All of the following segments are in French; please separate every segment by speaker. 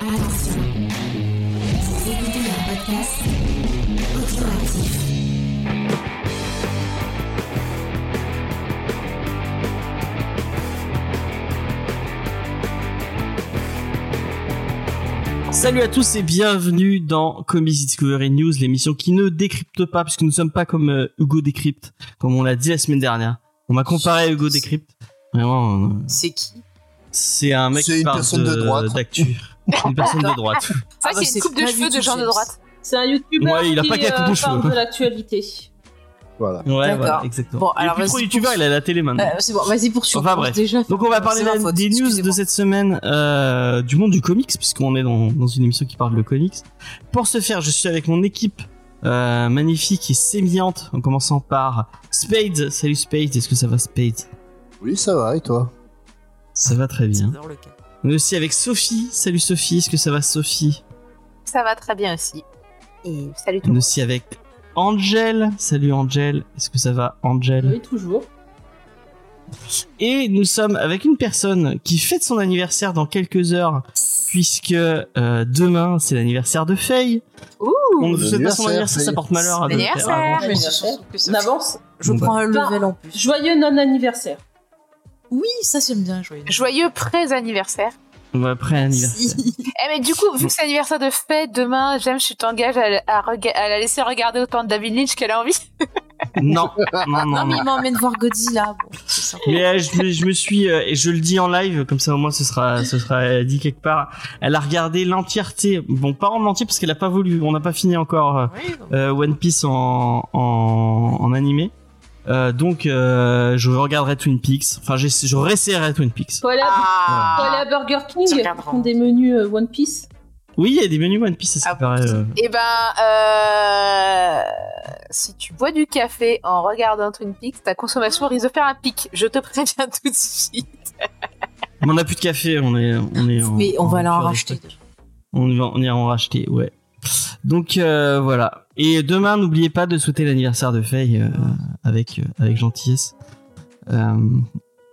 Speaker 1: Attention, vous écoutez un podcast audioactif.
Speaker 2: Salut à tous et bienvenue dans Comics Discovery News, l'émission qui ne décrypte pas, puisque nous ne sommes pas comme euh, Hugo décrypte, comme on l'a dit la semaine dernière. On m'a comparé à Hugo décrypte. Vraiment, euh,
Speaker 3: C'est qui
Speaker 2: c'est un mec
Speaker 4: C'est
Speaker 2: qui
Speaker 4: une
Speaker 2: parle
Speaker 4: personne de droite.
Speaker 2: d'actu. une personne de droite.
Speaker 3: Ah
Speaker 5: C'est
Speaker 3: bah,
Speaker 5: vrai que c'est
Speaker 3: c'est
Speaker 5: une coupe de
Speaker 3: pas
Speaker 5: cheveux
Speaker 3: du
Speaker 5: de
Speaker 3: tout
Speaker 5: gens de
Speaker 3: James.
Speaker 5: droite.
Speaker 6: C'est un youtubeur
Speaker 2: Ouais, il a
Speaker 6: qui
Speaker 2: pas qu'à couper
Speaker 6: euh,
Speaker 2: de cheveux.
Speaker 6: parle de l'actualité.
Speaker 4: Voilà.
Speaker 2: Ouais,
Speaker 3: D'accord.
Speaker 2: voilà, exactement.
Speaker 3: Bon,
Speaker 2: il est
Speaker 3: alors,
Speaker 2: plus
Speaker 3: vas-y,
Speaker 2: trop youtubeur, il a la télé maintenant.
Speaker 3: Euh, C'est bon, vas-y poursuis.
Speaker 2: Enfin, bref.
Speaker 3: Déjà,
Speaker 2: Donc on va parler
Speaker 3: c'est ma
Speaker 2: des-
Speaker 3: faute,
Speaker 2: des news de
Speaker 3: excusez-moi.
Speaker 2: cette semaine euh, du monde du comics, puisqu'on est dans, dans une émission qui parle de comics. Pour ce faire, je suis avec mon équipe euh, magnifique et sémillante, en commençant par Spades. Salut Spades, est-ce que ça va Spades
Speaker 4: Oui, ça va, et toi
Speaker 2: Ça va très bien.
Speaker 3: J'adore le cas.
Speaker 2: On est aussi avec Sophie. Salut Sophie, est-ce que ça va Sophie
Speaker 5: Ça va très bien aussi. Et salut
Speaker 2: On est
Speaker 5: tout le monde.
Speaker 2: aussi avec Angel. Salut Angel, est-ce que ça va Angel
Speaker 6: Oui, toujours.
Speaker 2: Et nous sommes avec une personne qui fête son anniversaire dans quelques heures, puisque euh, demain c'est l'anniversaire de Faye. On ne
Speaker 4: Bon
Speaker 2: souhaite pas son
Speaker 4: anniversaire,
Speaker 2: anniversaire, ça
Speaker 4: Faye.
Speaker 2: porte malheur à de
Speaker 5: Anniversaire.
Speaker 2: faire avant.
Speaker 3: Ah, Mais
Speaker 6: je
Speaker 3: surtout que
Speaker 6: On
Speaker 3: ça-
Speaker 6: avance.
Speaker 3: Je
Speaker 2: Bon,
Speaker 3: prends un
Speaker 6: bah.
Speaker 3: level en plus.
Speaker 6: Joyeux non-anniversaire.
Speaker 3: Oui, ça j'aime bien, joyeux.
Speaker 5: Joyeux pré-anniversaire.
Speaker 2: Ouais, après anniversaire.
Speaker 3: Si.
Speaker 5: Eh mais du coup, vu que c'est l'anniversaire de Fête, demain, James, tu t'engages à, à rega- à la laisser regarder autant de David Lynch qu'elle a envie.
Speaker 2: non, non, non,
Speaker 3: Non, mais
Speaker 2: non.
Speaker 3: il m'emmène voir Godzilla. Bon, c'est ça.
Speaker 2: Mais euh, je, me- je me suis euh, et je le dis en live comme ça au moins ce sera ce sera euh, dit quelque part. Elle a regardé l'entièreté, bon pas en entier parce qu'elle a pas voulu, on n'a pas fini encore euh,
Speaker 3: Oui, non.
Speaker 2: euh, One Piece en en, en animé. Euh, donc euh, je regarderai Twin Peaks. Enfin j'essa- je réessayerai Twin Peaks.
Speaker 6: Faut aller à,
Speaker 5: Ah.
Speaker 6: faut aller à Burger King,
Speaker 5: Tu
Speaker 6: ils
Speaker 5: regarderas.
Speaker 6: font des menus euh, One Piece.
Speaker 2: Oui il y a des menus One Piece ça, ça
Speaker 5: Ah,
Speaker 2: paraît. euh,
Speaker 5: Eh ben, euh, si tu bois du café en regardant Twin Peaks, ta consommation risque de faire un pic. Je te préviens tout de suite.
Speaker 2: On en a plus de café, on est on est. en-
Speaker 3: Mais on va aller en
Speaker 2: purée.
Speaker 3: racheter. déjà.
Speaker 2: On, y va- on ira en racheter, ouais. Donc euh, voilà. Et demain, n'oubliez pas de souhaiter l'anniversaire de Faye euh, avec, euh, avec gentillesse. Euh,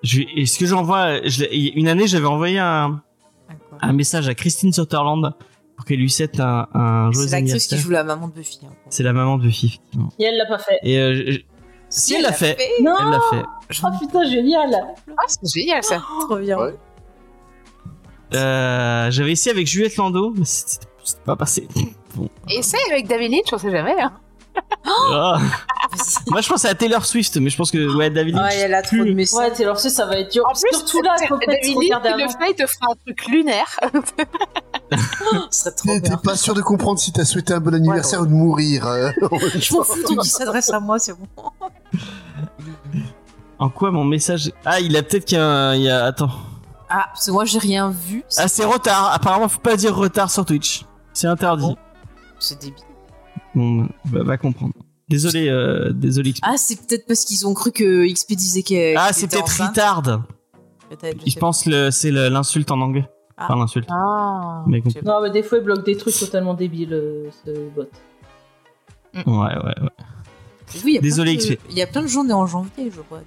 Speaker 2: je, et ce que j'envoie, je l'ai- une année, j'avais envoyé un,
Speaker 3: Ah, quoi.
Speaker 2: un message à Christine Sutherland pour qu'elle lui souhaite un, un
Speaker 3: C'est
Speaker 2: joyeux
Speaker 3: l'actrice qui
Speaker 2: anniversaire.
Speaker 3: joue la maman de Buffy. hein.
Speaker 2: C'est la maman de Buffy, effectivement.
Speaker 6: Et elle l'a pas fait.
Speaker 2: Et euh, je- je- si elle l'a fait,
Speaker 6: Non
Speaker 2: elle l'a fait.
Speaker 6: Oh putain, génial
Speaker 5: Ah, c'est génial ça.
Speaker 3: Trop bien.
Speaker 4: Ouais.
Speaker 2: Euh, j'avais essayé avec Juliette Landau, mais c'était c'était pas passé. Bon.
Speaker 5: Essaye avec David Lynch, on sait jamais. Hein.
Speaker 3: Oh
Speaker 2: Ah.
Speaker 3: Vas-y.
Speaker 2: Moi, je pense à Taylor Swift, mais je pense que ouais, David Lynch,
Speaker 3: Ouais, elle a trop
Speaker 2: plus-
Speaker 3: de messages.
Speaker 6: Ouais, Taylor Swift, ça va être dur.
Speaker 5: En plus,
Speaker 6: Surtout là, faut pas
Speaker 5: David
Speaker 6: se
Speaker 5: Lynch,
Speaker 6: regarder
Speaker 5: tu le
Speaker 6: avant.
Speaker 5: fait, il te fera un truc lunaire.
Speaker 3: Ce serait trop
Speaker 4: T'es t'es
Speaker 3: bien.
Speaker 4: pas sûr de comprendre si t'as souhaité un bon anniversaire ou de mourir. euh.
Speaker 3: Je m'en fous, tu dis s'adresse à moi, c'est bon.
Speaker 2: En quoi mon message Ah, il a peut-être qu'il y a un- il y a- Attends.
Speaker 3: Ah, parce que moi j'ai rien vu.
Speaker 2: Ah, c'est retard. Apparemment, faut pas dire retard sur Twitch. C'est interdit.
Speaker 3: Ah C'est débile.
Speaker 2: Bon, bah, va comprendre. Désolé, euh, désolé. XP.
Speaker 3: Ah, c'est peut-être parce qu'ils ont cru que XP disait que.
Speaker 2: Ah, c'est peut-être retard. Je pense le, c'est le- l'insulte en anglais.
Speaker 3: Ah.
Speaker 2: Enfin, l'insulte.
Speaker 5: Ah.
Speaker 2: Mais compris.
Speaker 6: Non, mais des fois, il bloque des trucs totalement débiles, euh, ce bot.
Speaker 3: Mm.
Speaker 2: Ouais, ouais, ouais. Désolé,
Speaker 3: Désolé,
Speaker 2: XP.
Speaker 3: Il y a plein de journées en janvier, je vois.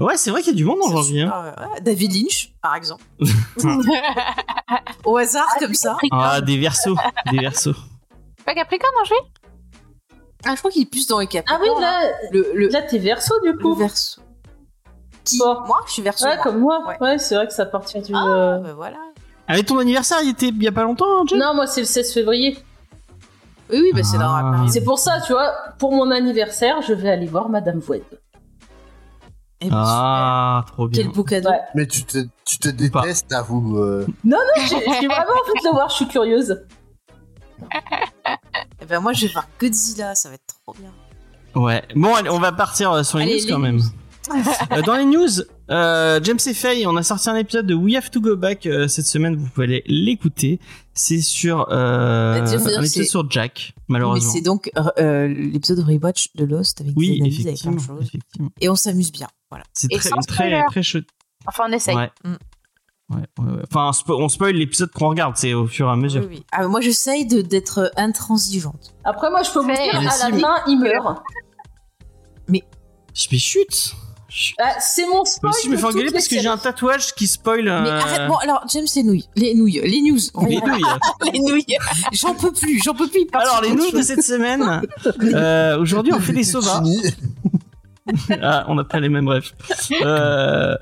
Speaker 2: Ouais, c'est vrai qu'il y a du monde en janvier. hein.
Speaker 3: Ah, ouais, ouais. David Lynch, par exemple. Au hasard, comme ça.
Speaker 2: Ah, des versos. des versos.
Speaker 5: Pas Capricorne, en juillet
Speaker 3: Ah, je crois qu'il est plus dans les
Speaker 6: Ah oui,
Speaker 3: Capricornes, hein.
Speaker 6: là,
Speaker 3: Le, le,
Speaker 6: là t'es verso, du
Speaker 3: le
Speaker 6: coup.
Speaker 3: verso. Qui
Speaker 6: Bon.
Speaker 3: Moi, je suis verso.
Speaker 6: Ouais,
Speaker 3: moi.
Speaker 6: comme moi.
Speaker 3: Ouais.
Speaker 6: Ouais, c'est vrai que ça partir du...
Speaker 3: Ah,
Speaker 6: euh,
Speaker 3: bah voilà.
Speaker 2: Ah, mais ton anniversaire, il était il y a pas longtemps, Angel
Speaker 6: Non, moi, c'est le 16 février.
Speaker 3: Oui, oui, bah c'est dans la
Speaker 2: Ah.
Speaker 3: période.
Speaker 6: C'est pour ça, tu vois, pour mon anniversaire, je vais aller voir Madame Webb.
Speaker 3: Eh ben,
Speaker 2: Ah, trop
Speaker 3: super.
Speaker 2: bien.
Speaker 3: Quel beau cadeau.
Speaker 6: Ouais.
Speaker 4: Mais tu te, tu te
Speaker 2: Ou pas.
Speaker 4: détestes, avoue. euh.
Speaker 6: Je je suis vraiment envie de le voir, je suis curieuse.
Speaker 3: Eh ben, moi, je vais voir Godzilla, ça va être trop bien.
Speaker 2: Ouais. Bon, allez, on va partir euh, sur les
Speaker 3: Allez,
Speaker 2: news
Speaker 3: les
Speaker 2: quand même. Euh, dans les news, euh, James et Faye, on a sorti un épisode de We Have to Go Back euh, cette semaine. Vous pouvez aller l'écouter. C'est sur euh,
Speaker 3: Bah, dire, faut dire
Speaker 2: un
Speaker 3: que
Speaker 2: épisode
Speaker 3: c'est-
Speaker 2: sur Jack,
Speaker 3: Mais
Speaker 2: malheureusement.
Speaker 3: c'est donc euh, euh, l'épisode de Rewatch de Lost avec
Speaker 2: oui,
Speaker 3: des analyses, avec plein
Speaker 2: effectivement,
Speaker 3: de choses.
Speaker 2: effectivement.
Speaker 3: Et on s'amuse bien. Voilà.
Speaker 2: C'est
Speaker 5: Et
Speaker 2: très,
Speaker 5: sans
Speaker 2: très,
Speaker 5: spoiler.
Speaker 2: très chaud.
Speaker 5: Enfin, on essaye.
Speaker 2: Ouais.
Speaker 3: Mm.
Speaker 2: Ouais, ouais, ouais. Enfin, on spo- on spoil l'épisode qu'on regarde, c'est au fur et à mesure.
Speaker 3: Oui, oui. Ah, mais moi, j'essaye de- d'être intransigeante.
Speaker 6: Après, moi, je peux vous
Speaker 5: Mais-
Speaker 6: dire,
Speaker 2: Mais
Speaker 6: à
Speaker 2: si,
Speaker 6: la
Speaker 2: mais-
Speaker 6: fin, il meurt.
Speaker 2: Je fais chute.
Speaker 6: Ah, c'est mon
Speaker 2: Moi
Speaker 6: spoil.
Speaker 2: aussi, je me
Speaker 6: de
Speaker 2: fais engueuler
Speaker 6: toutes
Speaker 2: parce
Speaker 6: les
Speaker 2: que j'ai un
Speaker 6: séries.
Speaker 2: tatouage qui spoil.
Speaker 3: Mais
Speaker 2: euh,
Speaker 3: arrête, bon, alors, James, les nouilles. Les nouilles, les news. On
Speaker 2: les
Speaker 3: va-
Speaker 2: nouilles.
Speaker 5: Les nouilles.
Speaker 3: J'en peux plus, j'en peux plus. il part
Speaker 2: Alors,
Speaker 3: sur
Speaker 2: les
Speaker 3: autre
Speaker 2: nouilles de
Speaker 3: chose.
Speaker 2: cette semaine. euh, Aujourd'hui, on fait des sauvas.
Speaker 4: Fini.
Speaker 2: Ah, on n'a pas les mêmes rêves. Euh,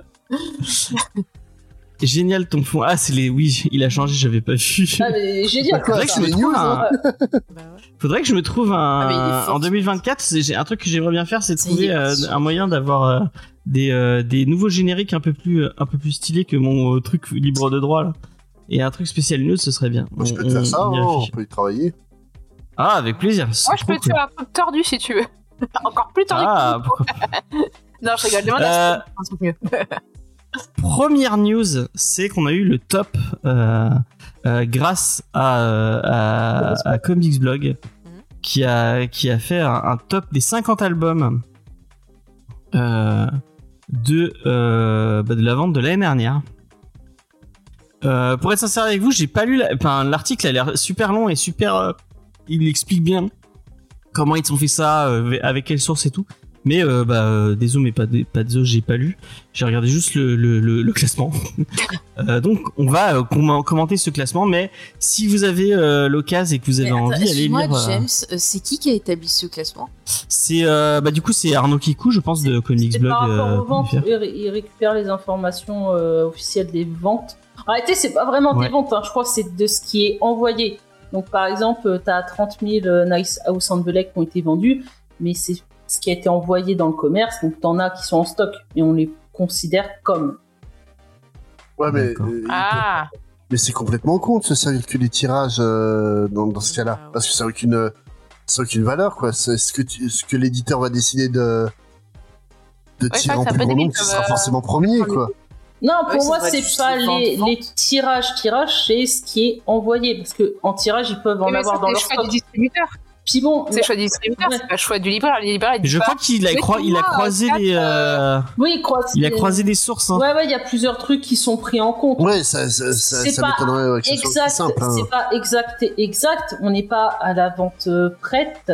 Speaker 2: Génial ton fond. Ah, c'est les. Oui, il a changé, j'avais pas vu.
Speaker 6: Ah, mais j'ai dit
Speaker 4: D'accord,
Speaker 2: Faudrait
Speaker 6: encore
Speaker 2: que
Speaker 4: c'est
Speaker 2: je
Speaker 6: ça.
Speaker 2: me
Speaker 4: les
Speaker 2: trouve
Speaker 4: news,
Speaker 2: un.
Speaker 3: Bah ouais.
Speaker 2: Faudrait que je me trouve un.
Speaker 5: Ah,
Speaker 6: mais il est fort,
Speaker 2: en 2024, c'est j'ai- un truc que j'aimerais bien faire, c'est de
Speaker 3: Ça y
Speaker 2: trouver
Speaker 3: est.
Speaker 2: euh, un moyen d'avoir euh, des, euh, des nouveaux génériques un peu plus un peu plus stylés que mon euh, truc libre de droit là. Et un truc spécial news, ce serait bien.
Speaker 4: Moi, je
Speaker 2: On-
Speaker 4: peux te faire
Speaker 2: on-
Speaker 4: ça,
Speaker 2: on y
Speaker 4: hein, on
Speaker 2: réfléchit.
Speaker 4: peut y travailler.
Speaker 2: Ah, avec plaisir. c'est
Speaker 5: Moi, je
Speaker 2: trop
Speaker 5: peux te faire un truc tordu si tu veux. Encore plus
Speaker 2: cool.
Speaker 5: tordu.
Speaker 2: Ah, pourquoi
Speaker 5: que- Non, je rigole. Demande
Speaker 2: Euh,
Speaker 5: à Steve, un truc mieux.
Speaker 2: première news, c'est qu'on a eu le top euh, euh, grâce à, euh, à, à Comics Blog qui a, qui a fait un, un top des 50 albums euh, de, euh, bah, de la vente de l'année dernière. Euh, pour être sincère avec vous, j'ai pas lu la- enfin, l'article, a l'air super long et super. euh, il explique bien comment ils ont fait ça, euh, avec quelle source et tout. Mais euh, bah, euh, désolé, mais pas, de- pas désolé, j'ai pas lu. J'ai regardé juste le, le- le- le classement. Euh, donc, on va euh, com- commenter ce classement, mais si vous avez euh, l'occasion et que vous avez
Speaker 3: Mais attends,
Speaker 2: envie, allez
Speaker 3: excuse-moi,
Speaker 2: lire. euh,
Speaker 3: James, euh, c'est qui qui a établi ce classement
Speaker 2: c'est euh, bah du coup c'est Arnaud Kikou je pense de euh,
Speaker 6: C'est par rapport aux ventes.
Speaker 2: comicsblog.fr.
Speaker 6: Il, ré- il récupère les informations euh, officielles des ventes. En réalité, c'est pas vraiment
Speaker 2: Ouais.
Speaker 6: des ventes. hein. Je crois que c'est de ce qui est envoyé. Donc, par exemple, tu as 30 000 euh, Nice House and Belek qui ont été vendus, mais c'est ce qui a été envoyé dans le commerce. Donc, t'en as qui sont en stock, mais on les considère comme.
Speaker 4: Ouais, mais,
Speaker 2: D'accord.
Speaker 4: euh,
Speaker 5: Ah,
Speaker 4: mais c'est complètement con de se servir que des tirages euh, dans, dans ce cas-là.
Speaker 3: Ah ouais.
Speaker 4: Parce que ça n'a aucune, euh, ça a aucune valeur, quoi. C'est ce que, tu- ce que l'éditeur va décider de, de
Speaker 5: c'est
Speaker 4: tirer
Speaker 5: vrai
Speaker 4: en
Speaker 5: que c'est un
Speaker 4: plus
Speaker 5: peu
Speaker 4: grand nombre,
Speaker 5: débile
Speaker 4: ce
Speaker 5: comme,
Speaker 4: sera
Speaker 5: euh,
Speaker 4: forcément premier,
Speaker 5: comme
Speaker 4: quoi.
Speaker 6: Non, pour
Speaker 3: Ouais, Ah ça
Speaker 6: moi,
Speaker 3: devrait être
Speaker 6: c'est
Speaker 3: juste
Speaker 6: pas
Speaker 3: les ventes,
Speaker 6: les,
Speaker 3: ventes.
Speaker 6: les tirages. Tirages, c'est ce qui est envoyé. Parce que en tirage, ils peuvent en
Speaker 5: mais
Speaker 6: avoir
Speaker 5: ça,
Speaker 6: dans
Speaker 5: c'est le
Speaker 6: leur
Speaker 5: choix
Speaker 6: stock.
Speaker 5: du distributeur.
Speaker 6: Puis bon,
Speaker 5: C'est le choix du distributeur,
Speaker 6: Ouais.
Speaker 5: c'est pas le choix du libraire. Le libraire, il dit
Speaker 2: Je
Speaker 5: pas,
Speaker 2: crois qu'il a,
Speaker 5: Mais
Speaker 2: croi- il a
Speaker 5: pour moi,
Speaker 2: croisé
Speaker 5: quatre,
Speaker 2: les euh,
Speaker 6: oui, ils croisent
Speaker 2: il a
Speaker 6: les-
Speaker 2: croisé des sources hein.
Speaker 6: Ouais, ouais, il y a plusieurs trucs qui sont pris en compte.
Speaker 4: Ouais, ça, ça, ça,
Speaker 6: C'est
Speaker 4: ça
Speaker 6: pas
Speaker 4: m'étonnerait ouais, que ce soit aussi
Speaker 6: exact,
Speaker 4: simple. hein.
Speaker 6: c'est pas exact et exact. On n'est pas à la vente euh, prête,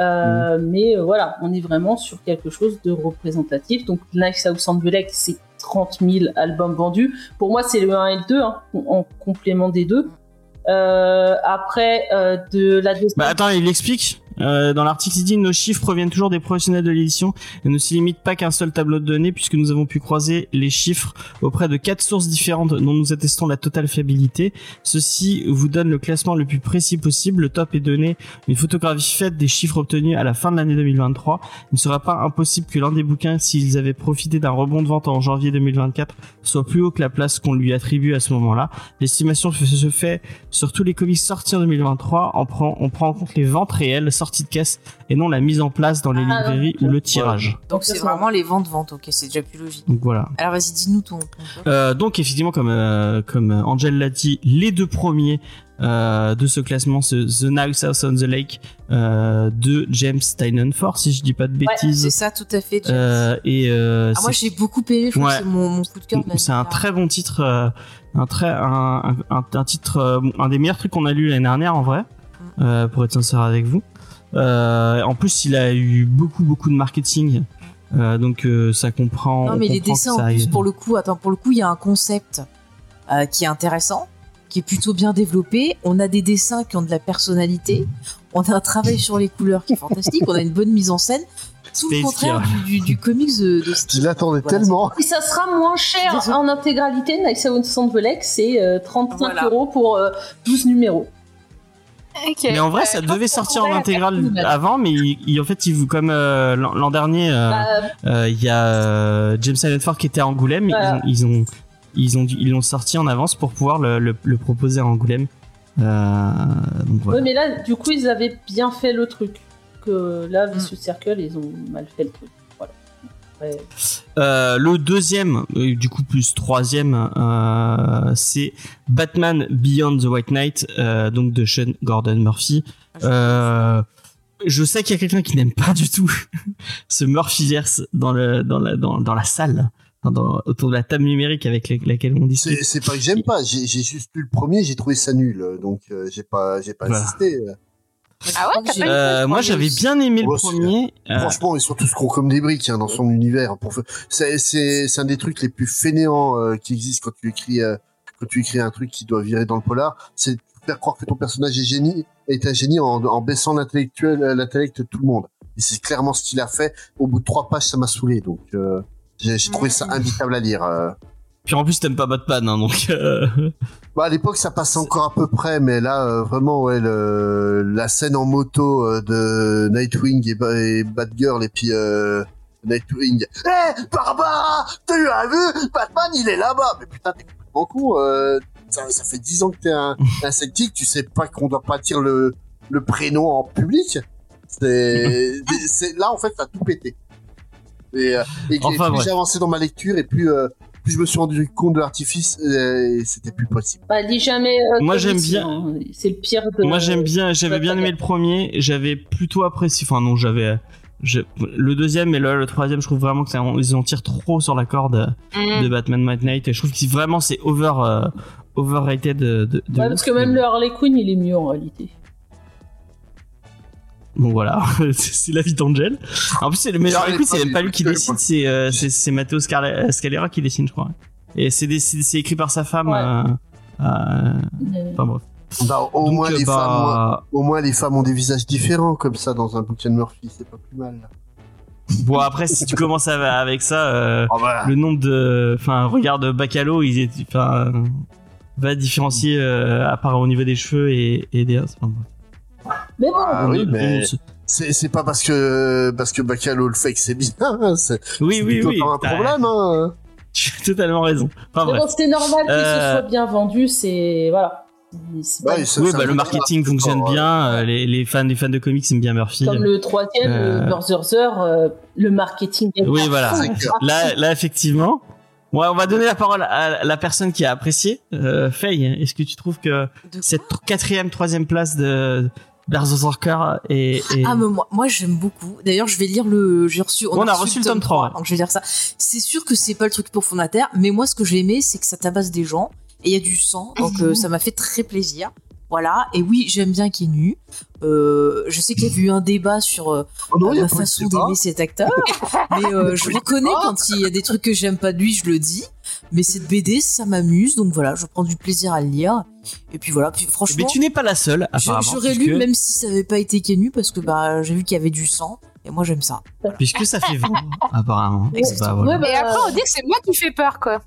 Speaker 6: euh, mais euh, voilà, on est vraiment sur quelque chose de représentatif. Donc, Nice House and Black, c'est 30 000 albums vendus. Pour moi, c'est le 1 et le 2, hein, en complément des deux. Euh, après, euh, de la deuxième.
Speaker 2: Bah attends, il explique. Euh, dans l'article, il dit nos chiffres proviennent toujours des professionnels de l'édition et ne se limitent pas qu'à un seul tableau de données puisque nous avons pu croiser les chiffres auprès de quatre sources différentes dont nous attestons la totale fiabilité. Ceci vous donne le classement le plus précis possible. Le top est donné une photographie faite des chiffres obtenus à la fin de l'année 2023. Il ne sera pas impossible que l'un des bouquins, s'ils avaient profité d'un rebond de vente en janvier 2024, soit plus haut que la place qu'on lui attribue à ce moment-là. L'estimation se fait sur tous les comics sortis en 2023, on prend, on prend en compte les ventes réelles, sorties de caisse, et non la mise en place dans les
Speaker 6: Ah,
Speaker 2: librairies
Speaker 6: ouais.
Speaker 2: ou le tirage.
Speaker 3: Donc, c'est vraiment les ventes-ventes, ok, c'est déjà plus logique.
Speaker 2: Donc voilà.
Speaker 3: Alors, vas-y, dis-nous ton. ton-
Speaker 2: Euh, donc effectivement, comme, euh, comme euh, Angel l'a dit, les deux premiers euh, de ce classement, c'est The Night House on the Lake euh, de James Steinenfor, si je dis pas de
Speaker 3: C'est
Speaker 2: bêtises.
Speaker 3: ça, tout à fait. James.
Speaker 2: Euh, et euh,
Speaker 3: Ah, moi,
Speaker 2: c'est-
Speaker 3: j'ai beaucoup aimé, je crois
Speaker 2: Ouais.
Speaker 3: que c'est mon, mon coup de cœur. de l'année
Speaker 2: C'est un
Speaker 3: dernière.
Speaker 2: très bon titre, euh, un très un, un- un titre, euh, un des meilleurs trucs qu'on a lu l'année dernière en vrai,
Speaker 3: Mm.
Speaker 2: euh, pour être sincère avec vous. Euh, en plus, il a eu beaucoup beaucoup de marketing, euh, donc euh, ça comprend.
Speaker 3: Non,
Speaker 2: on
Speaker 3: mais les
Speaker 2: comprend que
Speaker 3: dessins,
Speaker 2: ça
Speaker 3: en plus,
Speaker 2: arrive.
Speaker 3: pour le coup, attends, pour le coup, il y a un concept euh, qui est intéressant, qui est plutôt bien développé. On a des dessins qui ont de la personnalité. On a un travail sur les couleurs qui est fantastique. On a une bonne mise en scène. Tout
Speaker 2: Space
Speaker 3: le contraire du, du- du comics de, de
Speaker 4: Je
Speaker 3: Steve.
Speaker 4: l'attendais
Speaker 3: Voilà,
Speaker 4: tellement.
Speaker 6: Et ça sera moins cher
Speaker 3: Désolé.
Speaker 6: en intégralité. Nice House and Black, c'est euh, 35
Speaker 3: Voilà.
Speaker 6: euros pour euh, 12 numéros.
Speaker 5: Ok.
Speaker 2: Mais en vrai,
Speaker 5: Euh,
Speaker 2: ça
Speaker 5: je pense
Speaker 2: devait
Speaker 5: qu'on
Speaker 2: sortir en
Speaker 5: pourrait
Speaker 2: intégrale Ah.
Speaker 5: faire une-
Speaker 2: avant, mais il- il- en fait, il vous comme euh, l'an l'an dernier, euh,
Speaker 6: Bah,
Speaker 2: euh, il y a euh, James Silent Ford qui était à Angoulême, mais
Speaker 6: Voilà.
Speaker 2: ils, ont, ils ont ils ont dû- ils l'ont sorti en avance pour pouvoir le, le- le proposer à Angoulême. Euh, donc voilà.
Speaker 6: Ouais, mais là, du coup, ils avaient bien fait le truc. Que là,
Speaker 2: Mm.
Speaker 6: Vicious Circle, ils ont mal fait le truc. Voilà. Ouais.
Speaker 2: Euh, le deuxième, euh, du coup plus troisième, euh, c'est Batman Beyond the White Knight, euh, donc de Sean Gordon Murphy. Euh, je sais qu'il y a quelqu'un qui n'aime pas du tout ce Murphyverse dans le dans la dans, dans la salle, enfin, dans- autour de la table numérique avec la- laquelle on discute.
Speaker 4: C'est c'est pas que j'aime pas, j'ai j'ai juste lu le premier, j'ai trouvé ça nul, donc euh, j'ai pas, j'ai pas
Speaker 2: Voilà.
Speaker 4: assisté.
Speaker 5: Ah ouais,
Speaker 3: crois que
Speaker 5: t'as
Speaker 3: j'ai-
Speaker 5: pas eu de
Speaker 2: Euh, moi, j'avais bien aimé le
Speaker 4: Moi aussi.
Speaker 2: premier. euh,
Speaker 4: Franchement, ils sont tous gros comme des briques hein, dans son univers. Pour... fa- C'est, c'est, c'est un des trucs les plus fainéants euh, qui existent quand tu écris euh, quand tu écris un truc qui doit virer dans le polar. C'est de faire croire que ton personnage est génie est un génie en, en baissant l'intellectuel euh, l'intellect de tout le monde. Et c'est clairement ce qu'il a fait. Au bout de trois pages, ça m'a saoulé. Donc euh, j'ai, j'ai trouvé ça invitable à lire. euh.
Speaker 2: Puis en plus, t'aimes pas Batman, hein, donc. euh,
Speaker 4: Bah à l'époque ça passait encore à peu près, mais là euh, vraiment ouais le, la scène en moto euh, de Nightwing et, Ba- et Batgirl et puis euh, Nightwing. Hé Barbara, t'as eu un vu Batman il est là-bas. Mais putain t'es complètement con. euh, ça, ça fait 10 ans que t'es un, un sceptique, tu sais pas qu'on doit pas dire le le prénom en public. C'est c'est- là en fait t'as tout pété. Et, euh, et que-
Speaker 2: Enfin,
Speaker 4: plus
Speaker 2: bref.
Speaker 4: j'ai avancé dans ma lecture et plus euh, plus je me suis rendu compte de l'artifice euh, et c'était plus possible.
Speaker 6: Bah, lis jamais. euh,
Speaker 2: Moi,
Speaker 6: Comics,
Speaker 2: j'aime bien-
Speaker 6: hein. C'est le pire de.
Speaker 2: Moi j'aime bien, j'avais
Speaker 6: ouais,
Speaker 2: bien
Speaker 6: très
Speaker 2: aimé
Speaker 6: bien.
Speaker 2: le premier, j'avais plutôt apprécié, enfin non j'avais, euh, je- le deuxième et le, le troisième je trouve vraiment que ça- ils en tirent trop sur la corde
Speaker 6: Mm.
Speaker 5: Mm.
Speaker 2: euh, de Batman Night Knight et je trouve que vraiment c'est over, euh, overrated de, de- de
Speaker 6: Ouais, parce
Speaker 2: ouf,
Speaker 6: que même
Speaker 2: mais
Speaker 6: le Harley Quinn, il est mieux en réalité.
Speaker 2: Bon voilà, c'est- c'est la vie d'Angel. En plus c'est le meilleur,
Speaker 4: J'en ai
Speaker 2: écoute
Speaker 4: pas
Speaker 2: c'est même
Speaker 4: vu,
Speaker 2: pas lui qui
Speaker 4: je sais
Speaker 2: dessine,
Speaker 4: pas.
Speaker 2: c'est euh, c'est- c'est Matteo Scarla- Scalera qui dessine je crois. Et c'est des- c'est c'est écrit par sa femme,
Speaker 6: Ouais.
Speaker 2: euh, euh,
Speaker 6: Euh,
Speaker 2: enfin bref.
Speaker 4: Bah, au,
Speaker 2: Donc,
Speaker 4: moins,
Speaker 2: euh,
Speaker 4: les
Speaker 2: bah,
Speaker 4: femmes, moi- au moins, les femmes ont des visages différents comme ça dans un bouquin de Murphy, c'est pas plus mal.
Speaker 2: Bon après si tu commences à- avec ça... euh,
Speaker 4: Ah bah,
Speaker 2: le nombre de enfin regarde Bacalo il est enfin va différencier euh, à part au niveau des cheveux et, et des enfin, bref.
Speaker 6: Mais bon,
Speaker 4: Ah oui,
Speaker 2: On-
Speaker 4: mais-
Speaker 2: on se-
Speaker 4: c'est c'est pas parce que parce que Bacalo le fait que c'est bien, hein, c'est
Speaker 2: oui oui
Speaker 4: plutôt
Speaker 2: oui
Speaker 4: pas un
Speaker 2: t'as-
Speaker 4: problème. Hein.
Speaker 2: tu as totalement raison enfin
Speaker 6: mais
Speaker 2: bref
Speaker 6: bon, c'était normal que
Speaker 2: Euh,
Speaker 6: ce soit bien vendu. C'est. Voilà. C'est- c'est pas
Speaker 4: Ouais, ça-
Speaker 2: oui
Speaker 4: ça
Speaker 2: bah
Speaker 4: me
Speaker 2: le
Speaker 4: va,
Speaker 2: marketing
Speaker 4: c'est
Speaker 2: fonctionne
Speaker 4: encore, euh,
Speaker 2: bien euh, les, les fans les fans de comics aiment bien Murphy
Speaker 6: Comme le troisième,
Speaker 2: Euh,
Speaker 6: le Berserker, euh, le marketing. est
Speaker 2: oui
Speaker 6: pas
Speaker 2: voilà
Speaker 6: fou.
Speaker 4: c'est clair.
Speaker 2: là là effectivement Ouais, on va donner la parole à la personne qui a apprécié. Euh, Faye, est-ce que tu trouves que
Speaker 3: De
Speaker 2: cette quatrième, troisième place de Berserker est, est...
Speaker 3: Ah, mais moi, moi j'aime beaucoup. D'ailleurs, je vais lire le. J'ai reçu.
Speaker 2: On a reçu le tome 3, ouais.
Speaker 3: Donc, je vais lire ça. C'est sûr que c'est pas le truc pour fondataire, mais moi, ce que j'ai aimé, c'est que ça tabasse des gens et il y a du
Speaker 4: Ah,
Speaker 3: sang. Donc, euh, ça m'a fait très plaisir. Voilà. Et oui, j'aime bien qu'il est nu. Euh, je sais qu'il y avait eu un débat sur euh,
Speaker 4: Oh non, il y a
Speaker 3: la
Speaker 4: pas eu de
Speaker 3: façon
Speaker 4: débat.
Speaker 3: d'aimer cet acteur, mais euh, je reconnais quand il y a des trucs que j'aime pas de lui, je le dis. Mais cette BD, ça m'amuse. Donc, voilà, je prends du plaisir à le lire. Et puis, voilà.
Speaker 4: Eh ben,
Speaker 3: Puis, franchement.
Speaker 2: Mais tu n'es pas la seule,
Speaker 3: Je-
Speaker 2: apparemment.
Speaker 3: J'aurais
Speaker 2: puisque-
Speaker 3: lu même si ça avait pas été Kenu parce que bah j'ai vu qu'il y avait du sang et moi j'aime ça.
Speaker 2: Puisque ça fait vendre, apparemment.
Speaker 3: Exactement.
Speaker 2: Bah, voilà.
Speaker 6: Ouais, bah,
Speaker 5: Et après, on dit que c'est moi qui fais peur, quoi.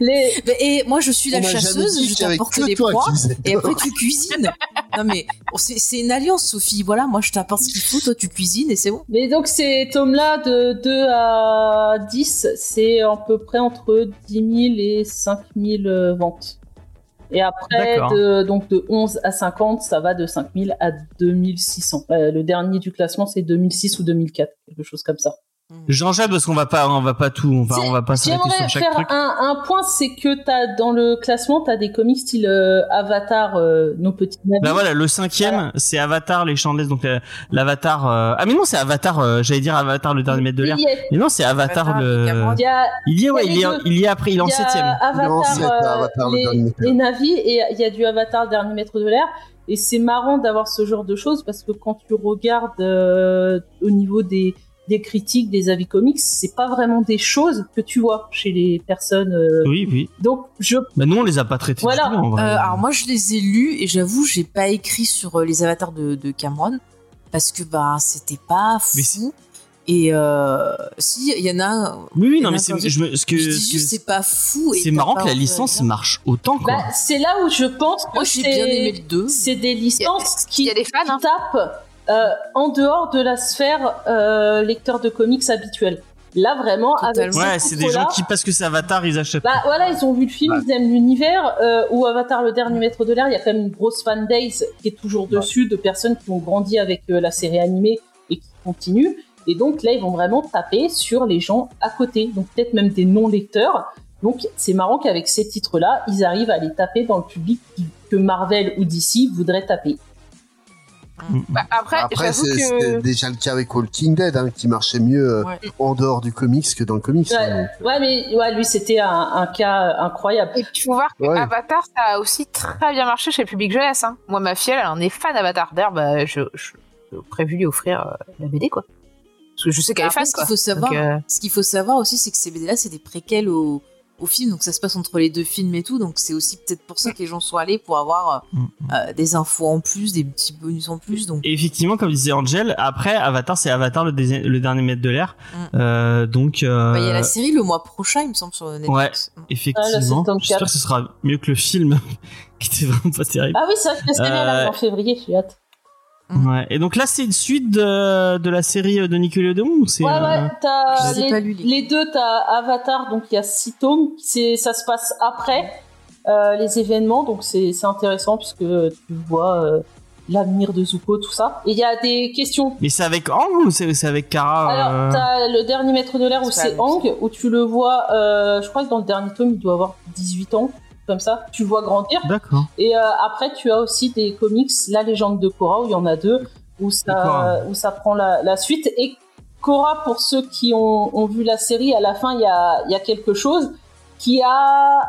Speaker 6: les-
Speaker 3: Bah, et moi je suis la
Speaker 4: On m'a jamais
Speaker 3: chasseuse,
Speaker 4: dit
Speaker 3: je
Speaker 4: qu'il y avait
Speaker 3: t'apporte
Speaker 4: que
Speaker 3: des
Speaker 4: toi qui
Speaker 3: proies
Speaker 4: faisais
Speaker 3: et
Speaker 4: peur.
Speaker 3: après tu cuisines. non mais bon, c'est c'est une alliance Sophie. Voilà, moi je t'apporte ce qu'il faut, toi tu cuisines et c'est bon.
Speaker 6: Mais donc ces tomes-là de 2 à 10, c'est à peu près entre 10 000 et 5 000 euh, ventes. Et après,
Speaker 2: D'accord.
Speaker 6: de, donc de 11 à 50, ça va de 5 000 à 2600. Euh, le dernier du classement, c'est 2006 ou 2004, quelque chose comme ça.
Speaker 2: Jean-Jacques, parce qu'on va pas, on va pas tout, on va,
Speaker 6: C'est-
Speaker 2: on va pas s'arrêter sur
Speaker 6: J'aimerais
Speaker 2: chaque
Speaker 6: faire
Speaker 2: truc.
Speaker 6: un, un point, c'est que t'as, dans le classement, tu as des comics style euh, Avatar, euh, Nos Petits Navires.
Speaker 2: Bah voilà, le cinquième, c'est Avatar, les chandelles, donc euh, l'Avatar. euh, Ah mais non, c'est Avatar. euh, J'allais dire Avatar, le dernier maître de l'air.
Speaker 6: Il y a-
Speaker 2: Mais non, c'est Avatar,
Speaker 3: Avatar,
Speaker 2: le.
Speaker 3: le Cameroun.
Speaker 6: il y a
Speaker 2: Il y est, ouais,
Speaker 6: Il y a
Speaker 2: il y est,
Speaker 6: les deux.
Speaker 2: il y est après, il est en
Speaker 6: Il y a
Speaker 2: septième.
Speaker 4: Il est en
Speaker 6: Avatar,
Speaker 4: septième,
Speaker 6: euh,
Speaker 4: Avatar, le
Speaker 6: les,
Speaker 4: dernier maître.
Speaker 6: les navis et il y a du Avatar, dernier maître de l'air. Et c'est marrant d'avoir ce genre de choses parce que quand tu regardes euh, au niveau des, des critiques, des avis comics, c'est pas vraiment des choses que tu vois chez les personnes. euh.
Speaker 2: Oui, oui.
Speaker 6: Donc je
Speaker 2: Bah nous, on les a pas traités.
Speaker 6: Voilà.
Speaker 2: Du tout, en vrai.
Speaker 3: Euh, alors moi je les ai lus et j'avoue j'ai pas écrit sur euh, les avatars de, de Cameron parce que bah c'était pas
Speaker 2: Mais c'est-
Speaker 3: fou. Et euh, si il y en a, un,
Speaker 2: oui, oui, non,
Speaker 3: euh,
Speaker 2: mais c'est,
Speaker 3: attendez,
Speaker 2: je me, ce
Speaker 3: je
Speaker 2: que,
Speaker 3: dis
Speaker 2: ce
Speaker 3: juste
Speaker 2: que-
Speaker 3: c'est euh, pas fou. et
Speaker 2: c'est
Speaker 3: t'as
Speaker 2: marrant
Speaker 3: pas
Speaker 2: que la
Speaker 3: envie de
Speaker 2: licence
Speaker 3: dire.
Speaker 2: marche autant, quoi.
Speaker 6: bah, c'est là où je pense que
Speaker 3: Moi j'ai bien
Speaker 6: c'est-
Speaker 3: aimé le 2.
Speaker 6: c'est des licences qui
Speaker 5: Il y a des fans, hein.
Speaker 6: qui tapent euh, en dehors de la sphère euh, lecteur de comics habituel. Là vraiment avec
Speaker 3: Totalement.
Speaker 6: ce
Speaker 2: ouais, c'est des gens
Speaker 6: titre-là,
Speaker 2: qui, parce que c'est Avatar, ils achètent.
Speaker 6: Bah voilà, ils ont vu le film, ils aiment l'univers. Euh, ou Avatar, le dernier maître de l'air, il y a quand même une grosse fan base qui est toujours dessus, de personnes qui ont grandi avec euh, la série animée et qui continuent. Et donc là, ils vont vraiment taper sur les gens à côté, donc peut-être même des non-lecteurs. Donc c'est marrant qu'avec ces titres-là, ils arrivent à les taper dans le public qui- que Marvel ou DC voudraient taper.
Speaker 5: Bah, après,
Speaker 4: Après,
Speaker 5: j'avoue
Speaker 4: c'est c'est
Speaker 5: que.
Speaker 4: déjà le cas avec Walking Dead, hein, qui marchait mieux euh,
Speaker 3: Ouais.
Speaker 4: en dehors du comics que dans le comics. hein.
Speaker 6: Ouais, ouais, mais ouais, lui, c'était un, un cas euh, incroyable.
Speaker 5: Et puis, faut voir que
Speaker 4: Ouais.
Speaker 5: Avatar, ça a aussi très bien marché chez le public jeunesse. hein. Moi, ma fille, elle, elle en est fan d'Avatar. D'ailleurs, bah, je, je, je prévu lui offrir euh, la BD, quoi. Parce que je sais qu'elle est
Speaker 3: Bah, Après,
Speaker 5: fan,
Speaker 3: ce
Speaker 5: quoi.
Speaker 3: qu'il faut savoir,
Speaker 5: Donc, euh,
Speaker 3: ce qu'il faut savoir aussi, c'est que ces BD-là, c'est des préquels au, au film, donc ça se passe entre les deux films et tout, donc c'est aussi peut-être pour ça que les gens sont allés pour avoir euh,
Speaker 2: Mm.
Speaker 3: euh, des infos en plus, des petits bonus en plus, donc
Speaker 2: Et effectivement, comme disait Angel, après Avatar, c'est Avatar le, dési- le dernier maître de l'air.
Speaker 3: Mm.
Speaker 2: Euh, donc, euh,
Speaker 3: Bah, il y a la série le mois prochain, il me semble, sur Netflix. Mm.
Speaker 6: Ah, la
Speaker 2: effectivement,
Speaker 6: saison
Speaker 2: j'espère
Speaker 6: 4.
Speaker 2: que ce sera mieux que le film, qui était vraiment pas terrible.
Speaker 6: Ah oui, c'est vrai que la série, elle arrive
Speaker 2: Euh,
Speaker 6: en février, j'ai hâte. Ah.
Speaker 3: Mm.
Speaker 2: Ouais. Et donc là, c'est une suite de, de la série euh, de Nickelodeon ou c'est
Speaker 6: Ouais,
Speaker 2: euh,
Speaker 6: ouais, t'as
Speaker 3: je les ai pas
Speaker 6: les,
Speaker 3: lus, les-
Speaker 6: les deux, t'as Avatar, donc il y a six tomes, c'est- ça se passe après euh, les événements, donc c'est c'est intéressant puisque tu vois euh, l'avenir de Zuko, tout ça. Et il y a des questions.
Speaker 2: Mais c'est avec Ang ou c'est c'est avec Kara euh,
Speaker 6: Alors, t'as le dernier maître de l'air où
Speaker 3: Ah. C'est pas
Speaker 6: c'est
Speaker 3: la même
Speaker 6: Hang, où tu le vois, euh, je crois que dans le dernier tome, il doit avoir 18 ans, comme ça, tu le vois grandir.
Speaker 2: D'accord.
Speaker 6: Et euh, après, tu as aussi des comics, La légende de Korra, où il y en a deux, où ça,
Speaker 2: D'accord.
Speaker 6: où ça prend la, la suite. Et Korra, pour ceux qui ont, ont vu la série, à la fin, il y a, il y a quelque chose qui a,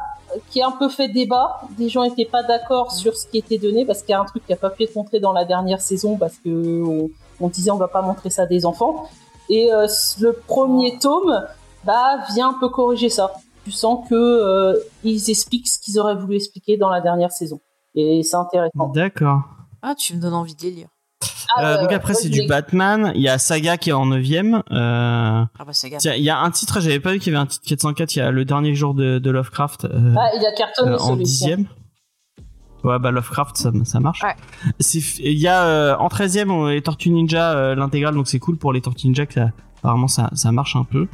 Speaker 6: qui a un peu fait débat. Des gens n'étaient pas d'accord sur ce qui était donné, parce qu'il y a un truc qui n'a pas pu être montré dans la dernière saison, parce que on, on disait on va pas montrer ça à des enfants. Et euh, le premier tome bah, vient un peu corriger ça. Tu sens que euh, ils expliquent ce qu'ils auraient voulu expliquer dans la dernière saison. Et c'est intéressant.
Speaker 2: D'accord.
Speaker 3: Ah, tu me donnes envie de les lire.
Speaker 6: Oh. Ah,
Speaker 2: Euh, donc
Speaker 6: euh,
Speaker 2: après, c'est
Speaker 6: Walking
Speaker 2: du Batman. Il y a Saga qui est en 9ème. Euh...
Speaker 3: Ah bah ça
Speaker 2: Tiens, il y a un titre, j'avais pas vu qu'il y avait un titre 404. Il y a le dernier jour de, de Lovecraft euh,
Speaker 6: Ah, il a cartonné
Speaker 2: euh, en
Speaker 6: celui-ci.
Speaker 2: dixième. Ouais, bah Lovecraft, ça, ça marche.
Speaker 5: Ouais.
Speaker 2: C'est f- Il y a euh, en 13ème on- les Tortues Ninja, euh, l'intégrale, donc c'est cool pour les Tortues Ninja que ça, apparemment ça, ça marche un peu.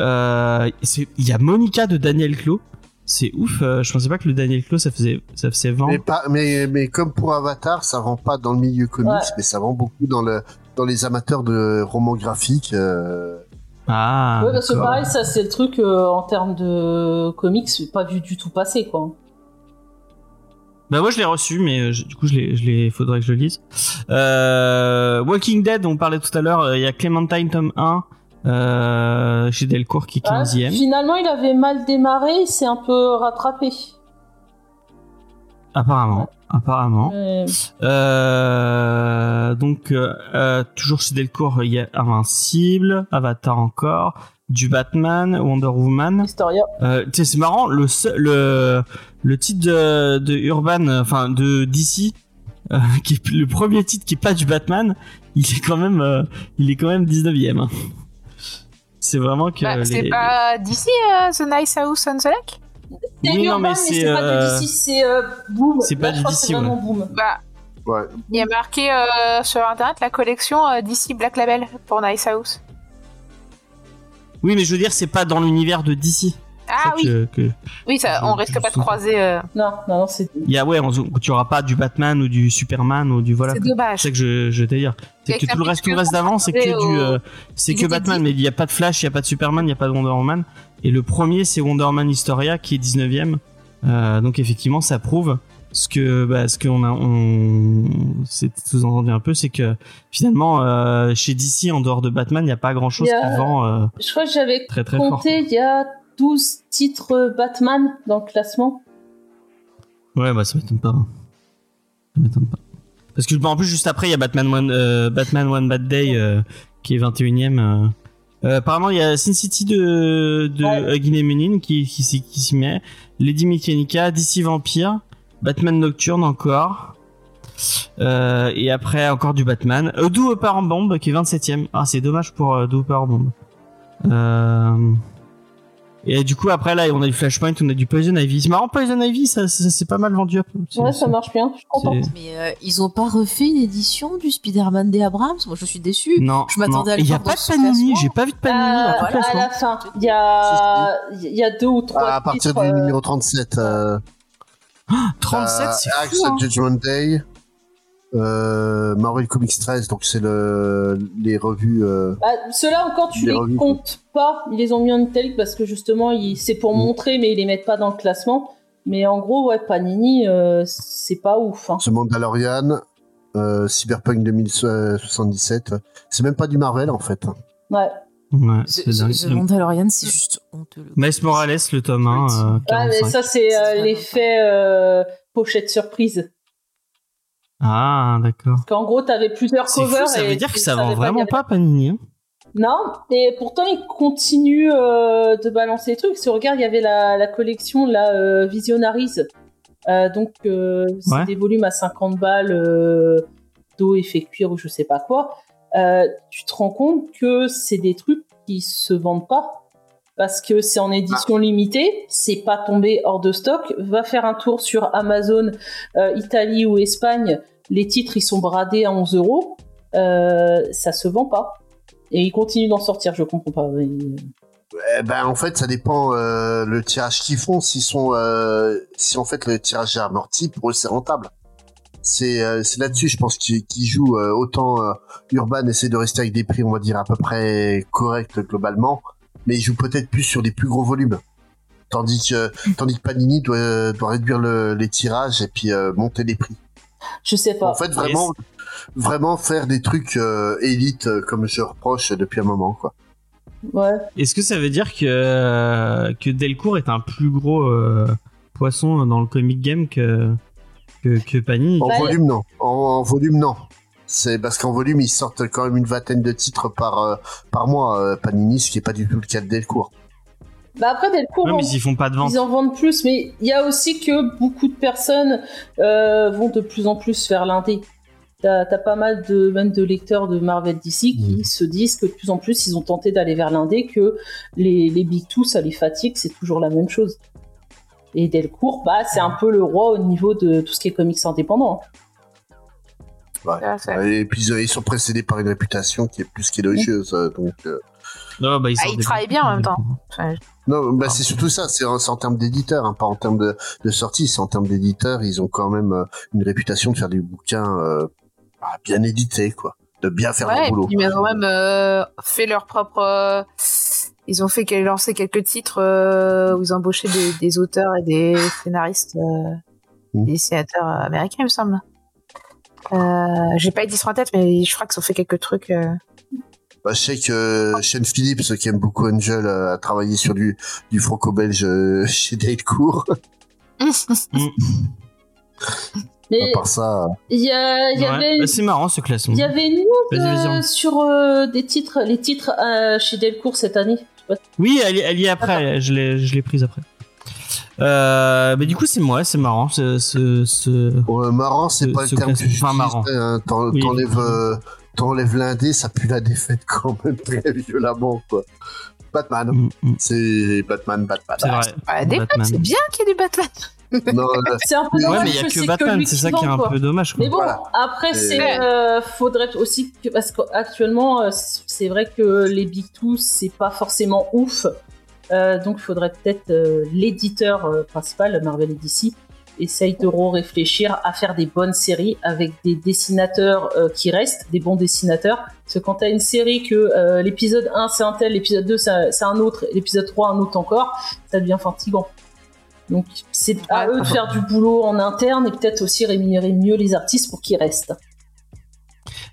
Speaker 2: Euh, c'est- Il y a Monica de Daniel Clos. C'est ouf, euh, je pensais pas que le Daniel Clos ça faisait, ça faisait vendre.
Speaker 4: Mais, pas, mais, mais comme pour Avatar, ça vend pas dans le milieu comics,
Speaker 6: Ouais.
Speaker 4: mais ça vend beaucoup dans, le, dans les amateurs de romans graphiques. euh,
Speaker 2: Ah,
Speaker 6: Ouais, parce que
Speaker 2: d'accord.
Speaker 6: pareil, ça c'est le truc euh, en termes de comics, c'est pas vu du tout passer quoi.
Speaker 2: Bah moi je l'ai reçu, mais euh, je- du coup je l'ai, je l'ai, faudrait que je le lise. Euh, Walking Dead, on parlait tout à l'heure, euh, il y a Clementine tome 1 euh, chez Delcourt qui est
Speaker 6: Ah,
Speaker 2: 15ème.
Speaker 6: finalement, il avait mal démarré, il s'est un peu rattrapé.
Speaker 2: Apparemment, apparemment.
Speaker 6: Mais-
Speaker 2: Euh, donc euh, euh, toujours chez Delcourt, il y a Invincible, Avatar encore, du Batman, Wonder Woman.
Speaker 6: Historia.
Speaker 2: Euh, tu sais, c'est marrant, le, seul- le, le titre de, de Urban, euh, enfin de DC, euh, qui est le premier titre qui est pas du Batman, il est quand même, euh, il est quand même 19ème. hein. C'est vraiment que.
Speaker 5: bah, c'est
Speaker 2: les-
Speaker 5: pas d'ici euh, The Nice House on the Lake
Speaker 6: C'est
Speaker 2: Oui, non,
Speaker 6: Urban,
Speaker 2: mais
Speaker 6: mais
Speaker 2: c'est,
Speaker 6: c'est pas
Speaker 2: euh,
Speaker 6: du DC, c'est euh, Boom.
Speaker 2: c'est pas
Speaker 6: Là,
Speaker 2: du
Speaker 6: je crois que c'est
Speaker 2: DC, ouais.
Speaker 6: vraiment Boom.
Speaker 5: Bah,
Speaker 4: ouais.
Speaker 5: il y a marqué euh, sur internet la collection euh, d'ici Black Label pour Nice House.
Speaker 2: Oui, mais je veux dire, c'est pas dans l'univers de DC.
Speaker 5: Ah
Speaker 2: Ça
Speaker 5: oui,
Speaker 2: que- que-
Speaker 5: oui, ça, on
Speaker 2: je-
Speaker 5: risque
Speaker 2: je
Speaker 5: pas de
Speaker 2: sens-
Speaker 5: croiser. euh,
Speaker 6: Non, non, non, c'est.
Speaker 2: Il y a, ouais, on- tu auras pas du Batman ou du Superman ou du voilà.
Speaker 5: C'est
Speaker 2: quoi.
Speaker 5: dommage.
Speaker 2: C'est ça que je, je veux dire. C'est
Speaker 5: Et
Speaker 2: que
Speaker 5: que ça
Speaker 2: tout le
Speaker 5: fait
Speaker 2: reste, tout le
Speaker 5: que
Speaker 2: reste d'avant, c'est que
Speaker 5: au-
Speaker 2: du, euh, c'est que
Speaker 3: Ils étaient
Speaker 2: Batman,
Speaker 3: dix.
Speaker 2: mais il n'y a pas de Flash, il n'y a pas de Superman, il n'y a pas de Wonder Woman. Et le premier, c'est Wonder Woman Historia qui est 19ème. Euh, donc effectivement, ça prouve ce que, bah, ce qu'on a, on, c'est sous-entendu un peu, c'est que finalement, euh, chez DC, en dehors de Batman, il n'y a pas grand chose
Speaker 6: Il y a-
Speaker 2: qui vend euh,
Speaker 6: Je crois que j'avais
Speaker 2: très très fort.
Speaker 6: compté, il y a 12 titres euh, Batman dans le classement.
Speaker 2: Ouais, bah ça m'étonne pas. hein. Ça m'étonne pas. Parce que bah, en plus juste après il y a Batman One, euh, Batman One Bad Day euh, qui est 21 e apparemment il y a Sin City de, de
Speaker 6: Ouais.
Speaker 2: Guinée Menin qui, qui, s'y- qui s'y met, Lady Mechanica, DC Vampire, Batman Nocturne encore, Euh, et après encore du Batman, euh, Doo Hopper en Bombe qui est 27 e Ah c'est dommage pour euh, Doo Hopper en Bombe. Euh, et du coup, après, là, on a du Flashpoint, on a du Poison Ivy. C'est marrant, Poison Ivy, ça, ça- c'est pas mal vendu. hein. C'est-
Speaker 6: Ouais, ça marche bien, je suis contente.
Speaker 2: c'est-
Speaker 3: Mais euh, ils ont pas refait une édition du Spider-Man des Abrams Moi, je suis déçue.
Speaker 2: Non,
Speaker 3: Je m'attendais
Speaker 2: non.
Speaker 3: à le
Speaker 2: Et y a
Speaker 3: voir dans
Speaker 2: pas de
Speaker 3: ce
Speaker 2: Panini,
Speaker 3: classement.
Speaker 2: j'ai pas vu de Panini dans
Speaker 6: Euh,
Speaker 2: tout le
Speaker 6: à
Speaker 2: classement.
Speaker 6: la fin, il y a, il y a deux ou trois.
Speaker 4: Ah, à partir
Speaker 6: titres,
Speaker 4: du
Speaker 6: euh,
Speaker 4: numéro 37. euh,
Speaker 2: 37,
Speaker 4: euh,
Speaker 6: Ah,
Speaker 2: c'est
Speaker 4: Axe
Speaker 2: fou. hein.
Speaker 4: Judgment Day. Euh, Marvel Comics 13, donc c'est le, les revues. euh,
Speaker 6: bah, Ceux-là encore, tu
Speaker 4: Des
Speaker 6: les
Speaker 4: revues,
Speaker 6: comptes pas. Ils les ont mis en italique parce que justement, ils- c'est pour
Speaker 4: Mm.
Speaker 6: montrer, mais ils les mettent pas dans le classement. Mais en gros, ouais, Panini, euh, c'est pas ouf. hein.
Speaker 4: ce Mandalorian, euh, Cyberpunk 2077. C'est même pas du Marvel en fait.
Speaker 6: Ouais.
Speaker 2: Ouais,
Speaker 3: The,
Speaker 2: c'est dingue. Mm.
Speaker 3: The- The Mandalorian, c'est juste honteux.
Speaker 2: Miles Morales, le tome 1. euh,
Speaker 6: Ah, mais
Speaker 2: 45.
Speaker 6: ça, c'est
Speaker 3: C'est
Speaker 6: euh,
Speaker 3: vraiment
Speaker 6: l'effet euh, pochette surprise.
Speaker 2: Ah, d'accord.
Speaker 6: Parce qu'en gros, t'avais plusieurs
Speaker 2: C'est fou,
Speaker 6: covers.
Speaker 2: ça
Speaker 6: et
Speaker 2: veut dire
Speaker 6: tu
Speaker 2: que ça vend
Speaker 6: savais pas qu'il y
Speaker 2: vraiment
Speaker 6: avait-
Speaker 2: pas Panini. hein.
Speaker 6: Non, et pourtant, ils continuent euh, de balancer les trucs. Si on regarde, il y avait la, la collection, la euh, Visionaries. Euh, donc, euh, c'est
Speaker 2: Ouais.
Speaker 6: des volumes à 50 balles euh, d'eau, effet cuir ou je sais pas quoi. Euh, tu te rends compte que c'est des trucs qui se vendent pas parce que c'est en édition limitée, c'est pas tombé hors de stock. Va faire un tour sur Amazon, euh, Italie ou Espagne, les titres ils sont bradés à 11 euros, Euh, ça se vend pas. Et ils continuent d'en sortir, je comprends pas. mais, euh,
Speaker 4: Eh ben en fait ça dépend euh, le tirage qu'ils font. S'ils sont euh, si en fait le tirage est amorti pour eux c'est rentable. C'est euh, c'est là-dessus je pense qu'ils qu'ils jouent euh, autant euh, Urban essaie de rester avec des prix on va dire à peu près corrects globalement, mais ils jouent peut-être plus sur des plus gros volumes. Tandis que tandis que Panini doit, doit réduire le- les tirages et puis euh, monter les prix.
Speaker 6: Je sais pas.
Speaker 4: En fait, vraiment, vraiment faire des trucs euh, élites euh, comme je reproche depuis un moment, quoi.
Speaker 6: Ouais.
Speaker 2: Est-ce que ça veut dire que, euh, que Delcourt est un plus gros euh, poisson dans le comic game que, que, que Panini
Speaker 4: En
Speaker 6: Bah,
Speaker 4: volume, non. En, en volume, non. C'est parce qu'en volume, ils sortent quand même une vingtaine de titres par, euh, par mois, euh, Panini, ce qui est pas du tout le cas de Delcourt.
Speaker 6: Bah après, Delcourt,
Speaker 2: Ouais,
Speaker 6: on-
Speaker 2: mais s'ils font pas de vente.
Speaker 6: ils en vendent plus, mais il y a aussi que beaucoup de personnes euh, vont de plus en plus vers l'indé. T'as t'as pas mal de même de lecteurs de Marvel d'ici qui
Speaker 2: Mm.
Speaker 6: se disent que de plus en plus ils ont tenté d'aller vers l'indé, que les, les big two ça les fatigue, c'est toujours la même chose. Et Delcourt, bah c'est un peu le roi au niveau de tout ce qui est comics indépendant.
Speaker 5: Ah, c'est-
Speaker 4: Et puis, euh, ils- ils sont précédés par une réputation qui est plus qu'élogieuse. euh, Donc, euh,
Speaker 2: Non, bah, ils
Speaker 5: Ah,
Speaker 2: sortent
Speaker 5: ils
Speaker 2: des-
Speaker 5: travaillent bien en même temps. Enfin,
Speaker 4: Non, bah c'est surtout ça, c'est en, c'est en termes d'éditeur, hein, pas en termes de, de sortie, c'est en termes d'éditeur, ils ont quand même euh, une réputation de faire des bouquins euh, bah, bien édités, quoi. De bien faire
Speaker 5: Ouais,
Speaker 4: leur
Speaker 5: et
Speaker 4: boulot.
Speaker 5: puis ils ont même euh, fait leur propre. euh, ils ont fait quel- lancer quelques titres euh, où ils embauchaient des, des auteurs et des scénaristes, euh,
Speaker 4: Mm.
Speaker 5: des dessinateurs américains, il me semble. Euh, J'ai pas les 10 en tête, mais je crois qu'ils ont fait quelques trucs. euh.
Speaker 4: Bah, je sais que Shane Phillips, qui aime beaucoup Angel, euh, a travaillé sur du, du franco-belge euh, chez Delcourt.
Speaker 5: Hum.
Speaker 6: Mais
Speaker 4: À part ça,
Speaker 6: il y, a- il y
Speaker 2: Ah, Ouais.
Speaker 6: avait
Speaker 2: Bah, c'est marrant ce classement.
Speaker 6: il y avait une news
Speaker 2: Vas-y, vas-y,
Speaker 6: euh,
Speaker 2: Romain.
Speaker 6: sur euh, des titres les titres euh, chez Delcourt cette année. Je sais pas
Speaker 2: Oui, elle, y- elle y est après, elle- je l'ai je l'ai prise après. Euh, mais du coup, c'est moi, c'est marrant. Ce, ce, ce-
Speaker 4: euh, marrant, c'est
Speaker 2: Ce-
Speaker 4: pas le
Speaker 2: ce
Speaker 4: terme que
Speaker 2: classement.
Speaker 4: j'utilise,
Speaker 2: Enfin, marrant.
Speaker 4: hein, t'en-
Speaker 2: Oui.
Speaker 4: T'enlèves euh, t'enlèves l'indé, ça pue la défaite quand même très violemment, quoi.
Speaker 6: Bah,
Speaker 4: Batman,
Speaker 2: Mm, mm,
Speaker 4: c'est Batman, Batman.
Speaker 2: C'est vrai.
Speaker 5: Ah, des
Speaker 2: Batman.
Speaker 5: fois, c'est bien qu'il y ait du Batman.
Speaker 4: Non, euh,
Speaker 6: C'est un peu
Speaker 4: Ouais,
Speaker 6: dommage
Speaker 2: Ouais, mais il y a
Speaker 6: que
Speaker 2: que
Speaker 6: c'est
Speaker 2: Batman,
Speaker 6: lui
Speaker 2: c'est
Speaker 6: qui
Speaker 2: ça qui est
Speaker 6: vend,
Speaker 2: un
Speaker 6: quoi.
Speaker 2: peu dommage. quoi.
Speaker 6: Mais bon,
Speaker 4: Voilà.
Speaker 6: après,
Speaker 4: Et-
Speaker 6: c'est euh, faudrait aussi que, parce qu'actuellement, euh, c'est vrai que les big two, c'est pas forcément ouf. Euh, donc, faudrait peut-être euh, l'éditeur euh, principal, Marvel et DC, essaye de réfléchir à faire des bonnes séries avec des dessinateurs euh, qui restent, des bons dessinateurs. Parce que quand t'as une série que euh, l'épisode 1 c'est un tel, l'épisode 2 c'est un- c'est un autre, l'épisode 3 un autre encore, ça devient fatigant. Donc c'est à
Speaker 5: Ouais.
Speaker 6: eux de faire du boulot en interne et peut-être aussi rémunérer mieux les artistes pour qu'ils restent.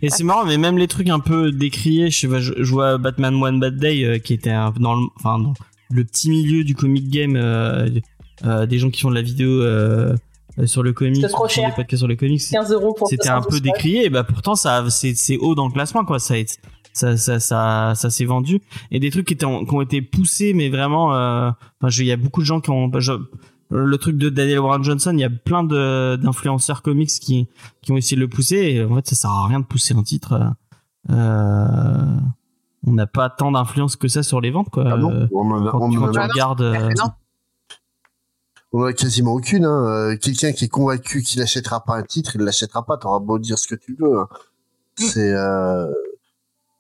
Speaker 2: Et c'est marrant, mais même les trucs un peu décriés, je, sais pas, je, je vois Batman One Bad Day euh, qui était un- dans, le, enfin, dans le petit milieu du comic game, euh, euh, des gens qui font de la vidéo euh, euh, sur le comic,
Speaker 6: C'est trop
Speaker 2: qui font
Speaker 6: cher.
Speaker 2: des podcasts sur le comic, c'est-
Speaker 6: 15 euros pour
Speaker 2: c'était un
Speaker 6: 72
Speaker 2: peu
Speaker 6: pages.
Speaker 2: décrié, et bah pourtant ça a- c'est c'est haut dans le classement quoi, ça a été- ça ça ça, ça s'est vendu et des trucs qui étaient en- qui ont été poussés mais vraiment euh, enfin je- il y a beaucoup de gens qui ont bah, je- le truc de Daniel Warren Johnson, il y a plein de d'influenceurs comics qui qui ont essayé de le pousser et en fait ça sert à rien de pousser un titre euh, euh, on n'a pas tant d'influence que ça sur les ventes quoi.
Speaker 4: ah
Speaker 2: Euh,
Speaker 4: non, on en a-
Speaker 2: quand
Speaker 4: on
Speaker 2: tu,
Speaker 4: en
Speaker 2: quand tu
Speaker 4: a-
Speaker 2: regardes euh,
Speaker 5: Non.
Speaker 4: On en a quasiment aucune. Hein. Euh, Quelqu'un qui est convaincu qu'il n'achètera pas un titre, il l'achètera pas. T'auras beau dire ce que tu veux. hein. C'est euh,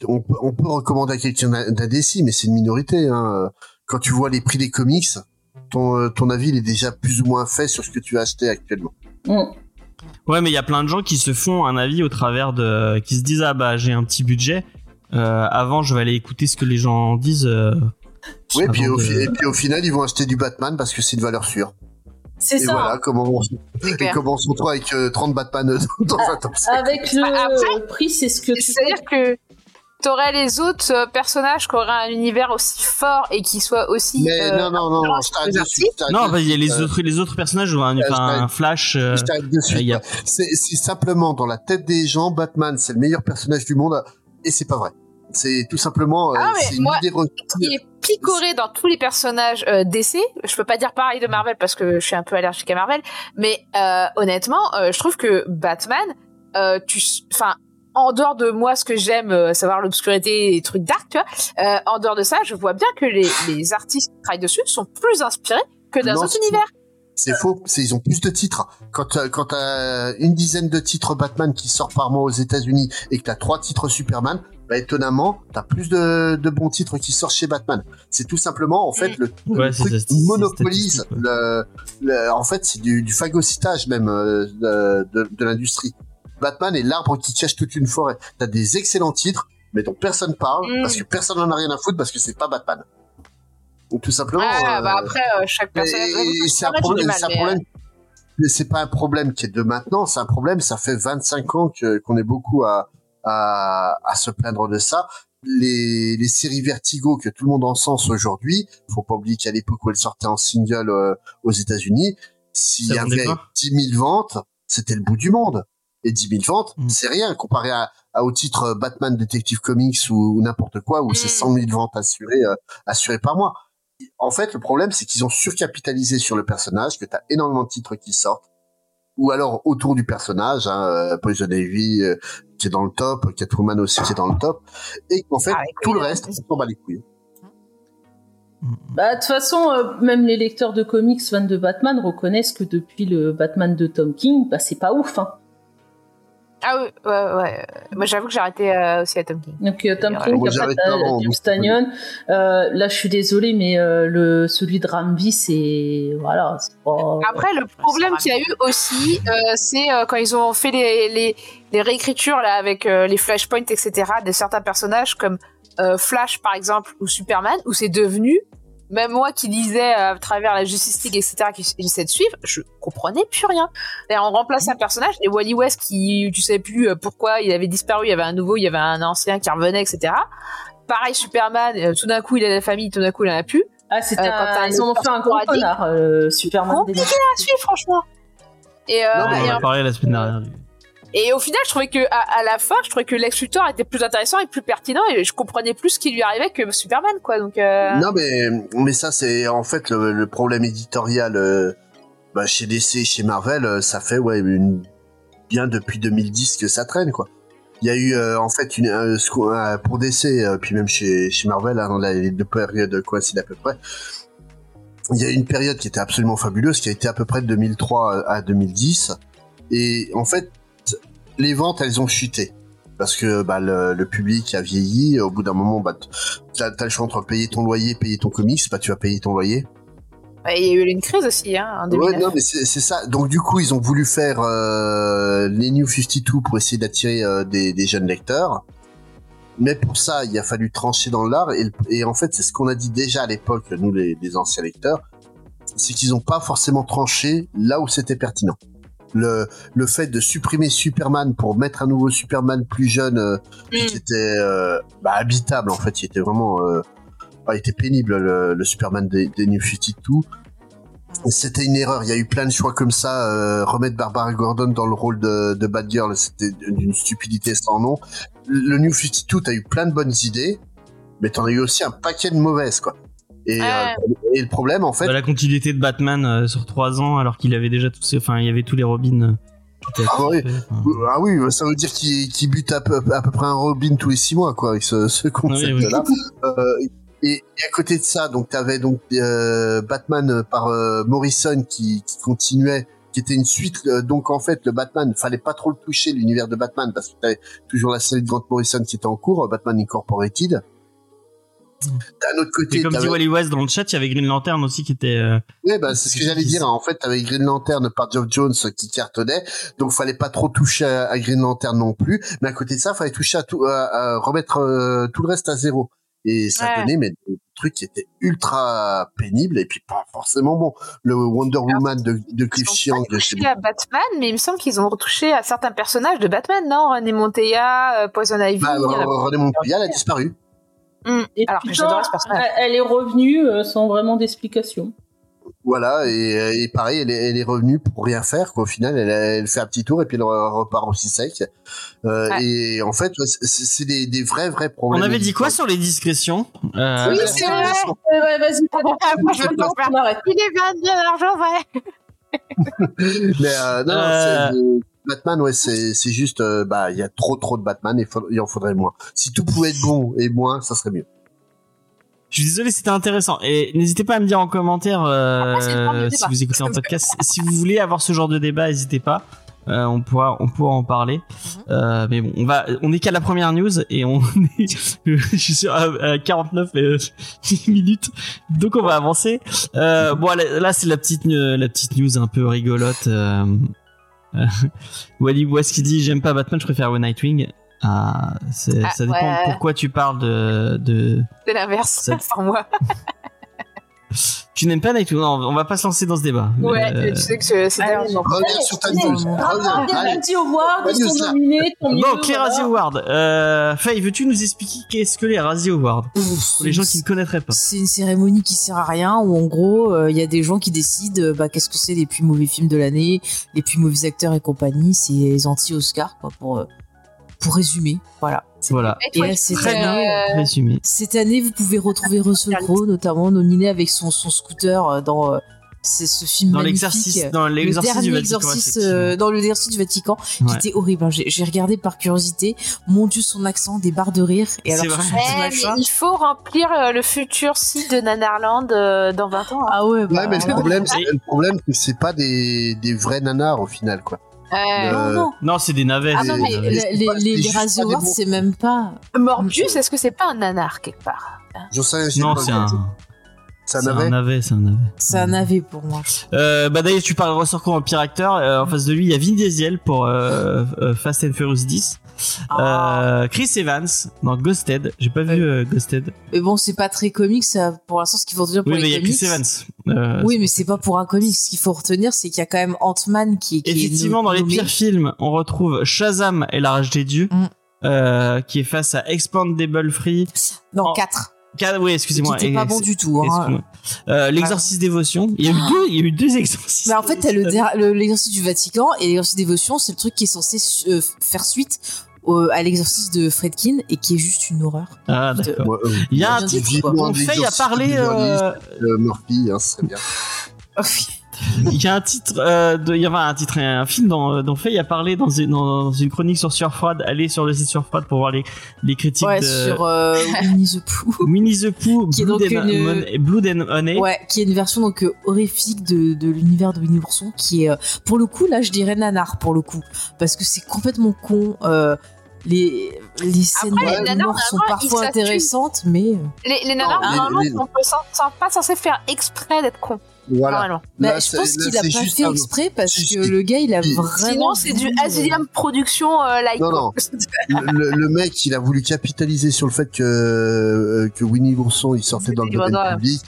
Speaker 4: on, peut- on peut recommander à quelqu'un d'in- d'indécis, mais c'est une minorité. Hein. Quand tu vois les prix des comics, ton, euh, ton avis il est déjà plus ou moins fait sur ce que tu vas acheter actuellement.
Speaker 6: Mm.
Speaker 2: Ouais, mais il y a plein de gens qui se font un avis au travers de. qui se disent Ah bah j'ai un petit budget, euh, avant je vais aller écouter ce que les gens disent. euh.
Speaker 4: Oui,
Speaker 2: Avant
Speaker 4: puis au,
Speaker 2: de-
Speaker 4: fi- et puis au final, ils vont acheter du Batman parce que c'est une valeur sûre.
Speaker 6: C'est
Speaker 4: Et
Speaker 6: ça.
Speaker 4: voilà, comment,
Speaker 5: C'est
Speaker 4: et
Speaker 5: clair.
Speaker 4: comment sont toi avec euh, 30 Batman euh, dans un temps
Speaker 6: Avec le
Speaker 5: Bah,
Speaker 6: prix, c'est ce que tu
Speaker 5: C'est-à-dire que t'aurais les autres euh, personnages qui auraient un univers aussi fort et qui soient aussi.
Speaker 4: Mais
Speaker 5: euh,
Speaker 4: non, non, non, non,
Speaker 5: alors,
Speaker 4: je t'arrête
Speaker 5: c'est
Speaker 4: dessus. je t'arrête
Speaker 2: Non,
Speaker 4: dessus,
Speaker 2: bah, il y a les
Speaker 4: euh,
Speaker 2: autres, les autres personnages ont un, enfin,
Speaker 4: Flashback.
Speaker 2: un flash. euh,
Speaker 4: je t'arrête dessus.
Speaker 2: il y a-
Speaker 4: C'est c'est simplement dans la tête des gens, Batman, c'est le meilleur personnage du monde, et c'est pas vrai. C'est tout simplement euh,
Speaker 5: Ah, mais
Speaker 4: c'est une
Speaker 5: moi-
Speaker 4: idée reçue.
Speaker 5: qui est picoré dans tous les personnages euh, DC. Je peux pas dire pareil de Marvel parce que je suis un peu allergique à Marvel, mais euh, honnêtement, euh, je trouve que Batman, euh, tu, s- enfin, en dehors de moi, ce que j'aime, euh, savoir l'obscurité et les trucs dark, tu vois, euh, en dehors de ça, je vois bien que les, les artistes qui travaillent dessus sont plus inspirés que dans
Speaker 4: Non,
Speaker 5: d'autres
Speaker 4: c'est
Speaker 5: univers.
Speaker 4: C'est faux, c'est ils ont plus de titres. Quand euh, quand t'as une dizaine de titres Batman qui sort par mois aux États-Unis et que t'as trois titres Superman, bah étonnamment, t'as plus de, de bons titres qui sortent chez Batman. C'est tout simplement en
Speaker 5: Mm.
Speaker 4: fait le,
Speaker 2: Ouais,
Speaker 4: le
Speaker 2: c'est
Speaker 4: truc
Speaker 2: ça, c'est-
Speaker 4: qui
Speaker 2: c'est
Speaker 4: monopolise
Speaker 2: statistique, ouais.
Speaker 4: le, le- en fait c'est du, du phagocytage même euh, de, de- de l'industrie. Batman est l'arbre qui cache toute une forêt. T'as des excellents titres, mais dont personne parle
Speaker 5: Mm.
Speaker 4: parce que personne n'en a rien à foutre parce que c'est pas Batman. Donc tout simplement.
Speaker 5: Ah,
Speaker 4: euh,
Speaker 5: bah après, euh, chaque
Speaker 4: mais
Speaker 5: personnage.
Speaker 4: c'est un
Speaker 5: Marvel, j'ai du
Speaker 4: problème.
Speaker 5: mal,
Speaker 4: C'est un
Speaker 5: mais, euh,
Speaker 4: problème. mais c'est pas un problème qui est de maintenant, c'est un problème. Ça fait 25 ans que- qu'on est beaucoup à, à, à se plaindre de ça. Les, les séries Vertigo que tout le monde encense aujourd'hui, faut pas oublier qu'à l'époque où elles sortaient en single euh, aux États-Unis, s'il
Speaker 2: Ça
Speaker 4: y
Speaker 2: vendait
Speaker 4: avait
Speaker 2: pas.
Speaker 4: 10 000 ventes, c'était le bout du monde. Et 10 000 ventes,
Speaker 2: Mm.
Speaker 4: c'est rien comparé à, à- au titre euh, Batman Detective Comics ou, ou n'importe quoi où c'est 100
Speaker 5: Mm.
Speaker 4: 000 ventes assurées, euh, assurées par mois. En fait, le problème, c'est qu'ils ont surcapitalisé sur le personnage, que t'as énormément de titres qui sortent, ou alors autour du personnage, hein, euh, Poison Ivy euh, qui est dans le top, Catwoman aussi qui est dans le top, et qu'en fait,
Speaker 5: Ah, les couilles,
Speaker 4: tout le
Speaker 5: hein.
Speaker 4: reste, on s'en bat les couilles.
Speaker 6: Bah, de toute façon, euh, même les lecteurs de comics fans de Batman reconnaissent que depuis le Batman de Tom King, bah, c'est pas ouf. hein.
Speaker 5: Ah oui, ouais, ouais. Moi, j'avoue que j'ai arrêté euh, aussi à Tom King.
Speaker 6: Donc, euh, Tom
Speaker 5: Ouais,
Speaker 6: King,
Speaker 4: moi,
Speaker 6: après,
Speaker 4: j'arrête
Speaker 6: t'as
Speaker 4: avant,
Speaker 6: James
Speaker 4: donc,
Speaker 6: Tynion. Euh, là, je suis désolée, mais euh, le, celui de Ramby, c'est. Voilà, c'est pas.
Speaker 5: Après, le problème
Speaker 6: ça
Speaker 5: qu'il y a eu aussi, euh, c'est euh, quand ils ont fait les, les, les réécritures là, avec euh, les flashpoints, etc., de certains personnages comme euh, Flash, par exemple, ou Superman, où c'est devenu, même moi qui lisais euh, à travers la Justice League, etc., qui j'essaie de suivre, je comprenais plus rien. Et on remplace un personnage, et Wally West, qui tu sais plus euh, pourquoi il avait disparu, il y avait un nouveau, il y avait un ancien qui revenait, etc. Pareil, Superman, euh, tout d'un coup il a la famille, tout d'un coup il en a plus.
Speaker 6: Ah, c'est
Speaker 5: Euh,
Speaker 6: un-
Speaker 5: quand t'as
Speaker 6: Ils en ont fait un gros
Speaker 5: un
Speaker 6: connard, euh, Superman.
Speaker 5: Compliqué À suivre, franchement. Et, euh,
Speaker 4: Non, mais
Speaker 5: et
Speaker 2: on en
Speaker 5: en
Speaker 2: a parlé la semaine dernière. du-
Speaker 5: Et au final, je trouvais que à, à la fin, je trouvais que Lex Luthor était plus intéressant et plus pertinent, et je comprenais plus ce qui lui arrivait que Superman, quoi. Donc, euh,
Speaker 4: Non, mais, mais ça, c'est en fait le, le problème éditorial euh, bah, chez DC, chez Marvel, euh, ça fait ouais, une, bien depuis 2010 que ça traîne, quoi. Il y a eu euh, en fait une, un- ce qu'on- un- pour DC, euh, puis même chez, chez Marvel, hein, dans la- les deux périodes coïncident à peu près. Il y a eu une période qui était absolument fabuleuse, qui a été à peu près de 2003 à 2010. Et en fait, les ventes, elles ont chuté. Parce que bah, le, le public a vieilli. Au bout d'un moment, bah, t'as t'as le choix entre payer ton loyer, payer ton comics, bah tu vas payer ton loyer.
Speaker 5: ouais, bah, il y a eu une crise aussi, hein, en 2009.
Speaker 4: Ouais, non, mais c'est c'est ça. Donc du coup, ils ont voulu faire euh, les New 52 pour essayer d'attirer euh, des, des jeunes lecteurs. Mais pour ça, il a fallu trancher dans l'art. Et, et en fait, c'est ce qu'on a dit déjà à l'époque, nous les, les anciens lecteurs, c'est qu'ils n'ont pas forcément tranché là où c'était pertinent. Le, le fait de supprimer Superman pour mettre un nouveau Superman plus jeune, euh, puis
Speaker 5: Mm.
Speaker 4: qui était euh, bah, habitable en fait, il était vraiment... euh, ah, il était pénible le, le Superman des, des New 52. C'était une erreur. Il y a eu plein de choix comme ça. euh, remettre Barbara Gordon dans le rôle de, de Batgirl, c'était d'une stupidité sans nom. Le New 52, t'as eu plein de bonnes idées, mais t'en as eu aussi un paquet de mauvaises, quoi. Et,
Speaker 5: Ouais.
Speaker 4: euh, et le problème, en fait,
Speaker 2: Bah, la continuité de Batman euh, sur 3 ans, alors qu'il avait déjà tous ses. Enfin, il y avait tous les Robins. euh, qui étaient
Speaker 4: Ah oui.
Speaker 2: fait, enfin.
Speaker 4: ah oui, bah, ça veut dire qu'il qu'il bute à peu, à peu près un Robin tous les six mois, quoi, avec ce, ce concept-là. Euh, et, et à côté de ça, donc t'avais donc euh, Batman euh, par euh, Morrison qui, qui continuait, qui était une suite. euh, donc en fait, le Batman, fallait pas trop le toucher l'univers de Batman parce que t'avais toujours la série de Grant Morrison qui était en cours, euh, Batman Incorporated. D'un
Speaker 2: Mm.
Speaker 4: autre
Speaker 2: Et
Speaker 4: côté,
Speaker 2: comme dit
Speaker 4: t'avais-
Speaker 2: Wally West dans le chat, il y avait Green Lantern aussi qui était. euh,
Speaker 4: Ouais, bah, c'est ce que j'allais dire. hein. En fait, avec Green Lantern par Geoff Jones euh, qui cartonnait, donc fallait pas trop toucher à, à Green Lantern non plus. Mais à côté de ça, fallait toucher à tout, à, à remettre euh, tout le reste à zéro. Et ça
Speaker 5: Ouais.
Speaker 4: donnait mais, des trucs qui étaient ultra pénibles et puis pas forcément bons. Le Wonder Woman de, de Cliff
Speaker 5: Ils
Speaker 4: Chiang
Speaker 5: ont
Speaker 4: de
Speaker 5: pas
Speaker 4: chez
Speaker 5: touché à Batman, mais il me semble qu'ils ont retouché à certains personnages de Batman, non René Montoya, euh, Poison Ivy.
Speaker 4: bah,
Speaker 5: euh,
Speaker 4: René Montpellier, elle a disparu.
Speaker 5: hmm.
Speaker 6: Et
Speaker 5: Alors que
Speaker 6: putain,
Speaker 5: j'adore ce personnage.
Speaker 6: elle- Elle est revenue euh, sans vraiment d'explication.
Speaker 4: Voilà, et, et pareil, elle est, elle est revenue pour rien faire. Quoi. Au final, elle, elle fait un petit tour et puis elle repart aussi sec. Euh,
Speaker 5: Ouais.
Speaker 4: Et en fait, c'est- c'est des, des vrais, vrais
Speaker 2: On
Speaker 4: problèmes.
Speaker 2: avait dit quoi sur les discrétions Euh,
Speaker 5: Oui, c'est vrai.
Speaker 6: Ouais, ouais, vas-y, pas
Speaker 5: Ah, Moi, je vais pas faire.
Speaker 6: Ah on arrête.
Speaker 5: Il est bien bien argent, ouais.
Speaker 4: Mais euh, non, non,
Speaker 2: Euh.
Speaker 4: c'est- euh, Batman, ouais, c'est c'est juste, euh, bah, il y a trop, trop de Batman et faut- il en faudrait moins. Si tout pouvait être bon et moins, ça serait mieux.
Speaker 2: Je suis désolé, c'était intéressant. Et n'hésitez pas à me dire en commentaire euh,
Speaker 5: Après, c'est le premier
Speaker 2: si
Speaker 5: débat.
Speaker 2: vous écoutez un podcast, si vous voulez avoir ce genre de débat, n'hésitez pas. Euh, on pourra, on pourra en parler.
Speaker 5: Mhm.
Speaker 2: Euh, mais bon, on va, on est qu'à la première news et on est, je suis sûr, à, à 49 euh, minutes. Donc on va avancer. Euh, bon, là, là, c'est la petite, euh, la petite news un peu rigolote. Euh, euh, Wally West qui dit j'aime pas Batman, je préfère Nightwing. Ah, c'est-
Speaker 5: Ah,
Speaker 2: ça dépend
Speaker 5: ouais.
Speaker 2: pourquoi tu parles de- de
Speaker 5: C'est l'inverse,
Speaker 2: Ça-
Speaker 5: pour moi.
Speaker 2: Tu n'aimes pas Nightwing Non, on va pas se lancer dans ce débat.
Speaker 5: Ouais,
Speaker 2: Euh,
Speaker 5: tu sais que c'est c'est
Speaker 6: allez,
Speaker 5: dérangeant.
Speaker 4: Reviens sur ta
Speaker 6: allez,
Speaker 4: news.
Speaker 6: allez,
Speaker 4: Reviens,
Speaker 6: Des
Speaker 4: allez.
Speaker 6: Razzie Awards,
Speaker 4: Pas
Speaker 6: ils
Speaker 4: news,
Speaker 6: sont
Speaker 4: là.
Speaker 6: nominés, tant mieux.
Speaker 2: Donc, les
Speaker 6: voilà.
Speaker 2: Razzie Awards. Euh, Faye, veux-tu nous expliquer qu'est-ce que les Razzie Awards Pour les gens qui ne connaîtraient pas.
Speaker 3: C'est une cérémonie qui sert à rien où en gros euh, il y a des gens qui décident euh, bah, qu'est-ce que c'est les plus mauvais films de l'année, les plus mauvais acteurs et compagnie, c'est les anti-Oscars quoi pour euh, pour résumer. Voilà.
Speaker 2: Voilà.
Speaker 5: Et toi,
Speaker 3: Et
Speaker 5: tu
Speaker 3: c'est
Speaker 5: dis,
Speaker 3: très bien,
Speaker 5: euh,
Speaker 2: Résumé.
Speaker 3: Cette année, vous pouvez
Speaker 2: Ah,
Speaker 3: retrouver Russell Crowe notamment nominé avec son son scooter euh, dans euh, c'est ce film
Speaker 2: Dans
Speaker 3: magnifique,
Speaker 2: l'exercice,
Speaker 3: euh,
Speaker 2: dans
Speaker 3: le
Speaker 2: l'exorcisme
Speaker 3: dernier
Speaker 2: du Vatican,
Speaker 3: exorcisme
Speaker 2: effectivement.
Speaker 3: euh, dans le l'exorcisme du Vatican
Speaker 2: Ouais.
Speaker 3: qui était horrible. hein. J'ai j'ai regardé par curiosité. Mon Dieu, son accent, des barres de rire. Et
Speaker 2: C'est
Speaker 3: alors, sur
Speaker 2: vrai.
Speaker 3: son
Speaker 5: Ouais,
Speaker 3: petit
Speaker 5: mais
Speaker 3: machin.
Speaker 5: il faut remplir euh, le futur site de Nanarland euh, dans 20 ans. hein.
Speaker 3: Ah ouais, bah,
Speaker 4: Ouais, mais le
Speaker 3: voilà.
Speaker 4: problème, c'est
Speaker 2: Et-
Speaker 4: le problème, c'est que c'est pas des, des vrais nanars au final, quoi.
Speaker 5: Euh,
Speaker 4: Euh,
Speaker 3: non, non.
Speaker 2: Non, c'est des navets.
Speaker 5: Ah
Speaker 2: c'est
Speaker 5: non,
Speaker 2: des
Speaker 5: mais
Speaker 2: navets.
Speaker 3: Les,
Speaker 4: c'est
Speaker 3: les,
Speaker 4: pas-
Speaker 3: les,
Speaker 4: c'est
Speaker 3: les
Speaker 4: juste
Speaker 3: Razzie
Speaker 4: pas des
Speaker 3: Awards,
Speaker 4: bons.
Speaker 3: c'est même pas.
Speaker 5: Morbius,
Speaker 2: Mm.
Speaker 5: est-ce que c'est pas un nanar quelque part
Speaker 4: Je sais rien, j'ai
Speaker 2: Non,
Speaker 4: pas-
Speaker 2: c'est un,
Speaker 4: Ça
Speaker 2: c'est un
Speaker 4: n'avait.
Speaker 2: navet, c'est un navet.
Speaker 3: C'est un AV pour moi.
Speaker 2: Euh, bah d'ailleurs, tu parles ressort en pire acteur. euh, en face de lui, il y a Vin Diesel pour euh, euh, Fast and Furious 10.
Speaker 3: Ah.
Speaker 2: Euh, Chris Evans dans Ghosted. J'ai pas vu euh, Ghosted.
Speaker 3: Mais bon, c'est pas très comique, ça, pour l'instant, ce qu'il faut retenir pour
Speaker 2: Oui, mais il
Speaker 3: les
Speaker 2: y a
Speaker 3: comics.
Speaker 2: Chris Evans. Euh,
Speaker 3: oui, mais c'est pas pour un comics. Ce qu'il faut retenir, c'est qu'il y a quand même Ant-Man qui, qui est.
Speaker 2: Effectivement, dans les
Speaker 3: nommé.
Speaker 2: pires films, on retrouve Shazam et la rage des dieux,
Speaker 3: Mm.
Speaker 2: euh, qui est face à Expandable Free.
Speaker 3: Non,
Speaker 2: Oh,
Speaker 3: 4.
Speaker 2: Car- oui,
Speaker 3: Qui
Speaker 2: excusez-moi.
Speaker 3: était pas
Speaker 2: ex-
Speaker 3: bon du tout. Hein. Ah.
Speaker 2: excuse-moi. Euh, L'exorciste dévotion. Il y a eu deux, il y a eu deux exorcistes.
Speaker 3: Mais en fait, t'as le der- le- l'exercice du Vatican et l'exercice dévotion, c'est le truc qui est censé su- euh, faire suite au- à l'exercice de Fredkin et qui est juste une horreur.
Speaker 2: Ah, d'accord.
Speaker 4: Ouais, euh,
Speaker 2: Il y a un
Speaker 3: Bien
Speaker 2: titre
Speaker 4: dit,
Speaker 3: quoi.
Speaker 4: moi,
Speaker 2: dont
Speaker 4: un
Speaker 2: Faye a
Speaker 4: exorciste
Speaker 2: parlé.
Speaker 4: du
Speaker 2: euh,
Speaker 4: euh, Murphy, hein, c'est bien.
Speaker 2: il y a un titre, euh, de, il y avait un titre, et un film euh, dont, dont Faye a parlé dans une, dans une chronique sur Sueur Froide. Allez sur le site Sueur Froide pour voir les, les critiques
Speaker 3: ouais,
Speaker 2: de
Speaker 3: sur euh, Winnie the Pooh.
Speaker 2: Winnie the Pooh,
Speaker 3: Qui est
Speaker 2: Blood,
Speaker 3: donc
Speaker 2: and,
Speaker 3: une-
Speaker 2: Mon- Blood and Honey.
Speaker 3: Ouais, qui est une version donc euh, horrifique de, de l'univers de Winnie l'ourson, qui est euh, pour le coup là, je dirais nanar pour le coup, parce que c'est complètement con. euh, les les scènes
Speaker 5: Après, les
Speaker 3: de
Speaker 5: nanars,
Speaker 3: mort sont
Speaker 5: normalement, ils
Speaker 3: parfois
Speaker 5: s'attendent.
Speaker 3: intéressantes, mais euh,
Speaker 5: Les, les nanars,
Speaker 4: Non, mais-
Speaker 5: normalement,
Speaker 4: mais-
Speaker 5: on peut s'en- s'en- pas censé faire exprès d'être con.
Speaker 4: Voilà.
Speaker 5: normalement.
Speaker 3: bah,
Speaker 4: Là,
Speaker 3: je
Speaker 4: c'est-
Speaker 3: pense
Speaker 4: là,
Speaker 3: qu'il a
Speaker 4: c'est
Speaker 3: pas
Speaker 4: juste
Speaker 3: fait
Speaker 4: un-
Speaker 3: exprès parce
Speaker 4: Si,
Speaker 3: que
Speaker 4: si.
Speaker 3: le gars il a
Speaker 4: Si.
Speaker 3: vraiment.
Speaker 5: Sinon, c'est du
Speaker 3: voulu, euh,
Speaker 5: Asylum Production euh, like.
Speaker 4: Non, non. le, le mec, il a voulu capitaliser sur le fait que, euh, que Winnie l'ourson il sortait dans le
Speaker 5: Il va
Speaker 4: domaine
Speaker 5: dans la-
Speaker 4: public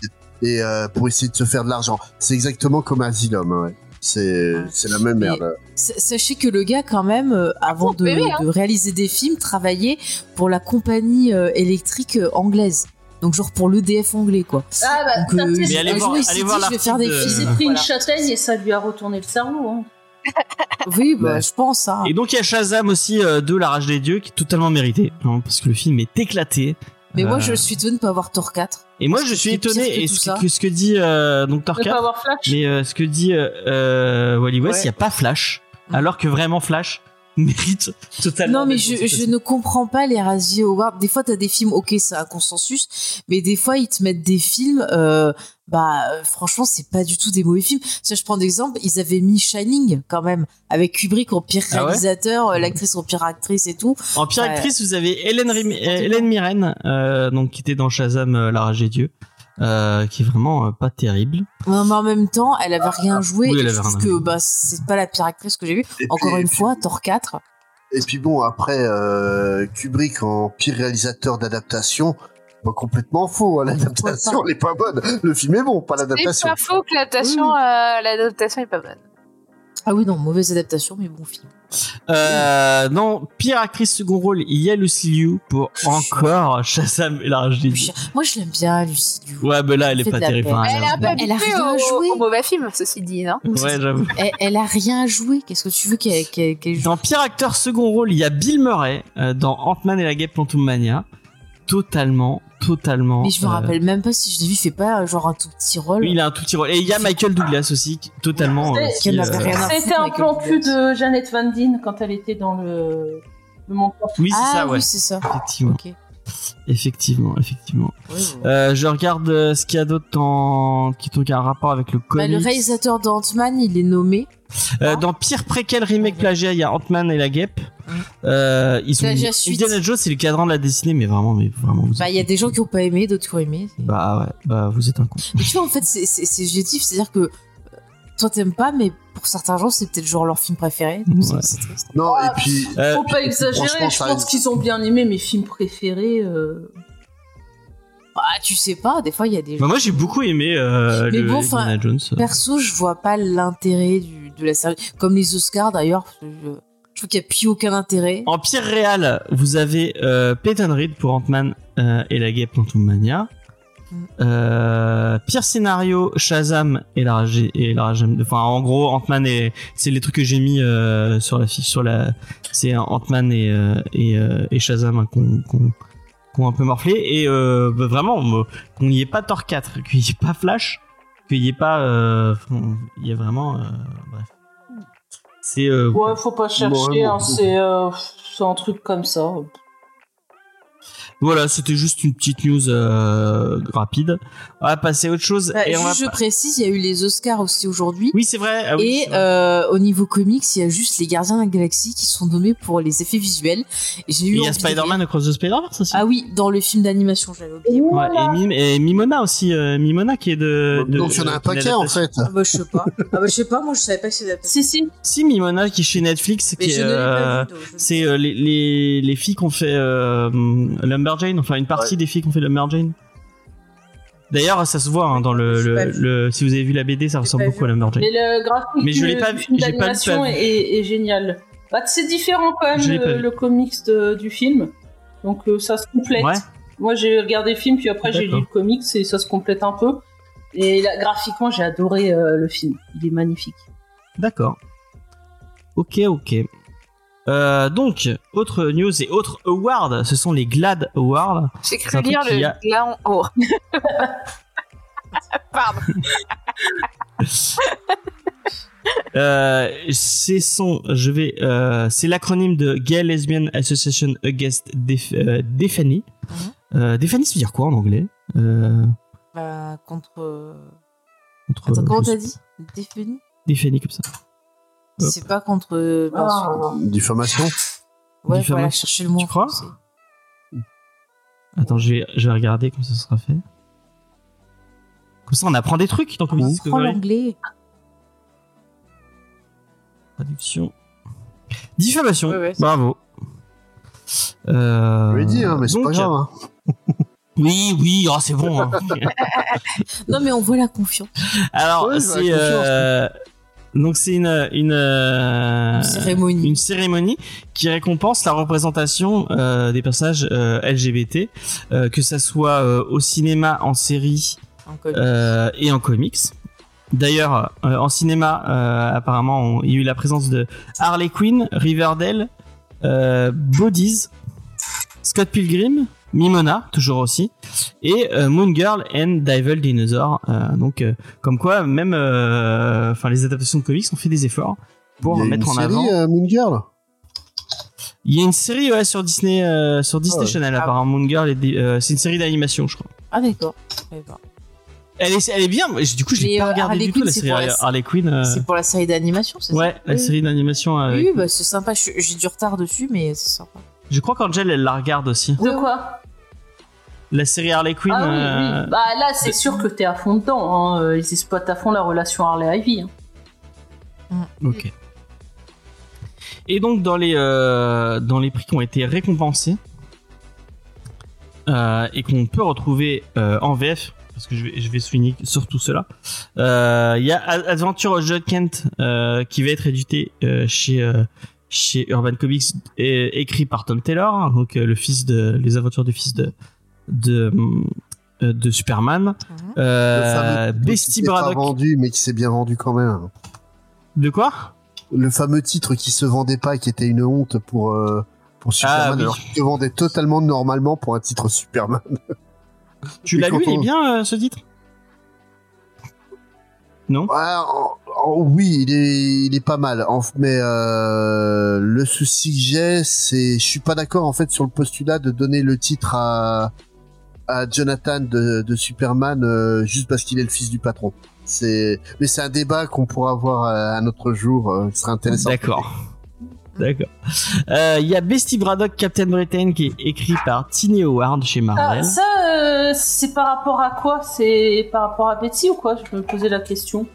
Speaker 4: et euh, pour essayer de se faire de l'argent. C'est exactement comme Asylum. hein, Ouais. C'est c'est la même
Speaker 3: Mais-
Speaker 4: merde.
Speaker 3: Sa- Sachez que le gars, quand même, euh, avant
Speaker 5: Oh,
Speaker 3: de,
Speaker 5: bébé, hein.
Speaker 3: de réaliser des films, travaillait pour la compagnie euh, électrique euh, anglaise. Donc, genre pour l'EDF anglais, quoi.
Speaker 6: Ah, bah,
Speaker 3: Donc, euh,
Speaker 6: ça, c'est-
Speaker 2: Mais allez
Speaker 3: un
Speaker 6: il
Speaker 2: voir- euh,
Speaker 3: jour, il s'est
Speaker 2: allez
Speaker 3: dit,
Speaker 2: voir
Speaker 3: je vais faire des
Speaker 2: l'article de-
Speaker 6: s'est
Speaker 3: films.
Speaker 6: pris une
Speaker 3: Voilà.
Speaker 6: châtaigne et ça lui a retourné le cerveau. hein.
Speaker 3: Oui, bah,
Speaker 4: Ouais.
Speaker 3: je pense, hein.
Speaker 2: Et donc il y a Shazam aussi euh, de La Rage des Dieux qui est totalement mérité, hein, parce que le film est éclaté.
Speaker 3: Mais moi,
Speaker 2: Euh,
Speaker 3: je suis étonnée de ne pas avoir Thor 4.
Speaker 2: Et moi je
Speaker 3: c'est
Speaker 2: suis
Speaker 3: pire
Speaker 2: étonné
Speaker 3: que
Speaker 2: et
Speaker 3: tout
Speaker 2: ce
Speaker 3: ça.
Speaker 2: que, ce que dit euh, donc
Speaker 6: Ne pas
Speaker 2: Torka,
Speaker 6: avoir flash.
Speaker 2: mais euh, ce que dit euh, euh, Wally West, il
Speaker 3: Ouais. Mm.
Speaker 2: n'y a pas Flash, alors que vraiment Flash mérite totalement.
Speaker 3: Non, mais
Speaker 2: d'être
Speaker 3: je,
Speaker 2: dans cette
Speaker 3: je
Speaker 2: situation.
Speaker 3: ne comprends pas les Razzie Awards. Des fois, t'as des films, ok, c'est un consensus, mais des fois, ils te mettent des films, euh, bah, euh, franchement, c'est pas du tout des mauvais films. Si je prends d'exemple, ils avaient mis Shining, quand même, avec Kubrick en pire
Speaker 2: Ah ouais
Speaker 3: réalisateur, euh, l'actrice en pire actrice et tout.
Speaker 2: En pire
Speaker 3: Ouais.
Speaker 2: actrice, vous avez Hélène, Rim-
Speaker 3: C'est
Speaker 2: euh,
Speaker 3: tout.
Speaker 2: Hélène Mirren, euh, donc qui était dans Shazam euh, La Rage des Dieux. euh, qui est vraiment euh, pas terrible.
Speaker 3: Non, mais en même temps, elle avait rien joué.
Speaker 2: Ah, Oui, elle
Speaker 3: et
Speaker 2: avait
Speaker 3: je trouve
Speaker 2: rien
Speaker 3: que,
Speaker 2: joué.
Speaker 3: bah, c'est pas la pire actrice que j'ai vue.
Speaker 4: Et
Speaker 3: Encore
Speaker 4: puis-
Speaker 3: une fois, Thor 4.
Speaker 4: Et puis bon, après euh, Kubrick en pire réalisateur d'adaptation, Bah, complètement faux. hein, L'adaptation, elle est pas bonne. Le film est bon, pas
Speaker 5: C'est
Speaker 4: l'adaptation.
Speaker 5: pas faux que l'adaptation, euh, l'adaptation est pas bonne.
Speaker 3: Ah oui, non, mauvaise adaptation, mais bon film.
Speaker 2: Euh, non, pire actrice second rôle, il y a Lucy Liu pour encore Shazam et la
Speaker 3: Plus cher. Moi, je l'aime bien, Lucie. Liu.
Speaker 2: Ouais, mais là, elle est
Speaker 3: Fait
Speaker 2: pas
Speaker 3: de la
Speaker 2: terrible.
Speaker 3: peine.
Speaker 2: hein,
Speaker 5: Elle
Speaker 2: là.
Speaker 5: a pas
Speaker 3: Elle a
Speaker 5: habitué
Speaker 3: rien joué.
Speaker 5: au, au mauvais film, ceci dit, non
Speaker 2: Ouais, j'avoue.
Speaker 3: Elle, elle a rien joué. Qu'est-ce que tu veux qu'elle qu'elle- qu'elle joue
Speaker 2: Dans Pire Acteur Second Rôle, il y a Bill Murray euh, dans Ant-Man et la Guêpe Quantum Mania. Totalement, totalement.
Speaker 3: Mais je me
Speaker 2: euh,
Speaker 3: rappelle même pas si je l'ai vu. Il fait pas euh, genre un tout petit rôle.
Speaker 2: oui, il a un tout petit rôle. Et il y a Michael Douglas aussi, qui- totalement.
Speaker 6: C'est-
Speaker 2: euh,
Speaker 3: Quel
Speaker 2: qui,
Speaker 3: intérêt. Rien à
Speaker 6: C'était
Speaker 3: foutre,
Speaker 6: un
Speaker 3: Michael
Speaker 6: plan cul
Speaker 3: Douglas.
Speaker 6: de Jeannette Van Dyne quand elle était dans le, le monde
Speaker 2: Oui, c'est
Speaker 3: ah
Speaker 2: ça, ouais. Mm.
Speaker 3: oui, c'est ça.
Speaker 2: Effectivement,
Speaker 3: Ok.
Speaker 2: effectivement, effectivement.
Speaker 3: Oui, oui.
Speaker 2: Euh, je regarde euh, ce qu'il y a d'autre en... qui qui a un rapport avec le
Speaker 3: Bah,
Speaker 2: comics.
Speaker 3: le réalisateur d'Ant-Man, il est nommé.
Speaker 2: Euh, dans Pire Préquel Remake Plagiat, il y a Ant-Man et la Guêpe. Euh, ils sont...
Speaker 3: Mm. Plagiat suite.
Speaker 2: Indiana Jones, c'est le cadran de la dessinée, mais vraiment, mais vraiment. Vous
Speaker 3: Bah, il y a des gens qui ont pas aimé, d'autres qui ont aimé.
Speaker 2: Bah ouais, bah vous êtes un con.
Speaker 3: Mais tu vois, en fait, c'est- c'est c'est subjectif. C'est-à-dire que euh, toi, t'aimes pas, mais pour certains gens, c'est peut-être genre leur film préféré. donc c'est-
Speaker 2: Ouais.
Speaker 3: C'est triste.
Speaker 4: Non, et puis,
Speaker 2: Euh,
Speaker 6: Faut pas exagérer,
Speaker 4: franchement,
Speaker 6: je
Speaker 4: ça
Speaker 6: pense
Speaker 4: aide.
Speaker 6: qu'ils ont bien aimé mes films préférés. euh,
Speaker 3: Bah, tu sais pas. Des fois, il y a des gens.
Speaker 2: Bah moi j'ai beaucoup aimé euh,
Speaker 3: Mais
Speaker 2: le
Speaker 3: bon,
Speaker 2: Indiana
Speaker 3: enfin,
Speaker 2: Jones.
Speaker 3: Perso, je vois pas l'intérêt du- de la série. Comme les Oscars d'ailleurs, parce que je, je trouve qu'il n'y a plus aucun intérêt.
Speaker 2: En pire réal, vous avez euh, Peyton Reed pour Ant-Man euh, et la guêpe Quantum Mania.
Speaker 3: Mm.
Speaker 2: Euh, pire scénario Shazam et la rage et la rage enfin en gros Ant-Man et c'est les trucs que j'ai mis euh, sur la fiche sur la c'est Ant-Man et euh, et, euh, et Shazam hein, qu'on qu'on qu'on un peu morflé et euh, bah, vraiment me- qu'on n'y ait pas Thor 4 qu'il n'y ait pas Flash qu'il n'y ait pas euh, on- il y a vraiment euh, bref c'est euh,
Speaker 6: Ouais, faut pas chercher,
Speaker 4: Vraiment.
Speaker 6: hein, c'est euh, c'est un truc comme ça.
Speaker 2: Voilà, c'était juste une petite news euh, rapide. On va passer à autre chose.
Speaker 3: Bah,
Speaker 2: et on
Speaker 3: juste,
Speaker 2: va
Speaker 3: je
Speaker 2: pas-
Speaker 3: précise, il y a eu les Oscars aussi aujourd'hui.
Speaker 2: Oui, c'est vrai. ah oui, c'est
Speaker 3: et
Speaker 2: vrai.
Speaker 3: euh, au niveau comics, il y a juste les Gardiens de la Galaxie qui sont nommés pour les effets visuels. Et J'ai
Speaker 2: Et
Speaker 3: eu
Speaker 2: il y a
Speaker 3: envie de-
Speaker 2: Spider-Man Across the Spider-Verse aussi.
Speaker 3: Ah oui, dans le film d'animation, j'avais oublié.
Speaker 2: Ouais, et, Mim- et Mimona aussi. euh, Mimona qui est de. de-
Speaker 4: donc il y en a un
Speaker 2: euh,
Speaker 4: paquet
Speaker 2: d'adaptation.
Speaker 4: hein. en fait.
Speaker 3: Ah bah, je sais pas. Ah bah, je sais pas, moi je savais pas que c'était adapté.
Speaker 6: Si, si,
Speaker 2: Si, Mimona qui est chez Netflix.
Speaker 3: Mais
Speaker 2: qui
Speaker 3: je
Speaker 2: est,
Speaker 3: ne l'ai
Speaker 2: euh,
Speaker 3: pas vu. donc je-
Speaker 2: C'est euh, les, les, les filles qu'on fait euh, Lumberjane, enfin une partie des filles qu'on fait Lumberjane. D'ailleurs, ça se voit hein, dans le,
Speaker 3: J'ai
Speaker 2: le,
Speaker 3: pas vu.
Speaker 2: le- Si vous avez vu la BD, ça ressemble
Speaker 3: pas
Speaker 2: beaucoup
Speaker 3: vu.
Speaker 2: à Lumberjane.
Speaker 6: mais le graphique
Speaker 2: Mais je l'ai
Speaker 6: du
Speaker 2: pas vu-
Speaker 6: film
Speaker 2: j'ai pas vu,
Speaker 6: d'animation
Speaker 2: pas
Speaker 6: est, est- est génial. Bah, c'est différent quand même
Speaker 2: Je l'ai pas
Speaker 6: le,
Speaker 2: vu.
Speaker 6: le comics de- du film, donc euh, ça se complète.
Speaker 2: Ouais.
Speaker 6: Moi j'ai regardé le film, puis après j'ai lu
Speaker 2: D'accord.
Speaker 6: le comics et ça se complète un peu. Et là, graphiquement, j'ai adoré euh, le film. Il est magnifique.
Speaker 2: D'accord. Ok, ok. Euh, donc, autre news et autre award, ce sont les GLAD Awards.
Speaker 5: J'ai
Speaker 2: C'est un
Speaker 5: cru
Speaker 2: truc
Speaker 5: lire
Speaker 2: qui
Speaker 5: le
Speaker 2: a-
Speaker 5: là en haut. Pardon.
Speaker 2: Euh, c'est son, je vais, euh, c'est l'acronyme de Gay Lesbian Association Against Def- euh, Defany.
Speaker 3: Mhm.
Speaker 2: Euh, Defany, ça veut dire quoi en anglais euh,
Speaker 3: Bah, contre.
Speaker 2: contre,
Speaker 3: Attends, comment
Speaker 2: je
Speaker 3: t'as
Speaker 2: sais-
Speaker 3: dit Défini
Speaker 2: Defany comme ça. Hop.
Speaker 3: C'est pas contre. euh,
Speaker 4: Diffamation.
Speaker 3: ouais,
Speaker 2: diffamation.
Speaker 3: voilà, chercher le mot.
Speaker 2: Tu
Speaker 3: en
Speaker 2: crois
Speaker 3: français.
Speaker 2: Attends, je vais, je vais regarder comment ça sera fait. Comme ça, on apprend des trucs dans Comedy
Speaker 3: On prend
Speaker 2: Discovery.
Speaker 3: l'anglais.
Speaker 2: Traduction. Diffamation.
Speaker 3: Ouais, ouais, c'est-
Speaker 2: Bravo. Euh,
Speaker 4: Je l'ai dit, hein, mais c'est
Speaker 2: donc-
Speaker 4: pas grave. hein.
Speaker 2: Oui, oui, oh, c'est bon. hein.
Speaker 3: Non, mais on voit la confiance.
Speaker 2: Alors,
Speaker 4: Ouais, j'ai
Speaker 2: c'est
Speaker 4: la confiance.
Speaker 2: euh, donc c'est une une, euh,
Speaker 3: Une cérémonie.
Speaker 2: une cérémonie qui récompense la représentation euh, des personnages euh, LGBT, euh, que ça soit euh, au cinéma, en série
Speaker 3: Encore.
Speaker 2: euh, et en comics. D'ailleurs, euh, en cinéma, euh, apparemment, on- il y a eu la présence de Harley Quinn, Riverdale, euh, Bodies, Scott Pilgrim, Mimona, toujours aussi, et euh, Moon Girl and Devil Dinosaur. Euh, donc, euh, comme quoi, même euh, enfin, les adaptations de comics ont fait des efforts pour
Speaker 4: Il y a
Speaker 2: mettre
Speaker 4: une
Speaker 2: en
Speaker 4: série,
Speaker 2: avant.
Speaker 4: euh, Moon Girl.
Speaker 2: Il y a une série ouais, sur Disney, euh, sur Disney
Speaker 4: Ah ouais.
Speaker 2: Channel, apparemment, Moon Girl, et des- euh, c'est une série d'animation, je crois.
Speaker 3: Ah, d'accord. Eh ben,
Speaker 2: Elle est, elle est bien, mais du coup, je l'ai
Speaker 3: Mais,
Speaker 2: pas
Speaker 3: euh,
Speaker 2: regardé
Speaker 3: Harley
Speaker 2: du
Speaker 3: Quinn,
Speaker 2: tout la
Speaker 3: c'est
Speaker 2: série
Speaker 3: pour
Speaker 2: Harley,
Speaker 3: la-
Speaker 2: Harley Quinn. euh,
Speaker 3: C'est pour la série d'animation, c'est
Speaker 2: Ouais,
Speaker 3: ça
Speaker 2: la
Speaker 3: Oui.
Speaker 2: série d'animation. euh,
Speaker 3: Oui, bah, c'est sympa. Je- J'ai du retard dessus, mais c'est sympa.
Speaker 2: Je crois qu'Angel, elle la regarde aussi.
Speaker 6: De quoi
Speaker 2: La série Harley Quinn.
Speaker 6: Ah oui,
Speaker 2: euh,
Speaker 6: oui. Bah là, c'est sûr que t'es à fond dedans. hein. Ils exploitent à fond la relation Harley-Ivy. hein.
Speaker 2: Ok. Et donc, dans les, euh, dans les prix qui ont été récompensés, euh, et qu'on peut retrouver euh, en VF, parce que je vais, je vais souligner surtout cela, euh, il y a A- Adventure of John Kent euh, qui va être édité euh, chez, euh, chez Urban Comics, et, écrit par Tom Taylor, hein, donc euh, le fils de, les aventures du fils de, de, euh, de Superman. Euh,
Speaker 4: Le fameux-
Speaker 2: Bestie
Speaker 4: qui s'est pas
Speaker 2: Braddock.
Speaker 4: vendu, mais qui s'est bien vendu quand même.
Speaker 2: De quoi
Speaker 4: Le fameux titre qui se vendait pas et qui était une honte pour, euh, pour Superman,
Speaker 2: Ah oui.
Speaker 4: alors qu'il se vendait totalement normalement pour un titre Superman.
Speaker 2: Tu
Speaker 4: Et
Speaker 2: l'as
Speaker 4: quand
Speaker 2: lu, il est
Speaker 4: on-
Speaker 2: bien euh, ce titre
Speaker 4: Ah, en- en- oui, il est, il est pas mal. En- mais euh, le souci que j'ai, c'est, je suis pas d'accord en fait sur le postulat de donner le titre à, à Jonathan de, de Superman euh, juste parce qu'il est le fils du patron. C'est, mais c'est un débat qu'on pourra avoir euh, un autre jour. euh, ce sera intéressant.
Speaker 2: D'accord. D'accord. Euh, Il y a Bestie Braddock, Captain Britain, qui est écrit par Tiny Howard chez
Speaker 6: Ah,
Speaker 2: Marvel.
Speaker 6: ça, euh, c'est par rapport à quoi C'est par rapport à Betsy ou quoi Je me posais la question.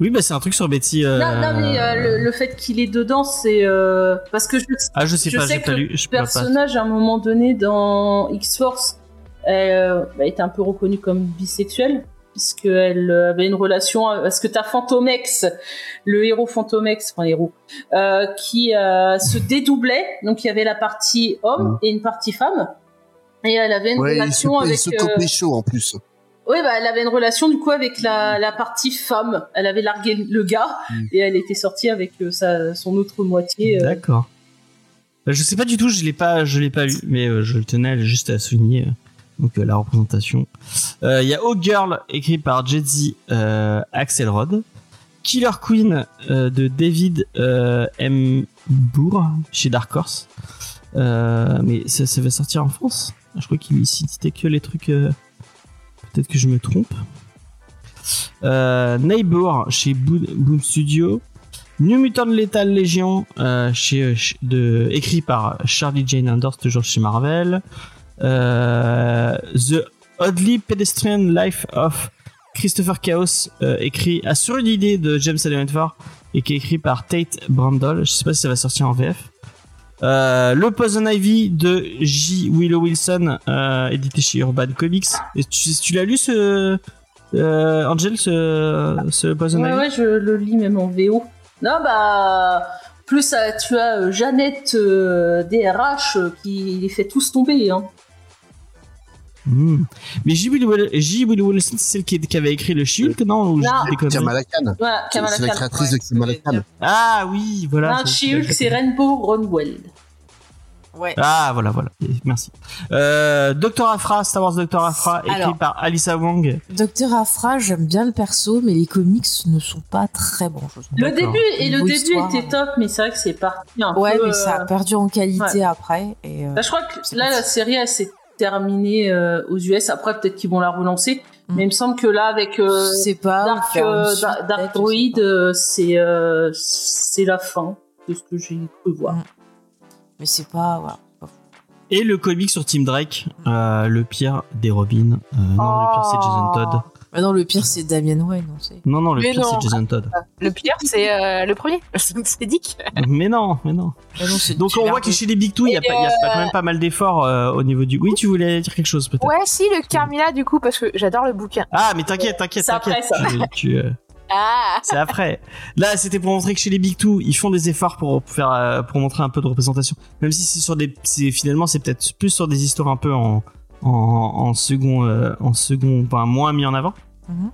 Speaker 2: oui, bah c'est un truc sur Betty. euh,
Speaker 6: Non, non, mais euh, le, le fait qu'il est dedans, c'est euh, parce que je
Speaker 2: Ah, je sais
Speaker 6: je
Speaker 2: pas,
Speaker 6: sais
Speaker 2: j'ai
Speaker 6: que
Speaker 2: pas
Speaker 6: le
Speaker 2: lu. Je
Speaker 4: Bah,
Speaker 2: peux pas.
Speaker 6: personnage à un moment donné dans X-Force elle, euh, était un peu reconnue comme bisexuelle puisqu'elle euh, avait une relation à- parce que t'as Fantomex le héros Fantomex enfin héros euh, qui euh, se dédoublait donc il y avait la partie homme
Speaker 4: Mhm.
Speaker 6: et une partie femme et elle avait une
Speaker 4: Ouais, il se,
Speaker 6: relation
Speaker 4: il
Speaker 6: avec
Speaker 4: se
Speaker 6: euh,
Speaker 4: copait chaud en plus.
Speaker 6: oui, bah, elle avait une relation du coup avec la, la partie femme. Elle avait largué le gars
Speaker 4: Mm.
Speaker 6: et elle était sortie avec euh, sa, son autre moitié. euh.
Speaker 2: D'accord. Bah, je sais pas du tout, je l'ai pas, je l'ai pas lu, mais euh, je tenais à- juste à souligner euh, donc euh, la représentation. Euh, Il y a Oh Girl écrit par Jedzy euh, Axelrod, Killer Queen euh, de David euh, M Bourg chez Dark Horse, Euh, mais ça, ça va sortir en France. Je crois qu'il citait que les trucs. euh, Peut-être que je me trompe. Euh, Neighbor chez Boom, Boom Studio. New Mutant Lethal Legion, euh, chez, euh, ch- de, écrit par Charlie Jane Anders, toujours chez Marvel. Euh, The Oddly Pedestrian Life of Christopher Chaos, euh, écrit à sur une idée de James Elementor et qui est écrit par Tate Brandol. Je sais pas si ça va sortir en VF. Euh, le Poison Ivy de J. Willow Wilson, euh, édité chez Urban Comics. Et tu, tu l'as lu ce euh, Angel, ce, ce Poison
Speaker 6: Ouais,
Speaker 2: Ivy
Speaker 6: ouais, je le lis même en VO. Non, bah. Plus euh, tu as euh, Jeannette euh, DRH euh, qui les fait tous tomber. Hein.
Speaker 2: Hmm. Mais J. Will, Will- J. Will Wilson, c'est celle qui, qui avait écrit le Shulk, non, ou je
Speaker 6: Non.
Speaker 2: dis des conneries
Speaker 4: Kamala Khan.
Speaker 6: Ouais,
Speaker 4: C'est
Speaker 6: Kamala
Speaker 4: la
Speaker 6: euh, Khan.
Speaker 4: créatrice
Speaker 3: ouais,
Speaker 4: de Kamala
Speaker 3: c'est vrai.
Speaker 4: Khan.
Speaker 2: Ah oui, voilà.
Speaker 6: Non,
Speaker 2: c'est-
Speaker 6: She-Hulk, c'est Rainbow Ronwell.
Speaker 3: Ouais.
Speaker 2: Ah voilà, voilà, merci. Euh, Doctor Afra, Star Wars Doctor Afra, écrit
Speaker 3: Alors.
Speaker 2: par Alyssa Wang.
Speaker 3: Docteur Afra, j'aime bien le perso, mais les comics ne sont pas très bons. je trouve.
Speaker 6: Le
Speaker 2: D'accord.
Speaker 6: début, et le
Speaker 3: Une
Speaker 6: début
Speaker 3: histoire,
Speaker 6: était
Speaker 3: hein.
Speaker 6: top, mais c'est vrai que c'est parti un
Speaker 3: Ouais,
Speaker 6: peu.
Speaker 3: mais ça
Speaker 6: euh,
Speaker 3: a perdu en qualité après. Et, euh,
Speaker 6: Bah, je crois que
Speaker 3: C'est
Speaker 6: là,
Speaker 3: parti.
Speaker 6: la série, elle s'est terminée euh, aux US. Après, peut-être qu'ils vont la relancer.
Speaker 3: Mm.
Speaker 6: Mais il me semble que là, avec euh,
Speaker 3: je sais pas.
Speaker 6: Dark,
Speaker 3: faire une
Speaker 6: euh,
Speaker 3: suite,
Speaker 6: Da- Dark
Speaker 3: peut-être,
Speaker 6: Droid,
Speaker 3: je sais pas.
Speaker 6: euh, c'est euh, c'est la fin de ce que j'ai pu voir.
Speaker 3: Mm.
Speaker 6: euh,
Speaker 3: Mais c'est pas. Voilà.
Speaker 2: Et le comic sur Team Drake, euh, le pire des Robins. Euh, non, le pire c'est Jason Todd.
Speaker 3: Mais non, le pire, c'est Damien Wayne. On sait.
Speaker 2: Non, non, le
Speaker 5: Mais
Speaker 2: pire
Speaker 5: non.
Speaker 2: c'est Jason Todd.
Speaker 5: Le pire, c'est euh, le premier. c'est Dick.
Speaker 2: mais non, mais non.
Speaker 3: Mais Ah non, c'est-
Speaker 2: Donc
Speaker 3: tu
Speaker 2: on
Speaker 3: l'as
Speaker 2: voit que chez les Big Two, il y a,
Speaker 5: Et
Speaker 2: pas- il y a pas- quand même pas mal d'efforts euh, au niveau du. Oui, tu voulais dire quelque chose peut-être.
Speaker 5: Ouais, si, le Carmilla, du coup, parce que j'adore le bouquin.
Speaker 2: Ah, mais t'inquiète, t'inquiète,
Speaker 6: C'est après,
Speaker 2: t'inquiète. Tu- tu, euh,
Speaker 5: Ah
Speaker 2: C'est après. Là, c'était pour montrer que chez les Big Two, ils font des efforts pour, pour faire, euh, pour montrer un peu de représentation. Même si c'est sur des, c'est- finalement, c'est peut-être plus sur des histoires un peu en, en, en second, euh, en second, enfin, moins mis en avant.
Speaker 3: Mhm.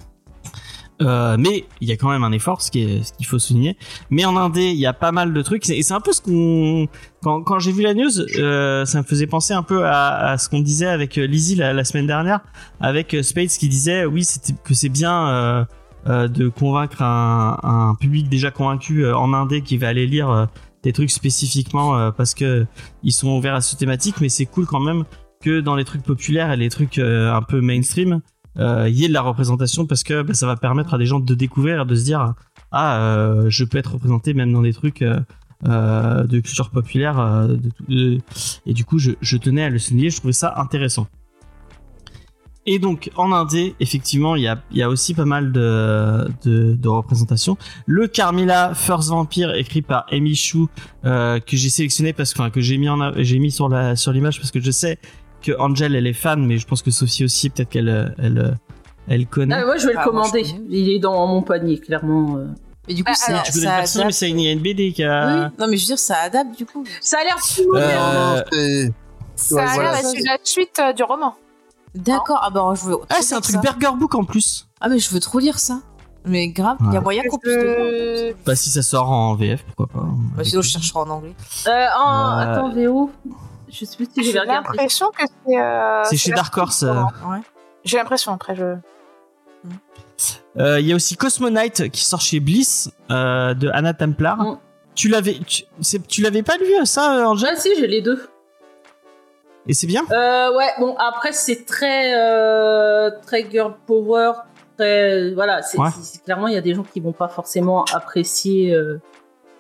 Speaker 2: Euh, mais il y a quand même un effort, ce qui est- ce qu'il faut souligner. Mais en indé, il y a pas mal de trucs. Et c'est un peu ce qu'on, quand, quand j'ai vu la news, euh, ça me faisait penser un peu à, à ce qu'on disait avec euh, Lizzie la, la semaine dernière, avec euh, Spades qui disait, oui, c'était que c'est bien. euh, euh, de convaincre un, un public déjà convaincu euh, en indé qui va aller lire euh, des trucs spécifiquement euh, parce que ils sont ouverts à cette thématique mais c'est cool quand même que dans les trucs populaires et les trucs euh, un peu mainstream euh, il y ait de la représentation parce que bah, ça va permettre à des gens de découvrir et de se dire ah euh, je peux être représenté même dans des trucs euh, euh, de culture populaire euh, de tout- de- et du coup je, je tenais à le souligner je trouvais ça intéressant et donc en indé effectivement il y a, il y a aussi pas mal de, de, de représentations le Carmilla First Vampire écrit par Amy Chou euh, que j'ai sélectionné parce que enfin, que j'ai mis en a- j'ai mis sur la sur l'image parce que je sais que Angel, elle est fan, mais je pense que Sophie aussi, peut-être qu'elle euh, elle, euh, elle connaît.
Speaker 6: Ah, ouais, je vais
Speaker 3: Ah,
Speaker 6: le
Speaker 3: moi, je
Speaker 6: commander. Il est dans mon panier, clairement. euh.
Speaker 3: Mais du coup,
Speaker 5: Ah,
Speaker 3: ça,
Speaker 5: alors,
Speaker 2: tu connais
Speaker 3: ça
Speaker 2: pas ça, mais
Speaker 3: adapte.
Speaker 2: c'est une Euh, INBD qui a.
Speaker 3: Oui, non, mais je veux dire, ça adapte du coup.
Speaker 5: Ça a l'air plus
Speaker 2: Euh,
Speaker 4: Et-
Speaker 5: Ça
Speaker 4: ouais,
Speaker 5: a
Speaker 4: voilà.
Speaker 5: l'air d'être la suite euh, du roman.
Speaker 3: D'accord, ah bah, je veux.
Speaker 2: Ah, c'est un truc Burger Book en plus.
Speaker 3: Ah, mais je veux trop lire ça. Mais grave, il y a
Speaker 2: Ouais.
Speaker 3: moyen qu'on puisse le lire.
Speaker 5: Euh,
Speaker 2: Bah, si ça sort en VF, pourquoi pas.
Speaker 3: Bah, sinon, je chercherai en anglais.
Speaker 6: Euh, en-
Speaker 2: Euh,
Speaker 6: Attends, VO. Je sais plus si je
Speaker 5: J'ai
Speaker 6: vais regarder.
Speaker 5: l'impression que c'est. euh,
Speaker 2: C'est chez
Speaker 5: la
Speaker 2: Dark
Speaker 5: suite
Speaker 2: Horse,
Speaker 5: du roman.
Speaker 3: Ouais.
Speaker 5: J'ai l'impression après. Je...
Speaker 2: Euh, Il y a aussi Cosmonite qui sort chez Bliss euh, de Anna Templar.
Speaker 6: Mm.
Speaker 2: Tu l'avais, tu, c'est- tu l'avais pas lu ça, euh, Angel
Speaker 6: Ah si, j'ai les deux.
Speaker 2: Et c'est bien.
Speaker 6: Euh, ouais, bon, après, c'est très, euh, très girl power. Très, voilà, c'est
Speaker 2: Ouais.
Speaker 6: c'est- c'est- clairement, il y a des gens qui vont pas forcément apprécier euh,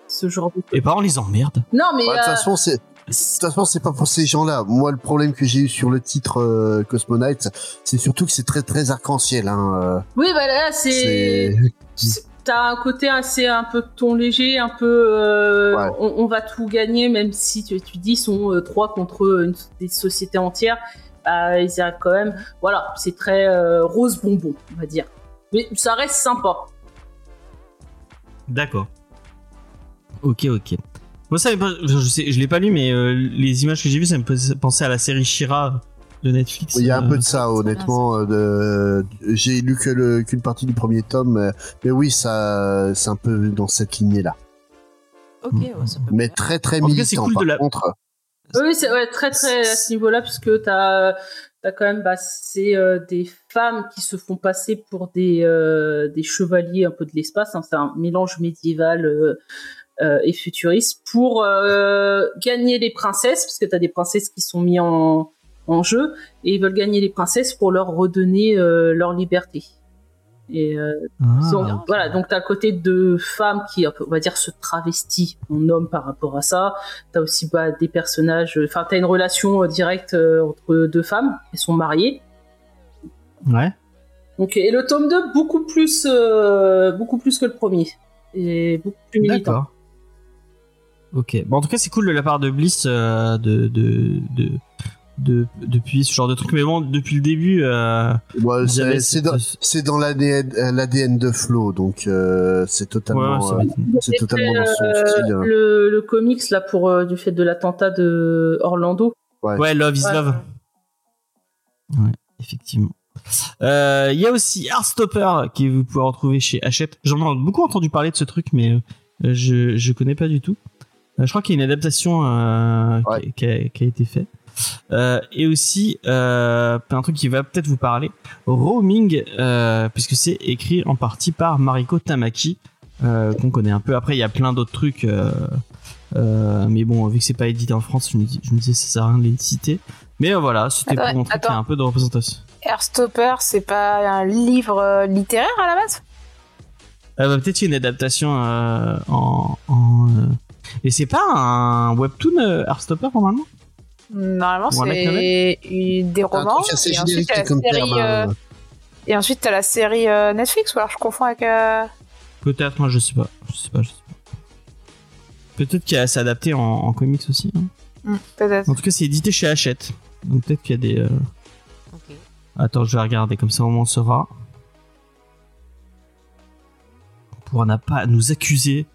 Speaker 6: ce genre de...
Speaker 2: Et bah on les emmerde.
Speaker 6: Non, mais...
Speaker 4: Ouais, Bah, De toute
Speaker 6: euh,
Speaker 4: façon, c'est. De toute façon, c'est pas pour ces gens-là. Moi, le problème que j'ai eu sur le titre euh, Cosmonauts, c'est surtout que c'est très très arc-en-ciel. Hein. euh,
Speaker 6: oui, bah là, c'est...
Speaker 4: C'est
Speaker 6: c'est- T'as un côté assez un peu ton léger, un peu euh,
Speaker 4: Ouais.
Speaker 6: on, on va tout gagner, même si tu, tu dis sont euh, trois contre une, des sociétés entières, bah, ils arrivent quand même. Voilà, c'est très euh, rose bonbon, on va dire. Mais ça reste sympa.
Speaker 2: D'accord. Ok, ok. Moi ça, me pose- je sais, je l'ai pas lu, mais euh, les images que j'ai vues, ça me faisait penser à la série Shira euh, de Netflix.
Speaker 4: Il y a un
Speaker 2: Euh,
Speaker 4: peu de ça, honnêtement. euh, de- J'ai lu que le- qu'une partie du premier tome, euh, mais oui, ça, c'est un peu dans cette lignée-là.
Speaker 3: Ok,
Speaker 2: Mm.
Speaker 3: ouais, ça peut me
Speaker 4: Mais
Speaker 3: plaire.
Speaker 4: très très
Speaker 2: En tout cas, c'est
Speaker 4: militant.
Speaker 2: cool
Speaker 4: par
Speaker 2: de la-
Speaker 4: contre,
Speaker 6: Oui, c'est ouais, très très à ce niveau-là, puisque t'as as quand même bah, c'est euh, des femmes qui se font passer pour des euh, des chevaliers un peu de l'espace. hein, c'est un mélange médiéval euh, euh, et futuriste pour euh, gagner les princesses, parce que t'as des princesses qui sont mises en en jeu et ils veulent gagner les princesses pour leur redonner euh, leur liberté. Et euh,
Speaker 2: Ah.
Speaker 6: donc, voilà, donc t'as le côté de femmes qui, on va dire, se travestit en homme par rapport à ça. T'as aussi bah, des personnages, enfin t'as une relation euh, directe euh, entre deux femmes, elles sont mariées.
Speaker 2: Ouais.
Speaker 6: Donc, et le tome 2, beaucoup plus, euh, beaucoup plus que le premier. Et beaucoup plus militant.
Speaker 2: D'accord. Ok. Bon, en tout cas, c'est cool de la part de Bliss euh, de, de, de, de- depuis ce genre de truc. Mais bon, depuis le début, euh,
Speaker 4: ouais,
Speaker 2: vous avez
Speaker 4: c'est c'est
Speaker 2: cette-
Speaker 4: dans, c'est dans l'ADN euh, l'ADN de Flo, donc euh, c'est
Speaker 2: Ouais,
Speaker 4: totalement,
Speaker 2: ça
Speaker 4: euh,
Speaker 2: m'étonne.
Speaker 4: c'est
Speaker 6: Et
Speaker 4: totalement dans son
Speaker 6: euh,
Speaker 4: style. hein.
Speaker 6: le, le comics là pour euh, du fait de l'attentat de Orlando.
Speaker 4: ouais.
Speaker 2: Ouais, Love is
Speaker 6: Ouais.
Speaker 2: Love. Ouais, effectivement. Euh, Il y a aussi Heartstopper que vous pouvez retrouver chez Hachette. J'en ai beaucoup entendu parler de ce truc, mais euh, je, je connais pas du tout. Euh, je crois qu'il y a une adaptation euh, qui-
Speaker 4: Ouais.
Speaker 2: qui, a, qui a été faite. Euh, et aussi, euh, un truc qui va peut-être vous parler, Roaming, euh, puisque c'est écrit en partie par Mariko Tamaki, euh, qu'on connaît un peu. Après, il y a plein d'autres trucs, euh, euh, mais bon, vu que c'est pas édité en France, je me, dis, je me disais ça sert à rien de les citer. Mais euh, voilà, c'était
Speaker 5: Attends,
Speaker 2: pour montrer qu'il y a
Speaker 5: attends.
Speaker 2: un peu de représentation.
Speaker 5: Airstopper, c'est pas un livre euh, littéraire à la base
Speaker 2: Euh, bah, peut-être une adaptation euh, en. en, euh, Et c'est pas un webtoon euh, Heartstopper normalement
Speaker 5: Normalement,
Speaker 2: Ou un mec
Speaker 5: c'est une- des
Speaker 4: C'est un
Speaker 5: romans.
Speaker 4: truc assez
Speaker 5: et, ensuite,
Speaker 4: générique
Speaker 5: t'as la
Speaker 4: comme
Speaker 5: série,
Speaker 4: terme. hein.
Speaker 5: euh, et ensuite, t'as la série euh, Netflix, ou alors je confonds avec. euh,
Speaker 2: Peut-être, moi je sais pas. Je sais pas, je sais pas. Peut-être qu'elle s'est adaptée en, en comics aussi. hein.
Speaker 5: hmm, Peut-être.
Speaker 2: En tout cas, c'est édité chez Hachette. Donc peut-être qu'il y a des. euh,
Speaker 3: Ok.
Speaker 2: Attends, je vais regarder, comme ça au moins on saura. On pourra n'a pas à nous accuser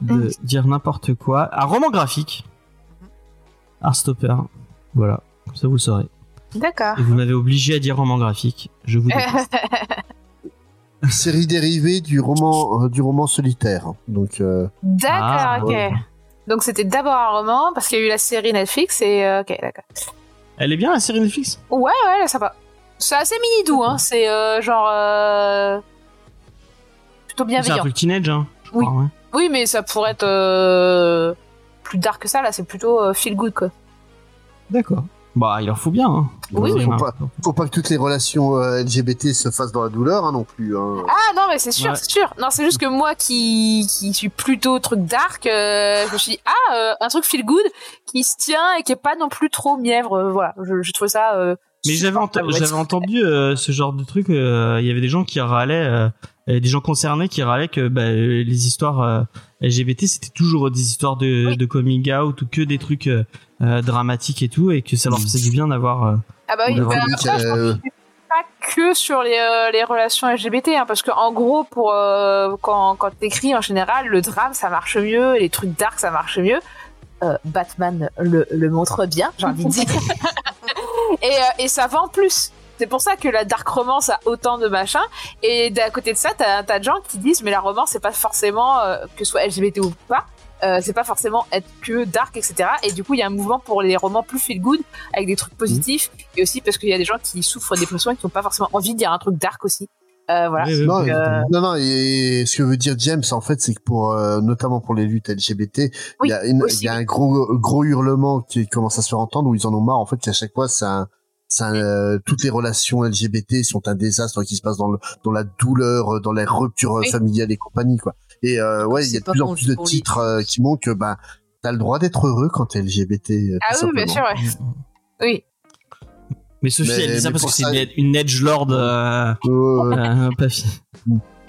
Speaker 2: de
Speaker 5: Mm.
Speaker 2: dire n'importe quoi. Un roman graphique. Heartstopper. Voilà, comme ça vous le saurez.
Speaker 5: D'accord.
Speaker 2: Et vous m'avez obligé à dire roman graphique. Je vous
Speaker 5: Eh.
Speaker 2: déteste.
Speaker 4: Série dérivée du roman euh, du roman solitaire. Donc euh,
Speaker 5: D'accord,
Speaker 2: Ah,
Speaker 5: ok.
Speaker 2: ouais.
Speaker 5: Donc, c'était d'abord un roman, parce qu'il y a eu la série Netflix, et. euh, ok, d'accord.
Speaker 2: Elle est bien la série Netflix
Speaker 5: Ouais, ouais, elle est sympa. C'est assez mini doux, hein. C'est euh, genre. euh,
Speaker 2: C'est
Speaker 5: plutôt
Speaker 2: un
Speaker 5: bienveillant.
Speaker 2: truc teenage, hein, je
Speaker 5: Oui.
Speaker 2: crois, ouais.
Speaker 5: Oui, mais ça pourrait être euh, plus dark que ça. Là, c'est plutôt euh, feel good, quoi.
Speaker 2: D'accord. Bah, il en faut bien. Hein.
Speaker 5: Oui,
Speaker 2: Il en faut
Speaker 4: oui. Faut faut pas que toutes les relations euh, LGBT se fassent dans la douleur hein, non plus. hein.
Speaker 5: Ah non, mais c'est sûr,
Speaker 2: Ouais.
Speaker 5: c'est sûr. Non, c'est juste que moi qui, qui suis plutôt truc dark, euh, je me suis dit, ah, euh, un truc feel good qui se tient et qui est pas non plus trop mièvre. euh, voilà, je, je trouve ça. euh,
Speaker 2: Mais
Speaker 5: super
Speaker 2: j'avais ent-
Speaker 5: chouette.
Speaker 2: j'avais entendu euh, ce genre de truc. euh, Il y avait des gens qui râlaient euh, euh, des gens concernés qui râlaient que bah, euh, les histoires euh, LGBT c'était toujours des histoires de, de coming out ou que des trucs euh, euh, dramatiques et tout et que ça leur faisait du bien d'avoir euh,
Speaker 5: Ah bah oui,
Speaker 2: On
Speaker 5: bah,
Speaker 2: devrait
Speaker 5: après,
Speaker 4: dire,
Speaker 5: je pense
Speaker 4: euh,
Speaker 5: que c'est pas que sur les, euh, les relations LGBT, hein, parce que en gros, pour euh, quand, quand t'écris en général, le drame ça marche mieux, les trucs dark ça marche mieux. Euh, Batman le, le montre bien, j'ai envie de dire. et, euh, et ça vend plus. C'est pour ça que la dark romance a autant de machins. Et d'à côté de ça, t'as t'as de gens qui disent mais la romance c'est pas forcément euh, que ce soit LGBT ou pas. euh, c'est pas forcément être que dark, etc. Et du coup, il y a un mouvement pour les romans plus feel good, avec des trucs positifs,
Speaker 2: Mhm.
Speaker 5: et aussi parce qu'il y a des gens qui souffrent des pressions et qui n'ont pas forcément envie de dire un truc dark aussi. Euh, voilà.
Speaker 2: ouais, ouais,
Speaker 4: Non,
Speaker 2: ouais,
Speaker 5: euh,
Speaker 4: Non, non, et ce que veut dire James, en fait, c'est que pour, euh, notamment pour les luttes LGBT, il
Speaker 5: Oui,
Speaker 4: y a, une-
Speaker 5: aussi.
Speaker 4: il y a un gros, gros hurlement qui commence à se faire entendre où ils en ont marre, en fait, qu'à chaque fois, ça, ça, euh, toutes les relations LGBT sont un désastre qui se passe dans, le, dans la douleur, euh, dans les ruptures euh,
Speaker 5: Oui.
Speaker 4: familiales et compagnie, quoi. Et euh, ouais, il y
Speaker 3: c'est
Speaker 4: a de
Speaker 3: pas
Speaker 4: plus en
Speaker 3: con
Speaker 4: plus de
Speaker 3: pour les-
Speaker 4: titres euh, qui montrent que ben, t'as le droit d'être heureux quand t'es LGBT. euh,
Speaker 5: Ah
Speaker 4: tout
Speaker 5: oui, bien
Speaker 4: simplement.
Speaker 5: sûr, ouais. Oui.
Speaker 2: mais Sophie
Speaker 4: mais-
Speaker 2: elle dit ça
Speaker 4: mais
Speaker 2: parce
Speaker 4: pour
Speaker 2: que c'est
Speaker 4: ça-
Speaker 2: une, une edge lord euh,
Speaker 4: Ouais, ouais, ouais.
Speaker 2: euh, pas fi-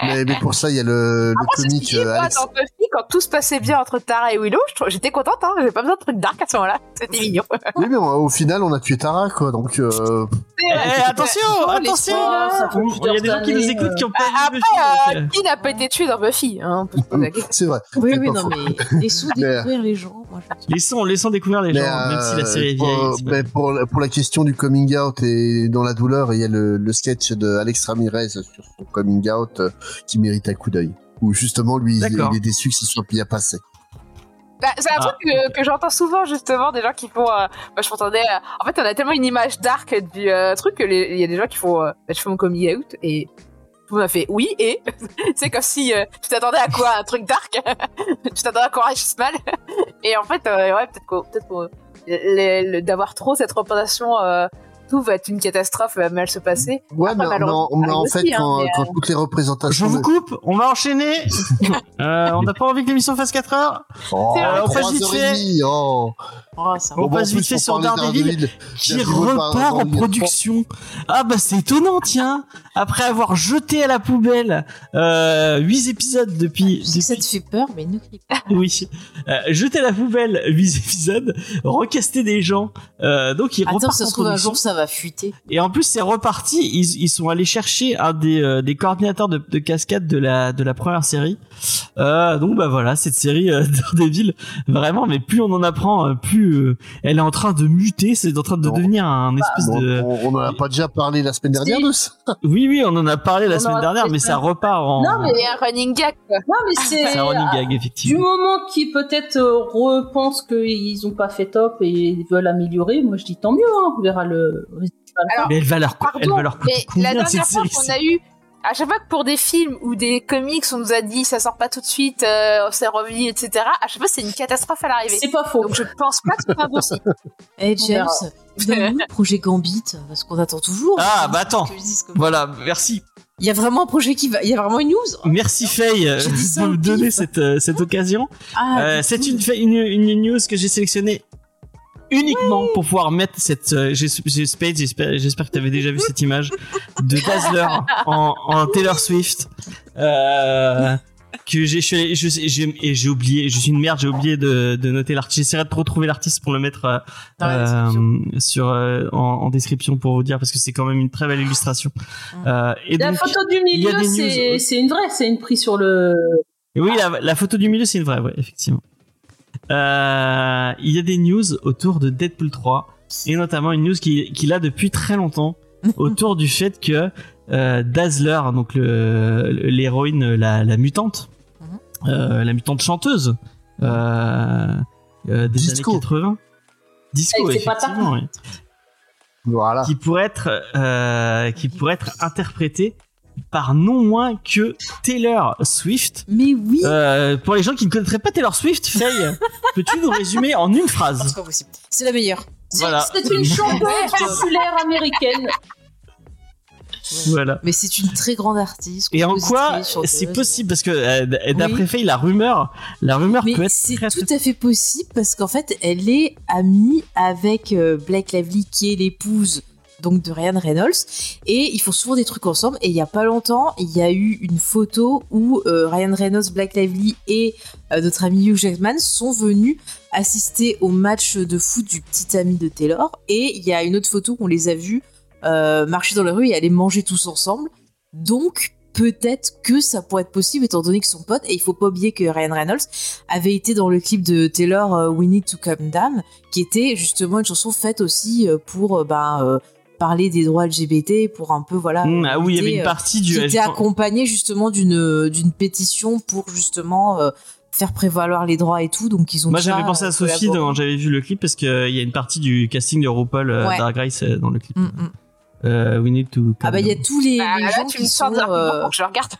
Speaker 4: mais, mais pour ça, il y a le, le
Speaker 5: Ah, Moi, c'est ce que
Speaker 4: comique
Speaker 5: j'ai Oh, dit,
Speaker 4: euh,
Speaker 5: moi,
Speaker 4: Alex
Speaker 5: dans Buffy, quand tout se passait bien entre Tara et Willow, je trou- j'étais contente, hein. J'avais pas besoin de truc dark à ce moment-là. C'était mignon.
Speaker 4: Oui, mais on- au final, on a tué Tara, quoi. Donc, euh,
Speaker 2: Eh, attention attention hein.
Speaker 6: l'espoir, ça fait
Speaker 2: il y a des gens qui nous
Speaker 6: plusieurs
Speaker 2: écoutent qui ont pas
Speaker 5: Ah,
Speaker 2: vu
Speaker 5: après,
Speaker 2: Buffy, donc, euh.
Speaker 5: Qui n'a pas été tué dans Buffy, hein, on peut se poser la question.
Speaker 4: c'est vrai.
Speaker 3: Oui,
Speaker 4: C'est
Speaker 3: oui,
Speaker 4: pas
Speaker 3: non,
Speaker 4: faux.
Speaker 3: mais les sous
Speaker 4: Mais-
Speaker 3: découvrir les gens. Moi, je...
Speaker 2: euh, laissons laissons découvrir les gens
Speaker 4: euh,
Speaker 2: même si la série est vieille
Speaker 4: Pour,
Speaker 2: c'est
Speaker 4: mais pour, la- pour la question du coming out et dans la douleur, il y a le, le sketch de Alex Ramirez sur son coming out euh, qui mérite un coup d'œil. Où justement, lui, il,
Speaker 2: D'accord.
Speaker 4: il est déçu que ce soit bien passé.
Speaker 5: Bah, c'est un
Speaker 2: Ah,
Speaker 5: truc que, que j'entends souvent justement des gens qui font. euh, bah, je m'entendais. euh, en fait, on a tellement une image dark du euh, truc que les- il y a des gens qui font. euh, bah, je fais mon coming out et tout le monde a fait oui et. c'est comme si euh, tu t'attendais à quoi un truc dark. tu t'attendais à quoi un racisme mal. et en fait, euh, ouais, peut-être qu'on- peut-être qu'on- le- le- d'avoir trop cette représentation. euh, tout va être une catastrophe, va mal se passer.
Speaker 4: Ouais, mais, mais en- mais en
Speaker 5: Ah, malheureusement,
Speaker 4: fait,
Speaker 5: aussi, hein,
Speaker 4: quand,
Speaker 5: mais,
Speaker 4: quand toutes les
Speaker 2: Je
Speaker 4: représentations.
Speaker 2: vous coupe, on va enchaîner. Euh, on n'a pas envie que l'émission fasse 4 heures.
Speaker 4: Oh,
Speaker 5: C'est vrai,
Speaker 2: on passe
Speaker 4: trois
Speaker 2: vite
Speaker 4: heures
Speaker 2: fait.
Speaker 4: et demie, oh.
Speaker 3: Oh, ça
Speaker 2: On
Speaker 4: Bon,
Speaker 2: passe
Speaker 4: en plus,
Speaker 2: vite fait
Speaker 4: pour
Speaker 2: sur
Speaker 4: parler
Speaker 2: Daredevil, Qui
Speaker 4: Daredevil par-
Speaker 2: repart en
Speaker 4: Daredevil.
Speaker 2: production. Ah bah c'est étonnant, tiens. Après avoir jeté à la poubelle euh, 8 épisodes depuis...
Speaker 3: Ah, Je sais que ça te
Speaker 2: depuis-
Speaker 3: fait peur, mais ne crie pas.
Speaker 2: oui. Euh, jeté à la poubelle 8 épisodes, recaster des gens. Euh, donc ils
Speaker 3: Attends,
Speaker 2: repartent
Speaker 3: ça
Speaker 2: en
Speaker 3: se trouve un
Speaker 2: production.
Speaker 3: jour, ça va fuiter.
Speaker 2: Et en plus, c'est reparti. Ils, ils sont allés chercher un des, euh, des coordinateurs de, de cascade de la, de la première série. Euh, donc, bah voilà, cette série euh, Daredevil, vraiment, mais plus on en apprend, euh, plus euh, elle est en train de muter. C'est en train de
Speaker 4: Non.
Speaker 2: devenir un espèce
Speaker 4: Bon,
Speaker 2: de.
Speaker 4: on n'en a pas déjà parlé la semaine dernière de ça
Speaker 2: Oui, oui, on en a parlé la
Speaker 6: On
Speaker 2: semaine
Speaker 6: aura
Speaker 2: dernière,
Speaker 6: fait
Speaker 2: mais
Speaker 6: ça.
Speaker 2: ça repart en.
Speaker 6: Non, mais
Speaker 5: Et un running gag, quoi.
Speaker 6: Non, mais c'est.
Speaker 2: Ah, C'est un running gag,
Speaker 6: Du
Speaker 2: effectivement.
Speaker 6: moment qu'ils peut-être euh, repensent qu'ils ont pas fait top et veulent améliorer, moi je dis tant mieux, hein, on verra le résultat.
Speaker 5: Alors,
Speaker 2: Mais elle va leur, co- elle
Speaker 5: Pardon,
Speaker 2: va leur coûter
Speaker 5: Mais
Speaker 2: combien
Speaker 5: la
Speaker 2: cette
Speaker 5: dernière fois
Speaker 2: série
Speaker 5: qu'on a eu, à chaque fois que pour des films ou des comics, on nous a dit ça sort pas tout de suite, euh, c'est revu, etc. À chaque fois, c'est une catastrophe à l'arrivée.
Speaker 6: C'est pas faux.
Speaker 5: Donc je pense pas que c'est un bon signe.
Speaker 3: Eh,
Speaker 6: On
Speaker 3: James,
Speaker 6: verra.
Speaker 5: Ah
Speaker 3: donne-nous le projet Gambit, parce qu'on attend toujours.
Speaker 2: Ah,
Speaker 3: hein,
Speaker 2: bah attends.
Speaker 3: que je dise comme-
Speaker 2: Voilà, merci.
Speaker 3: Il y a vraiment un projet qui va. Il y a vraiment une news.
Speaker 2: Merci Faye euh,
Speaker 3: J'ai dit ça
Speaker 2: de
Speaker 3: au
Speaker 2: me donner
Speaker 3: pif.
Speaker 2: cette, euh, cette occasion.
Speaker 3: Ah,
Speaker 2: Euh,
Speaker 3: du
Speaker 2: c'est
Speaker 3: coup,
Speaker 2: une, fa- une, une news que j'ai sélectionnée uniquement pour pouvoir mettre cette. euh, j'ai- j'ai- Spade, j'espère j'espère que tu avais déjà vu cette image de Dazzler en, en Taylor Swift. Euh, que j'ai je suis allé- je sais- j'ai et j'ai oublié je suis une merde j'ai oublié de, de noter l'artiste j'essaierai de retrouver l'artiste pour le mettre euh,
Speaker 3: Dans la
Speaker 2: euh,
Speaker 3: description.
Speaker 2: sur euh, en, en description pour vous dire parce que c'est quand même une très belle illustration
Speaker 3: Mm.
Speaker 2: Euh, et
Speaker 6: La
Speaker 2: donc-
Speaker 6: photo du
Speaker 2: il y a
Speaker 6: milieu,
Speaker 2: des news.
Speaker 6: c'est c'est une vraie, c'est une prise sur le.
Speaker 2: Et oui, la, la photo du milieu, c'est une vraie, ouais, effectivement. Euh, il y a des news autour de Deadpool 3, et notamment une news qui- qu'il a depuis très longtemps, autour du fait que euh, Dazzler, donc le- l'héroïne, la, la mutante,
Speaker 3: Mhm.
Speaker 2: euh, la mutante chanteuse euh, euh, des
Speaker 4: Disco.
Speaker 2: années 80, Disco,
Speaker 6: Avec ses
Speaker 2: effectivement, oui
Speaker 4: Voilà.
Speaker 2: qui pourrait être euh, qui pourrait être interprétée par non moins que Taylor Swift.
Speaker 3: Mais oui,
Speaker 2: Euh, pour les gens qui ne connaîtraient pas Taylor Swift, Faye, peux-tu nous résumer en une
Speaker 3: c'est
Speaker 2: phrase
Speaker 3: pas possible. C'est la meilleure.
Speaker 6: C'est
Speaker 2: Voilà.
Speaker 6: c'est une chanteuse populaire américaine.
Speaker 2: Voilà.
Speaker 3: Mais c'est une très grande artiste.
Speaker 2: Et en quoi
Speaker 3: compositrice, chanteuse.
Speaker 2: c'est possible Parce que euh, d- d'après
Speaker 3: Oui.
Speaker 2: Faye, la rumeur, la rumeur peut
Speaker 3: Mais
Speaker 2: être
Speaker 3: c'est
Speaker 2: très, très-
Speaker 3: tout à fait possible parce qu'en fait, elle est amie avec euh, Blake Lively, qui est l'épouse donc de Ryan Reynolds. Et ils font souvent des trucs ensemble. Et il y a pas longtemps, il y a eu une photo où euh, Ryan Reynolds, Black Lively et euh, notre ami Hugh Jackman sont venus assister au match de foot du petit ami de Taylor. Et il y a une autre photo où on les a vus euh, marcher dans la rue et aller manger tous ensemble. Donc peut-être que ça pourrait être possible étant donné que son pote, et il faut pas oublier que Ryan Reynolds avait été dans le clip de Taylor euh, We Need to Come Down, qui était justement une chanson faite aussi euh, pour euh, ben, euh, parler des droits LGBT, pour un peu voilà.
Speaker 2: Mmh, ah oui, il y avait
Speaker 3: lutter,
Speaker 2: une
Speaker 3: euh,
Speaker 2: partie
Speaker 3: qui
Speaker 2: du.
Speaker 3: était accompagnée justement d'une euh, d'une pétition pour justement euh, faire prévaloir les droits et tout. Donc ils ont.
Speaker 2: Moi,
Speaker 3: déjà,
Speaker 2: j'avais pensé
Speaker 3: euh,
Speaker 2: à Sophie
Speaker 3: collaboré.
Speaker 2: quand j'avais vu le clip parce qu'il y a une partie du casting de RuPaul euh,
Speaker 3: Ouais.
Speaker 2: Drag Race euh, dans le clip.
Speaker 3: Mm, mm.
Speaker 2: Euh, we need to.
Speaker 3: Ah bah il y a tous les,
Speaker 5: Bah,
Speaker 3: les
Speaker 5: là,
Speaker 3: gens
Speaker 5: tu
Speaker 3: qui
Speaker 5: me sors
Speaker 3: sont,
Speaker 5: d'un
Speaker 3: euh,
Speaker 5: pour que je regarde.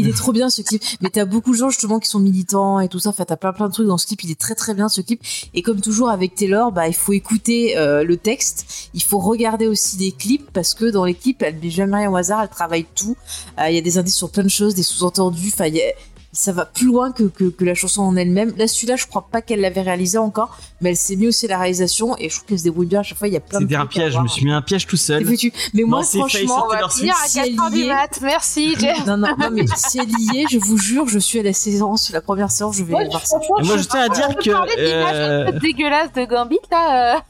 Speaker 3: il est trop bien ce clip. Mais t'as beaucoup de gens justement qui sont militants et tout ça. Enfin, t'as plein plein de trucs dans ce clip. Il est très très bien ce clip. Et comme toujours avec Taylor, bah il faut écouter euh, le texte. Il faut regarder aussi des clips parce que dans les clips, elle met jamais rien au hasard. Elle travaille tout. Euh, Il y a des indices sur plein de choses, des sous-entendus. Enfin, il y a- ça va plus loin que, que, que la chanson en elle-même. Là, celui-là, je crois pas qu'elle l'avait réalisé encore, mais elle s'est mise aussi à la réalisation et je trouve qu'elle se débrouille bien à chaque fois. Il y a plein de
Speaker 2: C'était un
Speaker 3: trucs à
Speaker 2: piège, je
Speaker 3: voir.
Speaker 2: me suis mis un piège tout
Speaker 3: C'est
Speaker 2: seul.
Speaker 3: foutu. Mais
Speaker 2: Non,
Speaker 3: moi,
Speaker 2: c'est fake,
Speaker 3: franchement,
Speaker 5: On va
Speaker 2: Taylor
Speaker 5: finir à
Speaker 3: Swift, si
Speaker 5: 4h
Speaker 3: elle y
Speaker 5: du
Speaker 3: est.
Speaker 5: mat. Merci, Jeff.
Speaker 3: Non, non, non, mais si elle y est, je vous jure, je suis à la séance, la première séance, je vais
Speaker 6: Ouais,
Speaker 3: voir ça.
Speaker 6: franchement,
Speaker 2: Et moi, je tiens à dire
Speaker 5: On peut
Speaker 2: que.
Speaker 5: parler de l'image un
Speaker 2: euh,
Speaker 5: peu dégueulasse de Gambit, là. euh.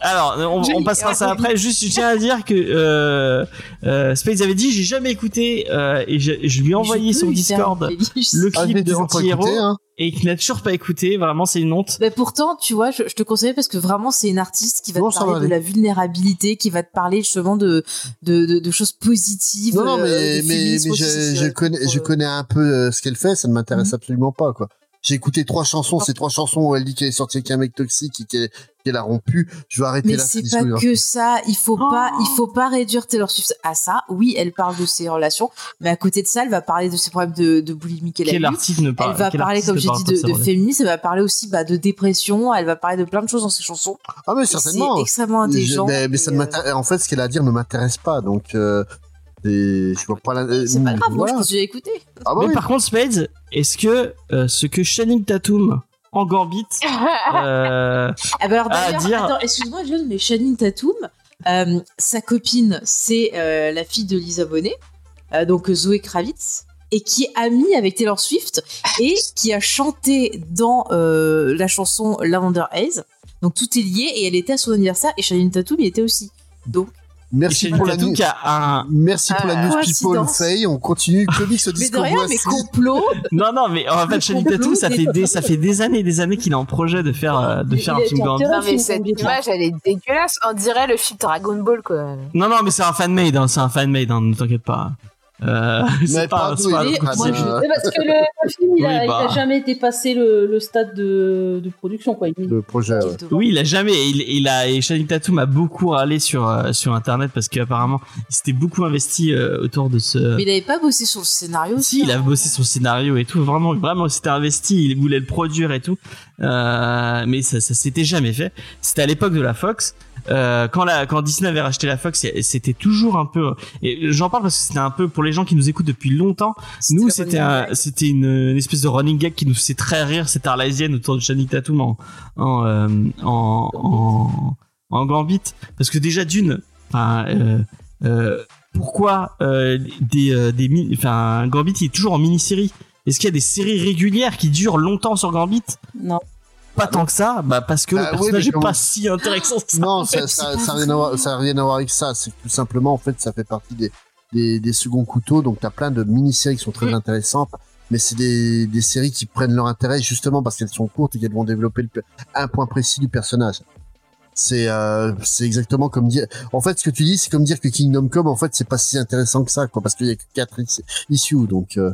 Speaker 2: Alors, on,
Speaker 5: J'ai-
Speaker 2: on passera ça après. Juste, je tiens à dire que euh, euh, Spades avait dit j'ai jamais écouté euh, et je, je lui ai envoyé
Speaker 3: Je
Speaker 2: sur
Speaker 3: peux lui faire
Speaker 2: Discord
Speaker 3: une playlist.
Speaker 2: le
Speaker 4: Ah, je
Speaker 2: clip
Speaker 4: l'ai
Speaker 2: de
Speaker 4: toujours pas
Speaker 2: Anti-Héros
Speaker 4: écouté, hein.
Speaker 2: et qu'il n'a toujours pas écouté. Vraiment, c'est une honte.
Speaker 3: Mais Bah, pourtant, tu vois, je, je te conseille parce que vraiment, c'est une artiste qui va
Speaker 4: Non,
Speaker 3: te
Speaker 4: ça va
Speaker 3: parler de
Speaker 4: aller.
Speaker 3: la vulnérabilité, qui va te parler justement de, de, de, de choses positives.
Speaker 4: Non, non,
Speaker 3: euh,
Speaker 4: mais,
Speaker 3: du
Speaker 4: mais,
Speaker 3: féminisme
Speaker 4: mais
Speaker 3: aussi,
Speaker 4: je,
Speaker 3: c'est-
Speaker 4: je
Speaker 3: c'est-
Speaker 4: connais,
Speaker 3: pour, Mhm.
Speaker 4: je
Speaker 3: euh,
Speaker 4: connais un peu euh, ce qu'elle fait, ça ne m'intéresse absolument pas, quoi. J'ai écouté trois chansons,
Speaker 3: Ah.
Speaker 4: ces trois chansons où elle dit qu'elle est sortie avec un mec toxique et qu'elle qu'elle a rompu. Je vais arrêter
Speaker 3: Mais
Speaker 4: là.
Speaker 3: c'est
Speaker 4: cette
Speaker 3: pas
Speaker 4: discussion.
Speaker 3: que ça, il faut pas,
Speaker 5: Oh.
Speaker 3: il faut pas réduire Taylor Swift à ça. Oui, elle parle de ses relations, mais à côté de ça, elle va parler de ses problèmes de, de boulimie qu'elle a
Speaker 2: Quel
Speaker 3: eu.
Speaker 2: artiste ne parle
Speaker 3: Elle va
Speaker 2: quel
Speaker 3: parler,
Speaker 2: artiste
Speaker 3: comme
Speaker 2: ne
Speaker 3: j'ai
Speaker 2: parle
Speaker 3: dit,
Speaker 2: pas
Speaker 3: de,
Speaker 2: sa
Speaker 3: de
Speaker 2: relation
Speaker 3: féminisme, elle va parler aussi bah, de dépression, elle va parler de plein de choses dans ses chansons.
Speaker 4: Ah, mais
Speaker 3: Et
Speaker 4: certainement.
Speaker 3: C'est extrêmement
Speaker 4: Je-
Speaker 3: intelligent.
Speaker 4: mais, mais ça ne
Speaker 3: et, euh,
Speaker 4: m'intéresse- en fait, ce qu'elle a à dire ne m'intéresse pas, donc, euh, et je vois pas la, euh,
Speaker 3: C'est pas grave, moi
Speaker 4: voilà.
Speaker 3: je continue à écouter.
Speaker 4: Ah, bah
Speaker 2: Mais
Speaker 4: oui.
Speaker 2: par contre, Spades, est-ce que euh, ce que Channing Tatum en Gambit euh,
Speaker 3: Ah bah alors
Speaker 2: Ah,
Speaker 3: d'ailleurs,
Speaker 2: dire-
Speaker 3: attends, excuse-moi John, mais Shanine Tatum, euh, sa copine, c'est euh, la fille de Lisa Bonet, euh, donc Zoé Kravitz, et qui est amie avec Taylor Swift et qui a chanté dans euh, la chanson Lavender Haze. Donc tout est lié et elle était à son anniversaire et Shanine Tatum y était aussi. Donc
Speaker 2: et
Speaker 4: Merci
Speaker 2: Channing
Speaker 4: pour la
Speaker 2: Tatum
Speaker 4: news.
Speaker 2: qui a un
Speaker 4: Merci pour la
Speaker 5: Ah,
Speaker 4: news people
Speaker 3: coïncidence.
Speaker 4: Faye. On continue. Comics au
Speaker 3: mais de
Speaker 4: discours.
Speaker 3: rien, mais
Speaker 4: voici.
Speaker 3: complot.
Speaker 2: non non mais en fait Channing Tatum ça fait des ça fait des années des années qu'il est en projet de faire euh, de
Speaker 6: Il
Speaker 2: faire un
Speaker 6: est
Speaker 2: film
Speaker 6: acteur.
Speaker 2: Gambit.
Speaker 5: Non, mais
Speaker 6: film
Speaker 5: cette
Speaker 6: Gambit, là.
Speaker 5: image, elle est dégueulasse. On dirait le film Dragon Ball, quoi.
Speaker 2: Non, non, mais c'est un fan-made, hein, c'est un fan-made, hein, ne t'inquiète pas. Euh, c'est pas,
Speaker 4: pardon,
Speaker 2: c'est pas-
Speaker 4: il est-
Speaker 2: c'est pas-
Speaker 3: moi, je-
Speaker 4: euh,
Speaker 6: Mais parce que le, le film, il a,
Speaker 2: Oui,
Speaker 6: il a
Speaker 2: bah.
Speaker 6: jamais dépassé le, le stade de, de production. Quoi. Il-
Speaker 4: le projet. Ah ouais.
Speaker 2: Oui, il a jamais, il, il a, et Channing Tatum a beaucoup râlé sur, euh, sur internet parce qu'apparemment, il s'était beaucoup investi euh, autour de ce.
Speaker 3: Mais il avait pas bossé sur le scénario.
Speaker 2: Si, il a bossé son scénario et tout, vraiment, vraiment, il s'était investi, il voulait le produire et tout, euh, mais ça, ça s'était jamais fait. C'était à l'époque de la Fox. Euh, quand, la, quand Disney avait racheté la Fox, c'était toujours un peu. Et j'en parle parce que c'était un peu pour les gens qui nous écoutent depuis longtemps. Nous, c'était un- c'était une, une espèce de running gag qui nous faisait très rire, cette Arlésienne autour de Channing Tatum en, en, euh, en, en, en Gambit. Parce que déjà, d'une, enfin, euh, euh, pourquoi euh, des, euh, des, mi- enfin, Gambit il est toujours en mini-série Est-ce qu'il y a des séries régulières qui durent longtemps sur Gambit
Speaker 6: Non.
Speaker 2: Pas tant que ça, bah parce que
Speaker 4: Bah
Speaker 2: le
Speaker 4: oui,
Speaker 2: personnage
Speaker 4: mais
Speaker 2: est
Speaker 4: comment-
Speaker 2: pas si intéressant que ça.
Speaker 4: Non,
Speaker 2: en
Speaker 4: ça
Speaker 2: fait.
Speaker 4: ça- ça a rien à voir- ça a rien à voir avec ça. C'est que tout simplement, en fait, ça fait partie des, des, des seconds couteaux. Donc, t'as plein de mini-séries qui sont très intéressantes. Mais c'est des, des séries qui prennent leur intérêt justement parce qu'elles sont courtes et qu'elles vont développer le pe- un point précis du personnage. C'est euh, c'est exactement comme dire. En fait, ce que tu dis, c'est comme dire que Kingdom Come, en fait, c'est pas si intéressant que ça, quoi, parce qu'il y a que quatre is- issues. Donc, euh,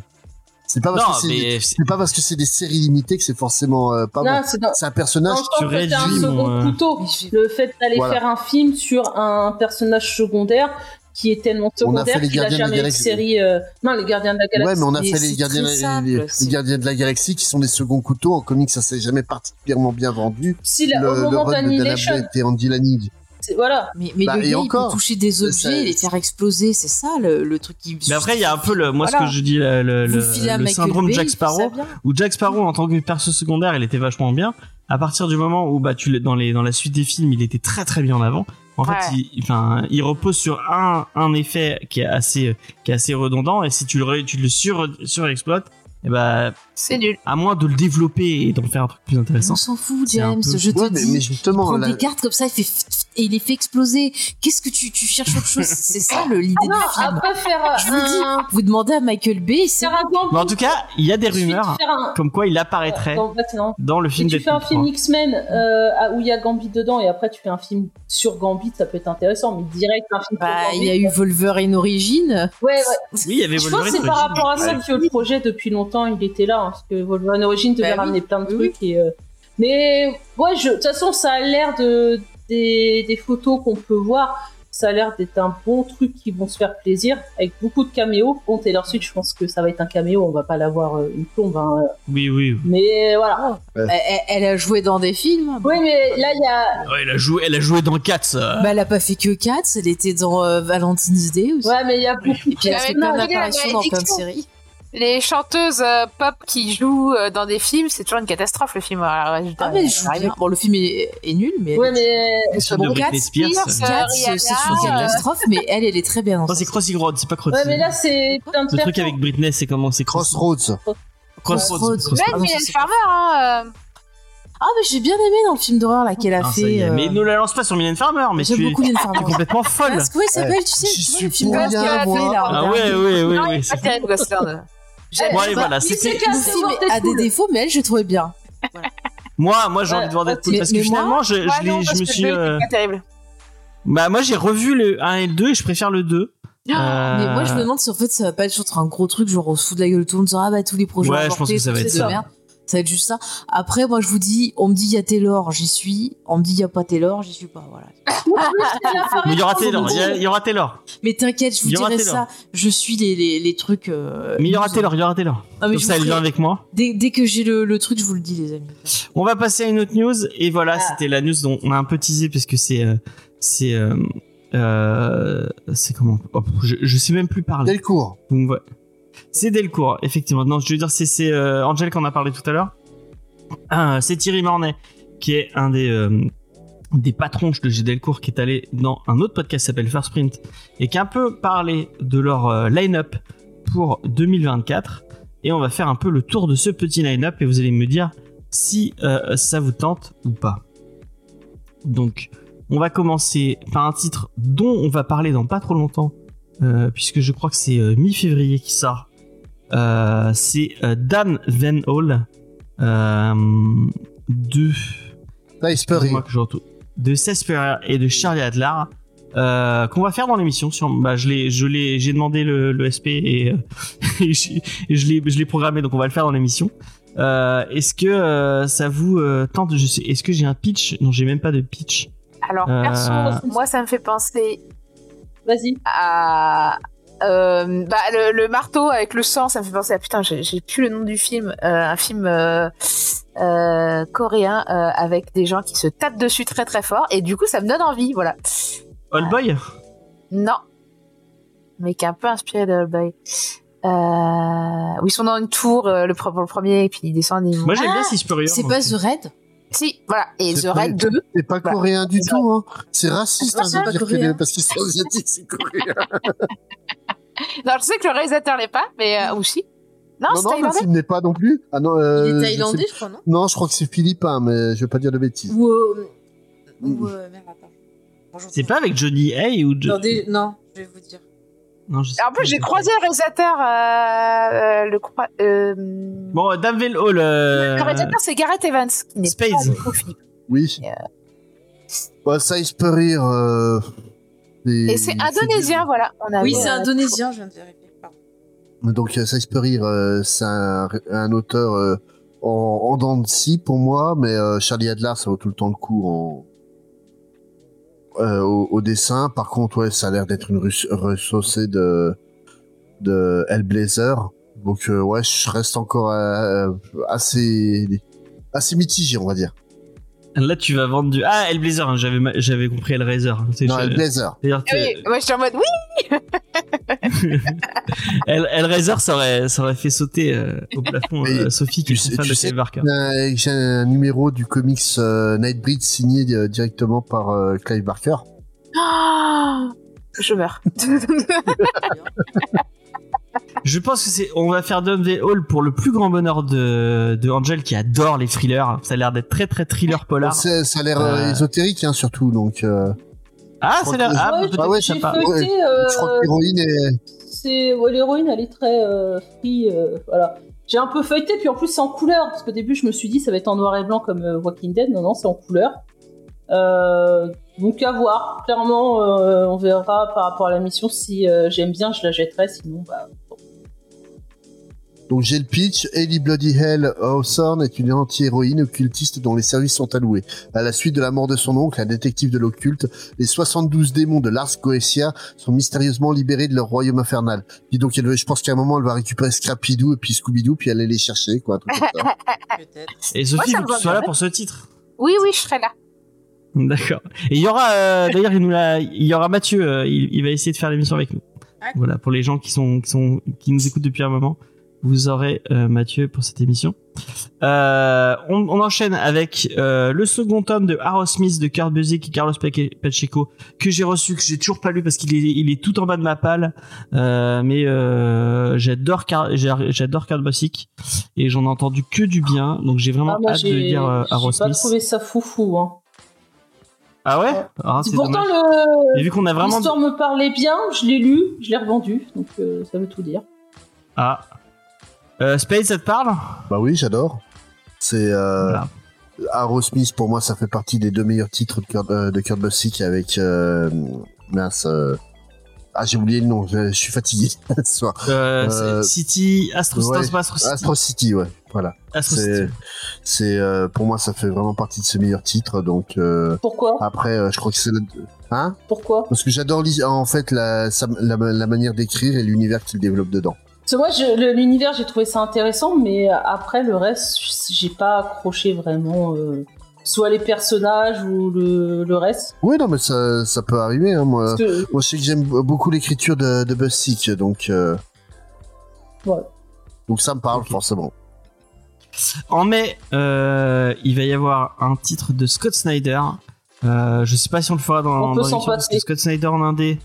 Speaker 4: c'est pas parce
Speaker 2: Non,
Speaker 4: que c'est des-
Speaker 2: mais
Speaker 4: c'est pas parce que c'est des séries limitées que c'est forcément euh, pas
Speaker 6: Non,
Speaker 4: bon.
Speaker 6: c'est dans-
Speaker 4: C'est un personnage.
Speaker 6: dans le sens
Speaker 2: tu
Speaker 6: que c'est un
Speaker 2: réduis
Speaker 6: second
Speaker 2: mon, euh,
Speaker 6: couteau. Le fait d'aller
Speaker 4: Voilà.
Speaker 6: faire un film sur un personnage secondaire qui est tellement
Speaker 4: On a fait
Speaker 6: secondaire
Speaker 4: les
Speaker 6: qu'il a
Speaker 4: Gardiens de la
Speaker 6: jamais eu de
Speaker 4: Galaxie.
Speaker 6: série. euh, Non, les Gardiens de la Galaxie.
Speaker 4: Ouais, mais on a
Speaker 3: mais
Speaker 4: fait
Speaker 3: c'est
Speaker 4: les gardiens,
Speaker 3: très simple,
Speaker 4: les- les
Speaker 3: c'est-
Speaker 4: gardiens de la galaxie qui sont des seconds couteaux. En comics, ça s'est jamais particulièrement bien vendu.
Speaker 6: Si là, au moment
Speaker 4: run de Dana
Speaker 6: d'Annihilation,
Speaker 4: Black et Andy Lanning.
Speaker 6: c'est- voilà.
Speaker 3: Mais, mais
Speaker 4: Bah,
Speaker 3: le
Speaker 4: et
Speaker 3: gars, il
Speaker 4: encore,
Speaker 3: peut toucher des
Speaker 4: ça-
Speaker 3: objets et les faire exploser, c'est ça le, le truc qui.
Speaker 2: Mais après, il y a un peu le, moi, ce
Speaker 3: Voilà.
Speaker 2: que je dis, le, le,
Speaker 3: Vous
Speaker 2: le-
Speaker 3: filez à
Speaker 2: le
Speaker 3: Michael
Speaker 2: syndrome
Speaker 3: Bay,
Speaker 2: Jack
Speaker 3: il fait ça
Speaker 2: Sparrow,
Speaker 3: bien.
Speaker 2: où Jack Sparrow, en tant que perso secondaire, il était vachement bien. À partir du moment où, bah, tu l'es- dans les, dans la suite des films, il était très très bien en avant. En
Speaker 5: Ouais.
Speaker 2: fait, il, enfin, il repose sur un, un effet qui est assez, euh, qui est assez redondant, et si tu le, ré- tu le sur, surexploites, eh ben,
Speaker 5: C'est nul.
Speaker 2: à moins de le développer et d'en faire un truc plus
Speaker 3: On
Speaker 2: intéressant.
Speaker 3: s'en fout,
Speaker 2: C'est un
Speaker 3: James.
Speaker 2: peu-
Speaker 3: Je te
Speaker 4: Ouais, mais,
Speaker 3: dis.
Speaker 4: mais
Speaker 3: il
Speaker 4: justement,
Speaker 3: prend
Speaker 4: là,
Speaker 3: des cartes comme ça, il fait pfft, pfft, et il les fait exploser. Qu'est-ce que tu, tu cherches autre chose C'est ça le- l'idée
Speaker 6: Ah Non, bah, euh,
Speaker 3: du film.
Speaker 6: après faire
Speaker 3: Je vous
Speaker 6: un,
Speaker 3: dis, vous demandez à Michael Bay, c'est
Speaker 6: faire un plan
Speaker 2: Mais en tout cas, il y a des
Speaker 6: ensuite
Speaker 2: rumeurs
Speaker 6: faire un-
Speaker 2: comme quoi il apparaîtrait
Speaker 6: Non, bah, c'est non.
Speaker 2: dans le
Speaker 6: Si
Speaker 2: film
Speaker 6: tu fais un
Speaker 2: Deadpool
Speaker 6: film
Speaker 2: 3.
Speaker 6: X-Men euh, à- où il y a Gambit dedans et après tu fais un film sur Gambit, ça peut être intéressant, mais direct un film sur
Speaker 3: Bah,
Speaker 6: Gambit.
Speaker 3: il y a eu Wolverine Origin.
Speaker 6: Ouais, ouais.
Speaker 2: Oui, il y avait
Speaker 6: Je pense que
Speaker 2: Wolverine.
Speaker 6: c'est par
Speaker 2: d'origine.
Speaker 6: rapport à ça
Speaker 2: Ouais.
Speaker 6: que le projet depuis longtemps il était là, hein, parce que Wolverine Origin devait
Speaker 3: Bah oui.
Speaker 6: ramener plein de
Speaker 3: Oui,
Speaker 6: trucs. Et, euh, Mais ouais, je- de toute façon, ça a l'air de des, des photos qu'on peut voir, ça a l'air d'être un bon truc qui vont se faire plaisir avec beaucoup de caméos. Bon, Taylor Swift, je pense que ça va être un caméo, on va pas l'avoir euh, une plombe, hein, euh,
Speaker 2: Oui, oui. oui.
Speaker 6: mais voilà.
Speaker 3: Elle, elle- elle a joué dans des films.
Speaker 6: Oui, mais là il y a
Speaker 2: Ouais, elle, a joué, elle a joué dans Cats. euh.
Speaker 3: Bah, elle a pas fait que Cats, elle était dans euh, Valentine's Day aussi.
Speaker 6: Ouais, mais il y a beaucoup
Speaker 3: Et puis Bah elle a
Speaker 5: Ouais,
Speaker 3: fait
Speaker 5: mais
Speaker 3: plein
Speaker 5: non,
Speaker 3: d'apparitions
Speaker 5: mais
Speaker 3: dans plein de
Speaker 5: X-Men.
Speaker 3: séries.
Speaker 5: Les chanteuses euh, pop qui jouent euh, dans des films, c'est toujours une catastrophe le film. Alors, je veux dire,
Speaker 3: Ah, mais
Speaker 5: euh,
Speaker 3: je joue
Speaker 5: arrivé.
Speaker 3: bien. Bon, le film est, est nul, mais.
Speaker 6: Ouais, mais
Speaker 2: Le film de
Speaker 3: bon,
Speaker 2: Britney
Speaker 3: Cats,
Speaker 2: Spears.
Speaker 5: Pierce,
Speaker 2: euh,
Speaker 3: Cats,
Speaker 5: Euh,
Speaker 3: c'est
Speaker 5: Rihanna,
Speaker 3: c'est une
Speaker 2: euh,
Speaker 3: catastrophe, mais elle, elle est très bien. dans
Speaker 2: Non,
Speaker 3: ça.
Speaker 2: Oh, c'est Crossy Road, c'est pas Crossy
Speaker 6: ouais, mais là c'est plein de hein.
Speaker 2: Le truc
Speaker 6: personnes.
Speaker 2: avec Britney, c'est comment C'est Cross-
Speaker 4: Crossroads.
Speaker 2: Crossroads.
Speaker 3: Crossroads.
Speaker 2: Crossroads.
Speaker 5: Même
Speaker 3: Ah non, ça,
Speaker 5: Mylène
Speaker 3: c'est-
Speaker 5: Farmer, hein, euh,
Speaker 3: Ah, mais j'ai bien aimé dans le film d'horreur là qu'elle a
Speaker 2: Ah, ça y
Speaker 3: fait.
Speaker 2: est.
Speaker 3: euh,
Speaker 2: Mais ne la lance pas sur Mylène Farmer, mais tu
Speaker 3: J'aime
Speaker 2: es, Ah,
Speaker 3: beaucoup Lynn
Speaker 2: tu es
Speaker 3: Farmer.
Speaker 2: complètement folle.
Speaker 3: Parce que ouais, ça s'appelle, tu sais,
Speaker 4: Je
Speaker 3: tu vois,
Speaker 4: suis
Speaker 3: le film
Speaker 5: pour
Speaker 3: d'horreur qu'elle a
Speaker 5: rien,
Speaker 3: fait
Speaker 5: moi.
Speaker 3: là. Bah,
Speaker 2: Ah
Speaker 3: regarde.
Speaker 2: ouais, ouais, ouais,
Speaker 5: non, il
Speaker 2: ouais.
Speaker 5: est pas
Speaker 2: c'est-
Speaker 5: terrible, Gosling. J'aime
Speaker 2: Bon, allez,
Speaker 5: pas.
Speaker 2: voilà,
Speaker 6: Il
Speaker 2: c'était.
Speaker 6: s'est cassé,
Speaker 3: Le film
Speaker 6: c'était
Speaker 3: a des
Speaker 6: cool.
Speaker 3: défauts, mais elle, je le trouvais bien.
Speaker 2: Moi, moi, j'ai envie de voir
Speaker 6: Ouais,
Speaker 2: Deadpool
Speaker 3: mais-
Speaker 2: parce que
Speaker 3: mais moi-
Speaker 2: finalement, je, je
Speaker 5: Ouais,
Speaker 2: l'ai-
Speaker 5: non,
Speaker 2: je
Speaker 5: parce
Speaker 2: me
Speaker 5: que
Speaker 2: suis.
Speaker 5: le deux, il est
Speaker 2: euh,
Speaker 5: pas terrible.
Speaker 2: Bah, moi, j'ai revu le 1 et le 2 et je préfère le 2. Ah,
Speaker 3: Mais moi,
Speaker 2: Euh.
Speaker 3: je me demande si en fait ça va pas être sur un gros truc, genre on se fout de la gueule de tout le monde, genre ah bah tous les projets
Speaker 2: Ouais, je
Speaker 3: avortés,
Speaker 2: pense que ça va
Speaker 3: tous
Speaker 2: être
Speaker 3: ces
Speaker 2: ça.
Speaker 3: deux merdes. Ça va être juste ça. Après, moi, je vous dis, on me dit il y a Taylor, j'y suis. On me dit il y a pas Taylor, j'y suis pas. Voilà.
Speaker 2: Mais il y aura
Speaker 6: Apparemment,
Speaker 2: Taylor,
Speaker 6: on
Speaker 2: il y a-
Speaker 6: dit-
Speaker 2: il y aura Taylor.
Speaker 3: Mais t'inquiète, je vous
Speaker 2: Il y aura
Speaker 3: dirai
Speaker 2: Taylor.
Speaker 3: ça. Je suis les, les, les trucs. euh,
Speaker 2: Mais il y aura
Speaker 3: news.
Speaker 2: Taylor, il y aura Taylor.
Speaker 3: Ah, mais
Speaker 2: Comme
Speaker 3: je
Speaker 2: ça,
Speaker 3: vous
Speaker 2: elle vient
Speaker 3: ferai-
Speaker 2: avec moi.
Speaker 3: Dès, dès que j'ai le, le truc, je vous le dis, les amis.
Speaker 2: On va passer à une autre news et voilà, c'était la news dont on a un peu teasé parce que c'est euh, c'est euh, euh, c'est comment Oh, je, je sais même plus parler.
Speaker 4: Delcourt.
Speaker 2: Donc, ouais. C'est Delcourt, effectivement. Non, je veux dire, c'est- c'est euh, Angel qu'on a parlé tout à l'heure. Ah, c'est Thierry Mornay, qui est un des, euh, des patrons de chez Delcourt, qui est allé dans un autre podcast qui s'appelle First Print, et qui a un peu parlé de leur euh, line-up pour 2024. Et on va faire un peu le tour de ce petit line-up, et vous allez me dire si euh, ça vous tente ou pas. Donc, on va commencer par un titre dont on va parler dans pas trop longtemps, euh, puisque je crois que c'est euh, mi-février qui sort. Euh, c'est euh, Dan Van Hall euh, de,
Speaker 4: Nice Perry.
Speaker 2: excusez-moi que je retrouve- de Seth Perry et de Charlie Adler, euh, qu'on va faire dans l'émission. Sur, bah, je l'ai, je l'ai, j'ai demandé le, le SP et, euh, et j'ai- et je, l'ai, je l'ai programmé, donc on va le faire dans l'émission. Euh, est-ce que euh, ça vous euh, tente je sais, Est-ce que j'ai un pitch Non, j'ai même pas de pitch.
Speaker 5: Alors,
Speaker 2: Euh,
Speaker 5: perso, moi, ça me fait penser
Speaker 6: Vas-y.
Speaker 5: à euh, bah, le, le marteau avec le sang, ça me fait penser à putain, j'ai j'ai plus le nom du film, euh, un film euh, euh, coréen euh, avec des gens qui se tapent dessus très très fort et du coup ça me donne envie, voilà.
Speaker 2: Old Boy
Speaker 5: Non, mais qui est un peu inspiré de Hellboy. Euh, où ils sont dans une tour, euh, le, pre- pour le premier, et puis ils descendent. et ils vont-
Speaker 2: Moi j'aime
Speaker 3: Ah,
Speaker 2: bien si je peux rire.
Speaker 3: C'est
Speaker 2: moi.
Speaker 3: pas The Red
Speaker 5: Si, voilà. Et
Speaker 4: C'est
Speaker 5: The Red 2,
Speaker 4: C'est pas
Speaker 5: Bah,
Speaker 4: coréen du
Speaker 5: c'est
Speaker 4: tout, hein. C'est raciste, hein,
Speaker 3: C'est pas
Speaker 4: de dire que
Speaker 3: coréen. Ah,
Speaker 4: les- parce qu'ils sont asiatiques, c'est coréen.
Speaker 5: Non, je sais que le réalisateur l'est pas, mais euh, ou si. Non,
Speaker 4: non,
Speaker 5: c'est
Speaker 4: non, le
Speaker 5: thaïlandais.
Speaker 4: film n'est pas non plus. Ah non, euh,
Speaker 3: Il
Speaker 4: je
Speaker 3: est
Speaker 4: sais-
Speaker 3: thaïlandais, je crois, non
Speaker 4: Non, je crois que c'est philippin, mais je vais pas dire de bêtises.
Speaker 3: Ou. euh,
Speaker 4: Mm.
Speaker 3: ou euh, merde, attends. Bonjour.
Speaker 2: C'est pas avec Johnny Hay ou
Speaker 3: Non,
Speaker 2: Johnny...
Speaker 3: des- non, je vais vous dire.
Speaker 2: Non, je sais
Speaker 5: En plus,
Speaker 2: pas.
Speaker 5: j'ai croisé le réalisateur, euh, euh, le, croi- euh,
Speaker 2: Bon, euh, Dame Vell Hall. euh,
Speaker 5: le réalisateur, c'est Gareth Evans. qui n'est
Speaker 2: Spades.
Speaker 5: pas beaucoup Philippe.
Speaker 4: Oui.
Speaker 5: Euh.
Speaker 4: Bah, ça peut rire. euh,
Speaker 5: Et c'est indonésien, voilà. On a
Speaker 3: Oui,
Speaker 5: eu,
Speaker 3: c'est
Speaker 5: euh,
Speaker 3: indonésien, je viens de vérifier. Pardon.
Speaker 4: Donc, euh, Size Perry, euh, c'est un, un auteur euh, en, en dents de scie pour moi, mais euh, Charlie Adler, ça vaut tout le temps le coup en, euh, au, au dessin. Par contre, ouais, ça a l'air d'être une rus- ressaucée de, de Hellblazer. Donc, euh, ouais, je reste encore euh, assez, assez mitigé, on va dire.
Speaker 2: Là, tu vas vendre du. Ah, Hellblazer, hein, j'avais, ma- j'avais compris Hellraiser. hein, C'est-
Speaker 4: Non,
Speaker 2: je-
Speaker 4: Hellblazer.
Speaker 2: C'est-à-dire
Speaker 5: Ah
Speaker 2: que
Speaker 5: Oui, moi, j'étais en mode, oui,
Speaker 2: Hell- Hellraiser, ça aurait, ça aurait fait sauter euh, au plafond
Speaker 4: Mais
Speaker 2: euh, Sophie qui
Speaker 4: tu
Speaker 2: est
Speaker 4: sais-
Speaker 2: fan
Speaker 4: tu
Speaker 2: de
Speaker 4: sais-
Speaker 2: Clive Barker.
Speaker 4: Euh, J'ai un numéro du comics euh, Nightbreed signé euh, directement par euh, Clive Barker.
Speaker 5: Ah, je meurs.
Speaker 2: Je pense que c'est. On va faire Downville Hall pour le plus grand bonheur de, de Angel qui adore les thrillers. Ça a l'air d'être très très thriller polar.
Speaker 4: C'est- Ça a l'air euh,
Speaker 2: Euh.
Speaker 4: ésotérique, hein, surtout. Donc, euh,
Speaker 2: Ah,
Speaker 4: Je
Speaker 2: ça a
Speaker 4: crois
Speaker 2: l'air.
Speaker 4: que-
Speaker 2: Ah,
Speaker 6: Ouais,
Speaker 2: peut-être
Speaker 4: ah ouais,
Speaker 2: que ça
Speaker 6: j'ai
Speaker 2: part.
Speaker 6: feuilleté, euh,
Speaker 4: je crois que l'héroïne est.
Speaker 6: c'est ouais, l'héroïne elle est très euh, free euh, voilà j'ai un peu feuilleté puis en plus c'est en couleur parce qu'au début je me suis dit ça va être en noir et blanc comme euh, Walking Dead non non c'est en couleur Euh, donc à voir clairement euh, on verra par rapport à la mission si euh, j'aime bien je la jetterai sinon bah
Speaker 4: Donc, j'ai le pitch. Ellie Bloody Hell Hawthorne est une anti-héroïne occultiste dont les services sont alloués. À la suite de la mort de son oncle, un détective de l'occulte, les 72 démons de Lars Goetia sont mystérieusement libérés de leur royaume infernal. Dis donc, elle- je pense qu'à un moment, elle va récupérer Scrappy-Doo et puis Scooby-Doo, puis aller les chercher, quoi. un truc comme ça.
Speaker 7: peut-être.
Speaker 2: Et Sophie,
Speaker 5: Ouais, ça
Speaker 2: faut
Speaker 5: me
Speaker 2: que
Speaker 5: va
Speaker 2: tu sois là
Speaker 5: bien.
Speaker 2: pour ce titre.
Speaker 5: Oui, oui, je serai là.
Speaker 2: D'accord. Et il y aura. euh, D'ailleurs, il nous l'a. Il y aura Mathieu. euh, il, il va essayer de faire l'émission avec nous.
Speaker 7: D'accord.
Speaker 2: Voilà pour les gens qui sont qui sont qui nous écoutent depuis un moment. Vous aurez euh, Mathieu pour cette émission. Euh, on, on enchaîne avec euh, le second tome de Harold Smith de Kurt Busiek et Carlos Pache- Pacheco que j'ai reçu que j'ai toujours pas lu parce qu'il est il est tout en bas de ma palle. Euh, mais euh, j'adore Car- j'ai- j'adore Kurt Busiek et j'en ai entendu que du bien. Donc j'ai vraiment
Speaker 6: ah, moi
Speaker 2: hâte de
Speaker 6: j'ai j'ai
Speaker 2: lire euh, Harold
Speaker 6: pas
Speaker 2: Smith.
Speaker 6: trouvé ça foufou hein.
Speaker 2: Ah ouais. Ah, c'est
Speaker 6: pourtant
Speaker 2: dommage.
Speaker 6: le-
Speaker 2: Et vu qu'on a vraiment
Speaker 6: l'histoire me parlait bien je l'ai lu je l'ai revendu donc euh, ça veut tout dire
Speaker 2: Ah. Euh, Spade, ça te parle
Speaker 4: bah oui, j'adore. C'est, euh,
Speaker 2: Voilà.
Speaker 4: Aerosmith, pour moi, ça fait partie des deux meilleurs titres de Kurt, euh, de Kurt Busiek avec. euh, mince. euh, ah, j'ai oublié le nom, je, je suis fatigué ce soir.
Speaker 2: Euh,
Speaker 4: euh,
Speaker 2: c'est City, Astro,
Speaker 4: ouais.
Speaker 2: non, c'est pas Astro City.
Speaker 4: Astro City, ouais, voilà.
Speaker 2: Astro
Speaker 4: C'est,
Speaker 2: City.
Speaker 4: c'est, euh, pour moi, ça fait vraiment partie de ses meilleurs titres. Donc, euh,
Speaker 6: pourquoi
Speaker 4: après, euh, je crois que c'est. le- Hein
Speaker 6: pourquoi
Speaker 4: Parce que j'adore l'hi- en fait la, sa- la, la manière d'écrire et l'univers qu'il développe dedans.
Speaker 6: Parce que moi, je- le- l'univers, j'ai trouvé ça intéressant, mais après, le reste, j'ai pas accroché vraiment. euh, soit les personnages ou le, le reste.
Speaker 4: Oui, non, mais ça, ça peut arriver. Hein, moi,
Speaker 6: Parce que,
Speaker 4: moi, je sais que j'aime beaucoup l'écriture de, de Busiek, donc, euh,
Speaker 6: ouais.
Speaker 4: donc ça me parle forcément.
Speaker 2: En mai, euh, il va y avoir un titre de Scott Snyder. Euh, je sais pas si on le fera dans,
Speaker 6: On peut
Speaker 2: dans
Speaker 6: s'en
Speaker 2: l'émission, parce que
Speaker 6: passer.
Speaker 2: Scott Snyder en indé.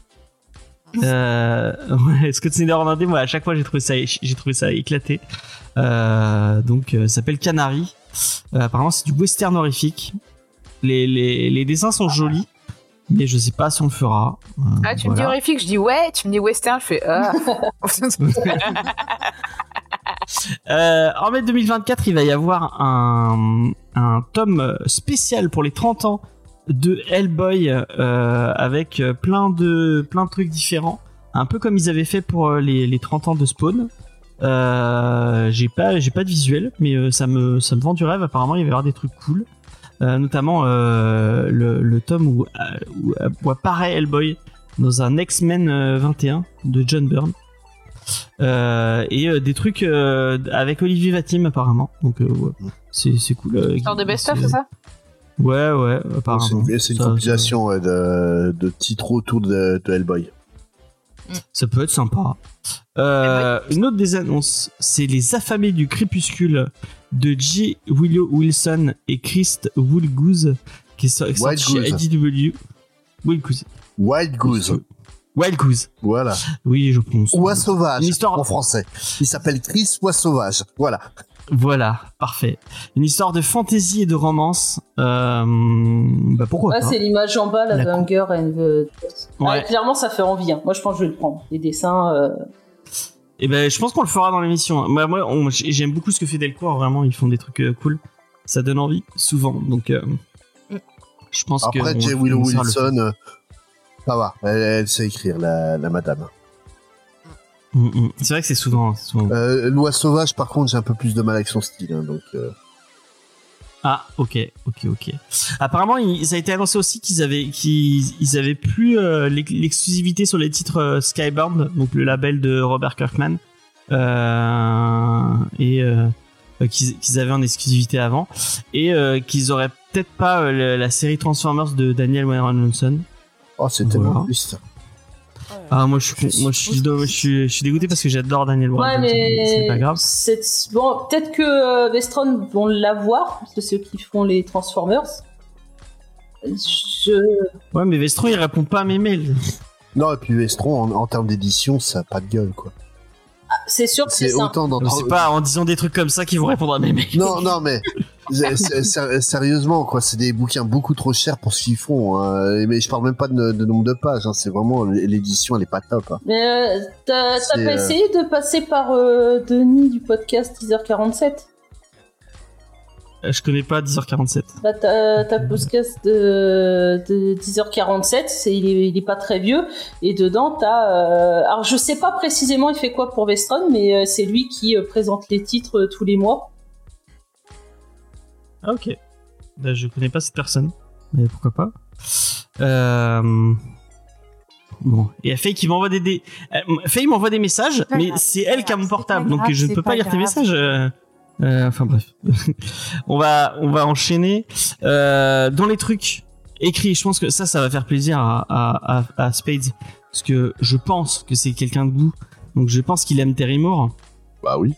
Speaker 2: Euh, ouais, Scott Snyder en indé, moi à chaque fois j'ai trouvé ça, j'ai trouvé ça éclaté. Euh, donc euh, ça s'appelle Canary. Euh, apparemment c'est du western horrifique. Les, les, les dessins sont jolis, mais je sais pas si on le fera. Euh,
Speaker 5: Ah, tu me
Speaker 2: voilà.
Speaker 5: dis horrifique, je dis ouais. Tu me dis western, je fais ah.
Speaker 2: Euh, en mai 2024, il va y avoir un, un tome spécial pour les 30 ans de Hellboy euh, avec euh, plein de, plein de trucs différents. Un peu comme ils avaient fait pour euh, les, les 30 ans de Spawn. Euh, j'ai pas, j'ai pas de visuel, mais euh, ça, me, ça me vend du rêve. Apparemment, il va y avoir des trucs cool. Euh, notamment euh, le, le tome où, euh, où- où apparaît Hellboy dans un X-Men euh, 21 de John Byrne. Euh, et euh, des trucs euh, avec Olivier Vatim apparemment. Donc euh, ouais. c'est c'est cool. euh,
Speaker 5: Genre de best-of,
Speaker 2: c'est-
Speaker 5: c'est ça
Speaker 2: Ouais ouais
Speaker 4: Donc,
Speaker 2: apparemment.
Speaker 4: C'est une, c'est une
Speaker 2: Ah, Ça-
Speaker 4: compilation ouais, de, de titres autour de, de Hellboy.
Speaker 2: Ça peut être sympa.
Speaker 6: Eh ben,
Speaker 2: Euh, une autre des annonces, c'est Les Affamés du Crépuscule de J. Willow Wilson et Chris Woolgoose qui est sorti
Speaker 4: Wild
Speaker 2: chez
Speaker 4: Goose.
Speaker 2: IDW. Woolgoose.
Speaker 4: Wild Goose,
Speaker 2: Wild Goose.
Speaker 4: voilà.
Speaker 2: Oui, je pense.
Speaker 4: Oie sauvage,
Speaker 2: Une histoire-
Speaker 4: en français. Il s'appelle Chris Oie sauvage, voilà.
Speaker 2: Voilà, parfait. Une histoire de fantaisie et de romance. Euh, bah pourquoi
Speaker 6: Ouais,
Speaker 2: pas
Speaker 6: c'est l'image en bas, la
Speaker 2: La
Speaker 6: de
Speaker 2: cou-
Speaker 6: Hunger and the... Ah,
Speaker 2: Ouais.
Speaker 6: clairement, ça fait envie. hein. Moi, je pense que je vais le prendre. Les dessins. euh,
Speaker 2: Et ben, je pense qu'on le fera dans l'émission. hein. Bah, Moi, moi on- j'ai- j'aime beaucoup ce que fait Delcourt. Vraiment, ils font des trucs euh, cool. Ça donne envie, souvent. Donc, euh, je pense que.
Speaker 4: Après,
Speaker 2: on-
Speaker 4: J.
Speaker 2: on
Speaker 4: Willow
Speaker 2: sera le-
Speaker 4: Wilson, euh, ça va, elle, elle sait écrire, la, la madame.
Speaker 2: Mm, mm. C'est vrai que c'est souvent. c'est souvent.
Speaker 4: Euh, L'oie sauvage, par contre, j'ai un peu plus de mal avec son style, hein, donc... euh,
Speaker 2: Ah, ok, ok, ok. Apparemment, il- ça a été annoncé aussi qu'ils avaient, qu'ils, ils avaient plus euh, l'ex- l'exclusivité sur les titres euh, Skybound, donc le label de Robert Kirkman, euh, et euh, euh, qu'ils, qu'ils avaient en exclusivité avant, et euh, qu'ils auraient peut-être pas euh, le- la série Transformers de Daniel Warren Johnson.
Speaker 4: Oh, c'est tellement
Speaker 2: Voilà.
Speaker 4: triste.
Speaker 2: Ah, moi je suis, moi je suis, je suis, je suis dégoûté parce que j'adore Daniel
Speaker 6: Ouais,
Speaker 2: Warren Johnson.
Speaker 6: mais.
Speaker 2: C'est pas grave.
Speaker 6: c'est- Bon, peut-être que euh, Vestron vont l'avoir, parce que c'est eux qui font les Transformers. Je...
Speaker 2: Ouais, mais Vestron, il répond pas à mes mails.
Speaker 4: Non, et puis Vestron, en, en termes d'édition, ça a pas de gueule, quoi.
Speaker 6: Ah, C'est sûr que c'est
Speaker 4: C'est
Speaker 6: ça.
Speaker 4: autant dans...
Speaker 2: Donc, c'est pas en disant des trucs comme ça qu'ils vont répondre à mes mails.
Speaker 4: Non, non, mais c'est- c'est- c'est- sérieusement, quoi, c'est des bouquins beaucoup trop chers pour ce qu'ils font. hein. Mais je parle même pas de, de nombre de pages. hein. C'est vraiment l'édition, elle est pas top. hein.
Speaker 6: Mais euh, t'as t'as
Speaker 4: C'est,
Speaker 6: pas
Speaker 4: euh,
Speaker 6: essayé de passer par euh, Denis du podcast 10h47
Speaker 2: Euh, Je connais pas 10h47.
Speaker 6: Là, ta, ta podcast de, de 10h47, c'est, il, est, il est pas très vieux. Et dedans, t'as. Euh, alors, je sais pas précisément il fait quoi pour Vestron, mais euh, c'est lui qui euh, présente les titres euh, tous les mois.
Speaker 2: Ah, ok. Bah, je connais pas cette personne. Mais pourquoi pas. Euh... Bon. Et Faye qui m'envoie des... des... euh, Faye m'envoie des messages,
Speaker 7: pas
Speaker 2: mais
Speaker 7: grave,
Speaker 2: c'est
Speaker 7: c'est
Speaker 2: elle
Speaker 7: pas
Speaker 2: qui a mon
Speaker 7: grave,
Speaker 2: portable,
Speaker 7: c'est pas
Speaker 2: donc je ne
Speaker 7: grave,
Speaker 2: peux pas,
Speaker 7: c'est
Speaker 2: lire
Speaker 7: pas
Speaker 2: tes
Speaker 7: grave.
Speaker 2: messages. euh, euh, enfin bref. on, va, on va enchaîner. Euh, dans les trucs écrits, je pense que ça, ça va faire plaisir à, à, à, à Spades, parce que je pense que c'est quelqu'un de goût, donc je pense qu'il aime Terry Moore.
Speaker 4: Bah oui.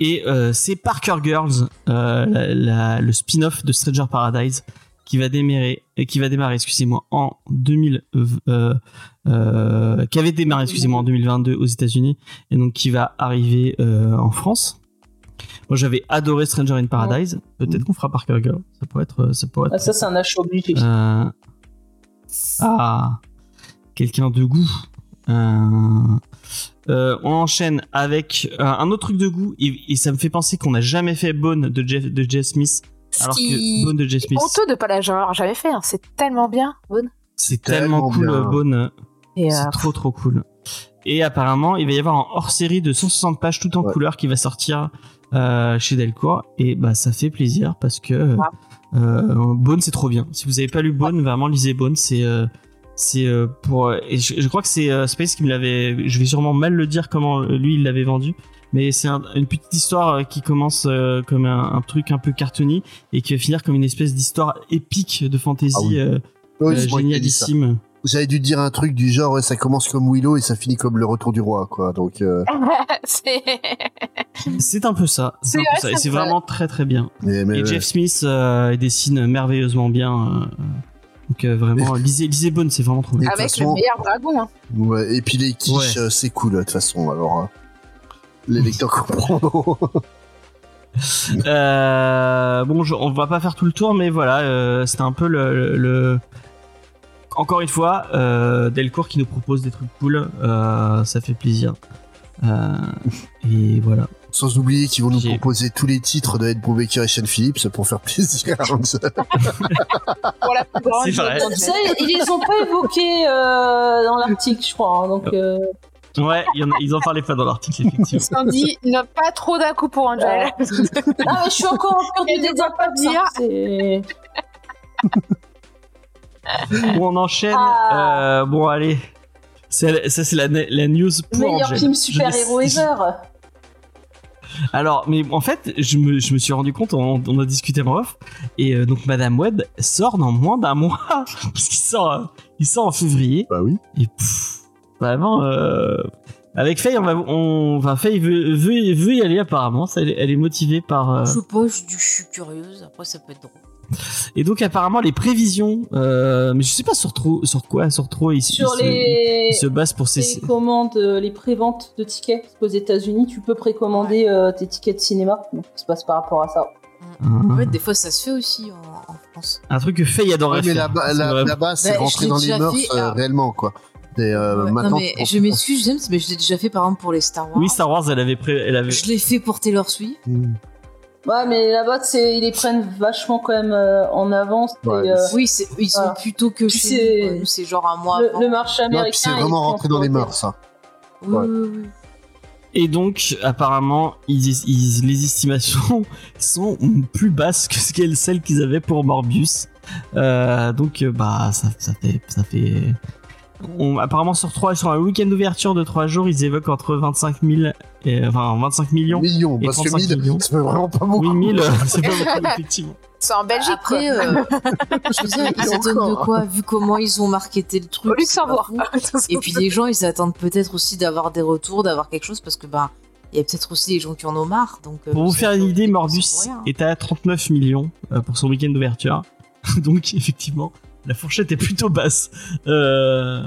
Speaker 2: Et euh, c'est Parker Girls, euh, la- la- le spin-off de Stranger Paradise, qui va démarrer, et qui va démarrer, excusez-moi, en 2000, euh, euh, euh, qui avait démarré, excusez-moi, en 2022 aux États-Unis, et donc qui va arriver euh, en France. Moi, j'avais adoré Stranger in Paradise. Peut-être qu'on fera Parker Girls. Ça pourrait être, euh, ça pourrait
Speaker 6: Ah,
Speaker 2: être
Speaker 6: ça, c'est un achat obligé.
Speaker 2: euh, Ah, quelqu'un de goût. Euh, euh, on enchaîne avec euh, un autre truc de goût et, et ça me fait penser qu'on n'a jamais fait Bone de Jeff, de Jeff Smith.
Speaker 5: Ce
Speaker 2: Alors
Speaker 5: qui
Speaker 2: que Bone de Jeff
Speaker 5: est
Speaker 2: Smith,
Speaker 5: honteux de pas l'avoir jamais fait. hein. C'est tellement bien, Bonne.
Speaker 2: c'est
Speaker 4: tellement
Speaker 2: tellement cool.
Speaker 4: bien.
Speaker 2: Bone, euh,
Speaker 3: Et, euh,
Speaker 2: c'est trop trop cool. Et apparemment, il va y avoir un hors série de 160 pages tout en
Speaker 4: Ouais.
Speaker 2: couleur qui va sortir euh, chez Delcourt et bah ça fait plaisir parce que euh,
Speaker 3: Ah.
Speaker 2: euh, Bone c'est trop bien. Si vous avez pas lu Bone, vraiment lisez Bone, c'est euh, c'est euh, pour euh, et je, je crois que c'est euh, Space qui me l'avait je vais sûrement mal le dire comment euh, lui il l'avait vendu mais c'est un- une petite histoire euh, qui commence euh, comme un, un truc un peu cartoony et qui va finir comme une espèce d'histoire épique de fantasy
Speaker 4: Ah oui.
Speaker 2: euh,
Speaker 4: Oui,
Speaker 2: euh,
Speaker 4: c'est moi qui ai dit ça.
Speaker 2: génialissime.
Speaker 4: J'avais dû dire un truc du genre, ouais, ça commence comme Willow et ça finit comme le retour du roi, quoi. Donc, euh,
Speaker 5: c'est
Speaker 2: C'est un peu ça. C'est
Speaker 5: C'est
Speaker 2: un peu
Speaker 5: vrai,
Speaker 2: ça. Et
Speaker 5: c'est
Speaker 2: c'est
Speaker 5: vrai.
Speaker 2: vraiment très très bien.
Speaker 4: mais- mais-
Speaker 2: Et Jeff Smith euh, il dessine merveilleusement bien. euh, donc euh, vraiment, lisez, lisez Bone, c'est vraiment trop bien.
Speaker 4: de toute
Speaker 5: avec
Speaker 4: façon-
Speaker 5: le meilleur dragon. hein.
Speaker 4: ouais, et puis les quiches,
Speaker 2: Ouais.
Speaker 4: euh, c'est cool, de toute façon. Alors, euh, les lecteurs comprendront.
Speaker 2: Euh, bon, je- on va pas faire tout le tour, mais voilà, euh, c'était un peu le, le- le- Encore une fois, euh, Delcourt qui nous propose des trucs cool, euh, ça fait plaisir. Euh, et voilà.
Speaker 4: Sans oublier qu'ils vont nous
Speaker 2: J'ai-
Speaker 4: proposer tous les titres de Ed Brubaker et Sean Phillips pour faire plaisir.
Speaker 5: Pour la plus grande.
Speaker 2: C'est vrai.
Speaker 5: joie de
Speaker 6: Ça, ils les ont pas évoqués euh, dans l'article, je crois. hein, donc, euh,
Speaker 2: Ouais, il y en a- ils en parlaient pas dans l'article, effectivement.
Speaker 5: Ils ont dit ne pas trop d'un coup pour Angel.
Speaker 6: Ah, mais je suis encore en hein, train
Speaker 5: Elle
Speaker 6: de
Speaker 5: ne doit pas dire.
Speaker 6: dire.
Speaker 2: Bon, on enchaîne.
Speaker 6: Ah.
Speaker 2: Euh, bon, allez. C'est- Ça, c'est la, la news pour
Speaker 6: Meilleur
Speaker 2: Angel.
Speaker 6: film
Speaker 2: Je
Speaker 6: super-héros
Speaker 2: laisse-
Speaker 6: ever.
Speaker 2: Alors, mais en fait, je me, je me suis rendu compte, on, on a discuté en off, et euh, donc Madame Webb sort dans moins d'un mois, parce qu'il sort, euh, il sort en février,
Speaker 4: bah oui.
Speaker 2: et pff, vraiment, euh, avec Faye, on va, on, enfin, Faye veut, veut, veut y aller apparemment, Ça, elle, est- elle est motivée par... euh,
Speaker 3: Je sais pas, je, je suis curieuse. Après, ça peut être drôle.
Speaker 2: et donc apparemment, les prévisions, euh, mais je sais pas sur, trop, sur quoi, sur trop, ils, ils
Speaker 6: Sur
Speaker 2: se- ils-
Speaker 6: les.
Speaker 2: ils se basent pour ces...
Speaker 6: les commandes, euh, les préventes de tickets, parce qu'aux États-Unis, tu peux précommander euh, tes tickets de cinéma, donc ça se passe par rapport à ça.
Speaker 3: En
Speaker 2: Un,
Speaker 3: fait, des fois, ça se fait aussi en, en France.
Speaker 2: un truc que Faye adorait
Speaker 4: Ouais, mais
Speaker 2: faire.
Speaker 4: là-bas,
Speaker 2: Ça
Speaker 4: là-
Speaker 2: devrait-
Speaker 4: là-bas, c'est
Speaker 3: je
Speaker 4: rentré
Speaker 3: l'ai
Speaker 4: dans les
Speaker 3: déjà
Speaker 4: mœurs
Speaker 3: fait,
Speaker 4: euh,
Speaker 3: alors.
Speaker 4: réellement, quoi. Et, euh,
Speaker 3: Ouais.
Speaker 4: maintenant,
Speaker 3: non, mais
Speaker 4: tu
Speaker 3: je
Speaker 4: comprends.
Speaker 3: m'excuse, James, mais je l'ai déjà fait par exemple pour les Star Wars.
Speaker 2: Oui, Star Wars, elle avait... Pré... Elle avait...
Speaker 3: Je l'ai fait pour Taylor Swift.
Speaker 4: Mm.
Speaker 6: Ouais, mais là-bas, c'est- ils les prennent vachement quand même euh, en avance. et,
Speaker 4: Ouais,
Speaker 6: euh,
Speaker 3: Oui, c'est- ils sont
Speaker 6: Voilà.
Speaker 3: plutôt que
Speaker 6: Puis
Speaker 3: chez nous,
Speaker 6: c'est-
Speaker 3: quoi. Nous, C'est genre un mois
Speaker 6: le,
Speaker 3: avant.
Speaker 6: le marché
Speaker 4: Non,
Speaker 6: américain.
Speaker 4: puis c'est
Speaker 6: est
Speaker 4: vraiment rentré dans les
Speaker 6: transporté.
Speaker 4: mœurs, hein. ça.
Speaker 3: Oui,
Speaker 4: ouais.
Speaker 3: oui, oui.
Speaker 2: Et donc, apparemment, ils- ils- les estimations sont plus basses que ce qu'elles- celles qu'ils avaient pour Morbius. Euh, donc, euh, bah, ça, ça fait. Ça fait... On- apparemment, sur, trois, sur un week-end d'ouverture de 3 jours, ils évoquent entre 25, 000 et, enfin, 25 millions.
Speaker 4: Millions,
Speaker 2: Et
Speaker 4: parce que
Speaker 2: 35
Speaker 4: mille,
Speaker 2: millions.
Speaker 4: c'est vraiment pas beaucoup.
Speaker 2: Oui, 1000, c'est pas beaucoup, effectivement.
Speaker 5: C'est en Belgique.
Speaker 3: Après,
Speaker 5: quoi.
Speaker 3: euh, je veux dire, ils
Speaker 4: Et
Speaker 3: attendent de
Speaker 4: encore.
Speaker 3: quoi Vu comment ils ont marketé le truc.
Speaker 5: Au
Speaker 3: c'est pas
Speaker 5: Luxembourg.
Speaker 3: fou. Et puis les gens, ils attendent peut-être aussi d'avoir des retours, d'avoir quelque chose, parce que ben, il y a peut-être aussi les gens qui en ont marre. Donc, euh,
Speaker 2: Pour vous
Speaker 3: ça
Speaker 2: faire une
Speaker 3: peut-
Speaker 2: idée,
Speaker 3: c'est
Speaker 2: Morbus
Speaker 3: pour rien.
Speaker 2: est à 39 millions euh, pour son week-end d'ouverture. donc effectivement, la fourchette est plutôt basse. Euh,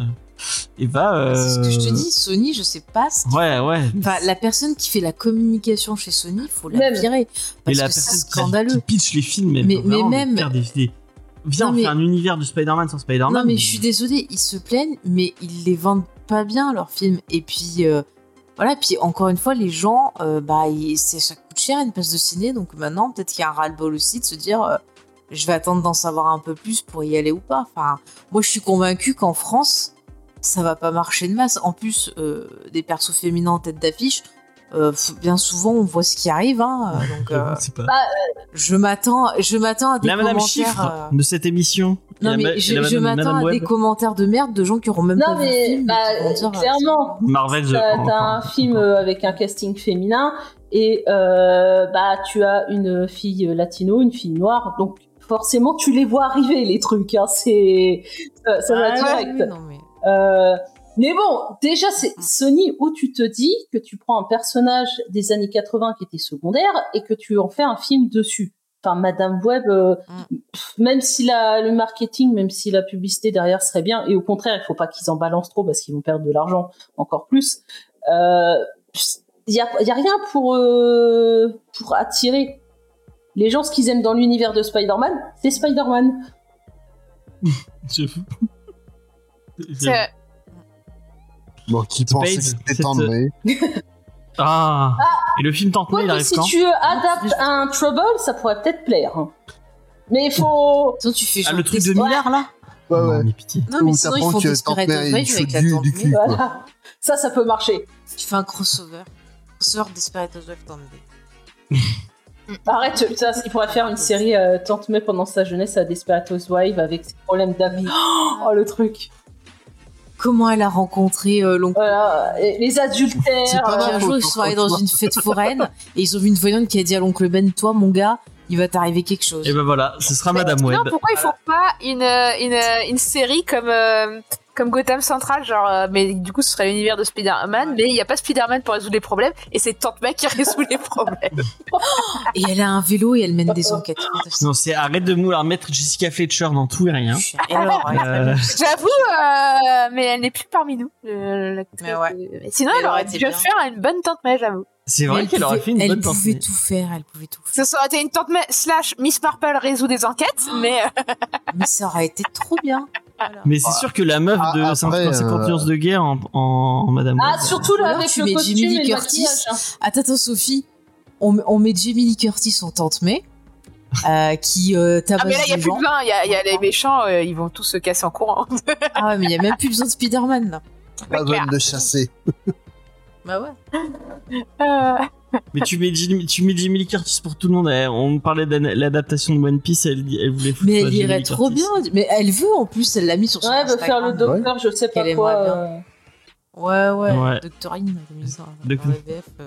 Speaker 2: et bah. euh,
Speaker 3: C'est ce que je te dis, Sony, je sais pas. ce qui-
Speaker 2: Ouais, ouais.
Speaker 3: Enfin, la personne qui fait la communication chez Sony, faut la
Speaker 6: Même.
Speaker 2: Mais
Speaker 3: virer. Parce
Speaker 2: la
Speaker 3: que c'est
Speaker 2: personne qui-
Speaker 3: scandaleux.
Speaker 2: qui pitch les films, elle
Speaker 3: Mais-
Speaker 2: peut
Speaker 3: mais
Speaker 2: vraiment
Speaker 3: même-
Speaker 2: faire des idées. Viens,
Speaker 3: Non,
Speaker 2: on
Speaker 3: mais-
Speaker 2: fait un univers de Spider-Man sans Spider-Man.
Speaker 3: Non, mais je suis désolée, ils se plaignent, mais ils les vendent pas bien, leurs films. Et puis, euh, voilà, puis encore une fois, les gens, euh, bah, ils- c'est ça coûte cher une place de ciné, donc maintenant, peut-être qu'il y a un ras-le-bol aussi de se dire, euh, je vais attendre d'en savoir un peu plus pour y aller ou pas. Enfin, moi, je suis convaincue qu'en France, ça va pas marcher de masse. En plus, euh, des persos féminins en tête d'affiche, euh, f- bien souvent, on voit ce qui arrive, hein, euh, donc euh,
Speaker 2: Je sais pas.
Speaker 3: je m'attends, je m'attends à des
Speaker 2: La Madame
Speaker 3: commentaires.
Speaker 2: Chiffre
Speaker 3: euh,
Speaker 2: de cette émission. la
Speaker 3: non,
Speaker 2: ma-
Speaker 3: mais
Speaker 2: et
Speaker 3: je,
Speaker 2: la
Speaker 3: je
Speaker 2: Madame-
Speaker 3: m'attends
Speaker 2: Madame
Speaker 3: à des
Speaker 2: Web.
Speaker 3: commentaires de merde de gens qui auront même
Speaker 6: Non,
Speaker 3: pas vu
Speaker 6: mais,
Speaker 3: le film. et qui
Speaker 6: bah,
Speaker 3: vont dire, euh,
Speaker 6: clairement.
Speaker 3: c'est
Speaker 2: Marvel. The-
Speaker 6: T'as t'as
Speaker 2: enfin,
Speaker 6: un film euh, avec un casting féminin et euh, bah tu as une fille euh, latino, une fille noire, donc forcément tu les vois arriver les trucs. Hein, c'est ça, ça va
Speaker 3: pas grave.
Speaker 6: direct.
Speaker 3: Oui, Ah non, mais-
Speaker 6: Euh, mais bon, déjà, c'est Sony où tu te dis que tu prends un personnage des années 80 qui était secondaire et que tu en fais un film dessus. Enfin, Madame Web, euh,
Speaker 3: Mm.
Speaker 6: pff, même si la, le marketing, même si la publicité derrière serait bien, et au contraire, il faut pas qu'ils en balancent trop parce qu'ils vont perdre de l'argent encore plus. Euh, pss, Il y, a, il y a rien pour euh, pour attirer les gens. Ce qu'ils aiment dans l'univers de Spider-Man, c'est Spider-Man.
Speaker 2: j'avoue. J'avoue.
Speaker 5: C'est-
Speaker 4: Bon, qui
Speaker 2: Spades,
Speaker 4: pensait que c'était
Speaker 2: cette-
Speaker 4: tendré
Speaker 2: Ah. Et le film Tank
Speaker 6: Ouais,
Speaker 2: il
Speaker 6: mais
Speaker 2: arrive
Speaker 6: si
Speaker 2: quand
Speaker 6: tu adaptes un Trouble, ça pourrait peut-être plaire. hein. Mais il faut.
Speaker 3: Sinon, tu fais
Speaker 2: Ah,
Speaker 3: genre
Speaker 2: le truc de
Speaker 3: des-
Speaker 2: Millard là
Speaker 4: Ouais,
Speaker 2: Non,
Speaker 4: ouais.
Speaker 2: mais pitié.
Speaker 3: Non, mais
Speaker 4: Où
Speaker 3: sinon,
Speaker 4: t'apprends
Speaker 3: ils font
Speaker 4: que
Speaker 3: des
Speaker 4: Tante
Speaker 3: Desperate
Speaker 4: Mary, il
Speaker 3: Housewives
Speaker 4: shoot
Speaker 3: avec
Speaker 4: du-
Speaker 3: la Tante
Speaker 4: du cul.
Speaker 3: May.
Speaker 6: Voilà. Ça, ça peut marcher.
Speaker 3: Tu fais un crossover. Crossover Desperate Housewives Tante May.
Speaker 6: Arrête, ça, il pourrait faire une série euh, Tante May pendant sa jeunesse à Desperate Housewives avec ses problèmes d'amis. Oh, le truc.
Speaker 3: Comment elle a rencontré euh, l'oncle
Speaker 6: Voilà. Et les
Speaker 4: C'est
Speaker 6: adultères.
Speaker 4: pas mal.
Speaker 6: euh,
Speaker 3: Un jour, ils sont allés dans une fête foraine et ils ont vu une voyante qui a dit à l'oncle Ben Toi, mon gars, il va t'arriver quelque chose.
Speaker 2: Et ben voilà, ce sera Madame Web.
Speaker 5: Non, pourquoi ils font pas une, euh, une, euh, une série comme, euh, comme Gotham Central, genre, euh, mais du coup, ce serait l'univers de Spider-Man, mais il n'y a pas Spider-Man pour résoudre les problèmes, et c'est Tante May qui résout les problèmes.
Speaker 3: Et elle a un vélo et elle mène des enquêtes.
Speaker 2: Non, c'est arrête de nous la mettre Jessica Fletcher dans tout et rien.
Speaker 3: Et alors, elle-
Speaker 2: Euh,
Speaker 5: J'avoue, euh, mais elle n'est plus parmi nous. euh, la-
Speaker 3: Mais ouais.
Speaker 5: Mais Sinon,
Speaker 3: Mais
Speaker 5: elle aurait
Speaker 3: elle
Speaker 5: dû
Speaker 3: était bien.
Speaker 5: faire une bonne Tante May, j'avoue.
Speaker 2: c'est vrai
Speaker 3: elle
Speaker 2: qu'elle aurait
Speaker 3: pouvait-
Speaker 2: fait une
Speaker 3: Elle
Speaker 2: bonne
Speaker 3: pouvait
Speaker 2: tentative.
Speaker 3: tout faire, elle pouvait tout faire.
Speaker 5: Ce aurait été une Tante May slash Miss Marple résout des enquêtes,
Speaker 3: Oh.
Speaker 5: mais euh,
Speaker 3: Mais ça aurait été trop bien.
Speaker 2: Mais c'est sûr que la meuf
Speaker 4: Ah,
Speaker 2: de
Speaker 4: après,
Speaker 2: 50 nuances de guerre en, en, en Madame
Speaker 6: Ah,
Speaker 2: Web.
Speaker 6: surtout
Speaker 3: Ou
Speaker 6: là,
Speaker 3: alors
Speaker 6: avec
Speaker 3: tu
Speaker 6: le
Speaker 3: mets
Speaker 6: costume
Speaker 3: Jimmy
Speaker 6: et
Speaker 3: Lee
Speaker 6: le
Speaker 3: Curtis.
Speaker 6: maquillage. hein.
Speaker 3: Attends, attends, Sophie, on, on met Jamie Lee Curtis en tante May, euh, qui euh,
Speaker 5: ah,
Speaker 3: tabasse
Speaker 5: mais là, il n'y a
Speaker 3: des
Speaker 5: plus
Speaker 3: gens.
Speaker 5: de vin. Il y, a- il y a les méchants, euh, ils vont tous se casser en courant.
Speaker 3: Ah ouais, mais il y a même plus besoin de Spider-Man, là.
Speaker 4: Pas bonne de chasser.
Speaker 3: Bah ouais.
Speaker 5: Euh,
Speaker 2: Mais tu mets, Jimmy, tu mets Jimmy Lee Curtis pour tout le monde. Elle- On parlait de l'adaptation de One Piece, elle, elle voulait foutre.
Speaker 3: Mais
Speaker 2: euh,
Speaker 3: elle
Speaker 2: Jimmy
Speaker 3: irait
Speaker 2: Lee
Speaker 3: trop
Speaker 2: Curtis.
Speaker 3: bien. Mais elle veut, en plus, elle l'a mis sur son
Speaker 6: Ouais, veut faire le
Speaker 3: Instagram.
Speaker 6: docteur, je sais pas
Speaker 3: Qu'elle
Speaker 6: quoi.
Speaker 3: aimerait
Speaker 6: euh,
Speaker 3: Ouais, ouais,
Speaker 2: Ouais.
Speaker 3: Doctorine, comme ils disent, hein,
Speaker 2: Doc-
Speaker 3: dans la VF, euh,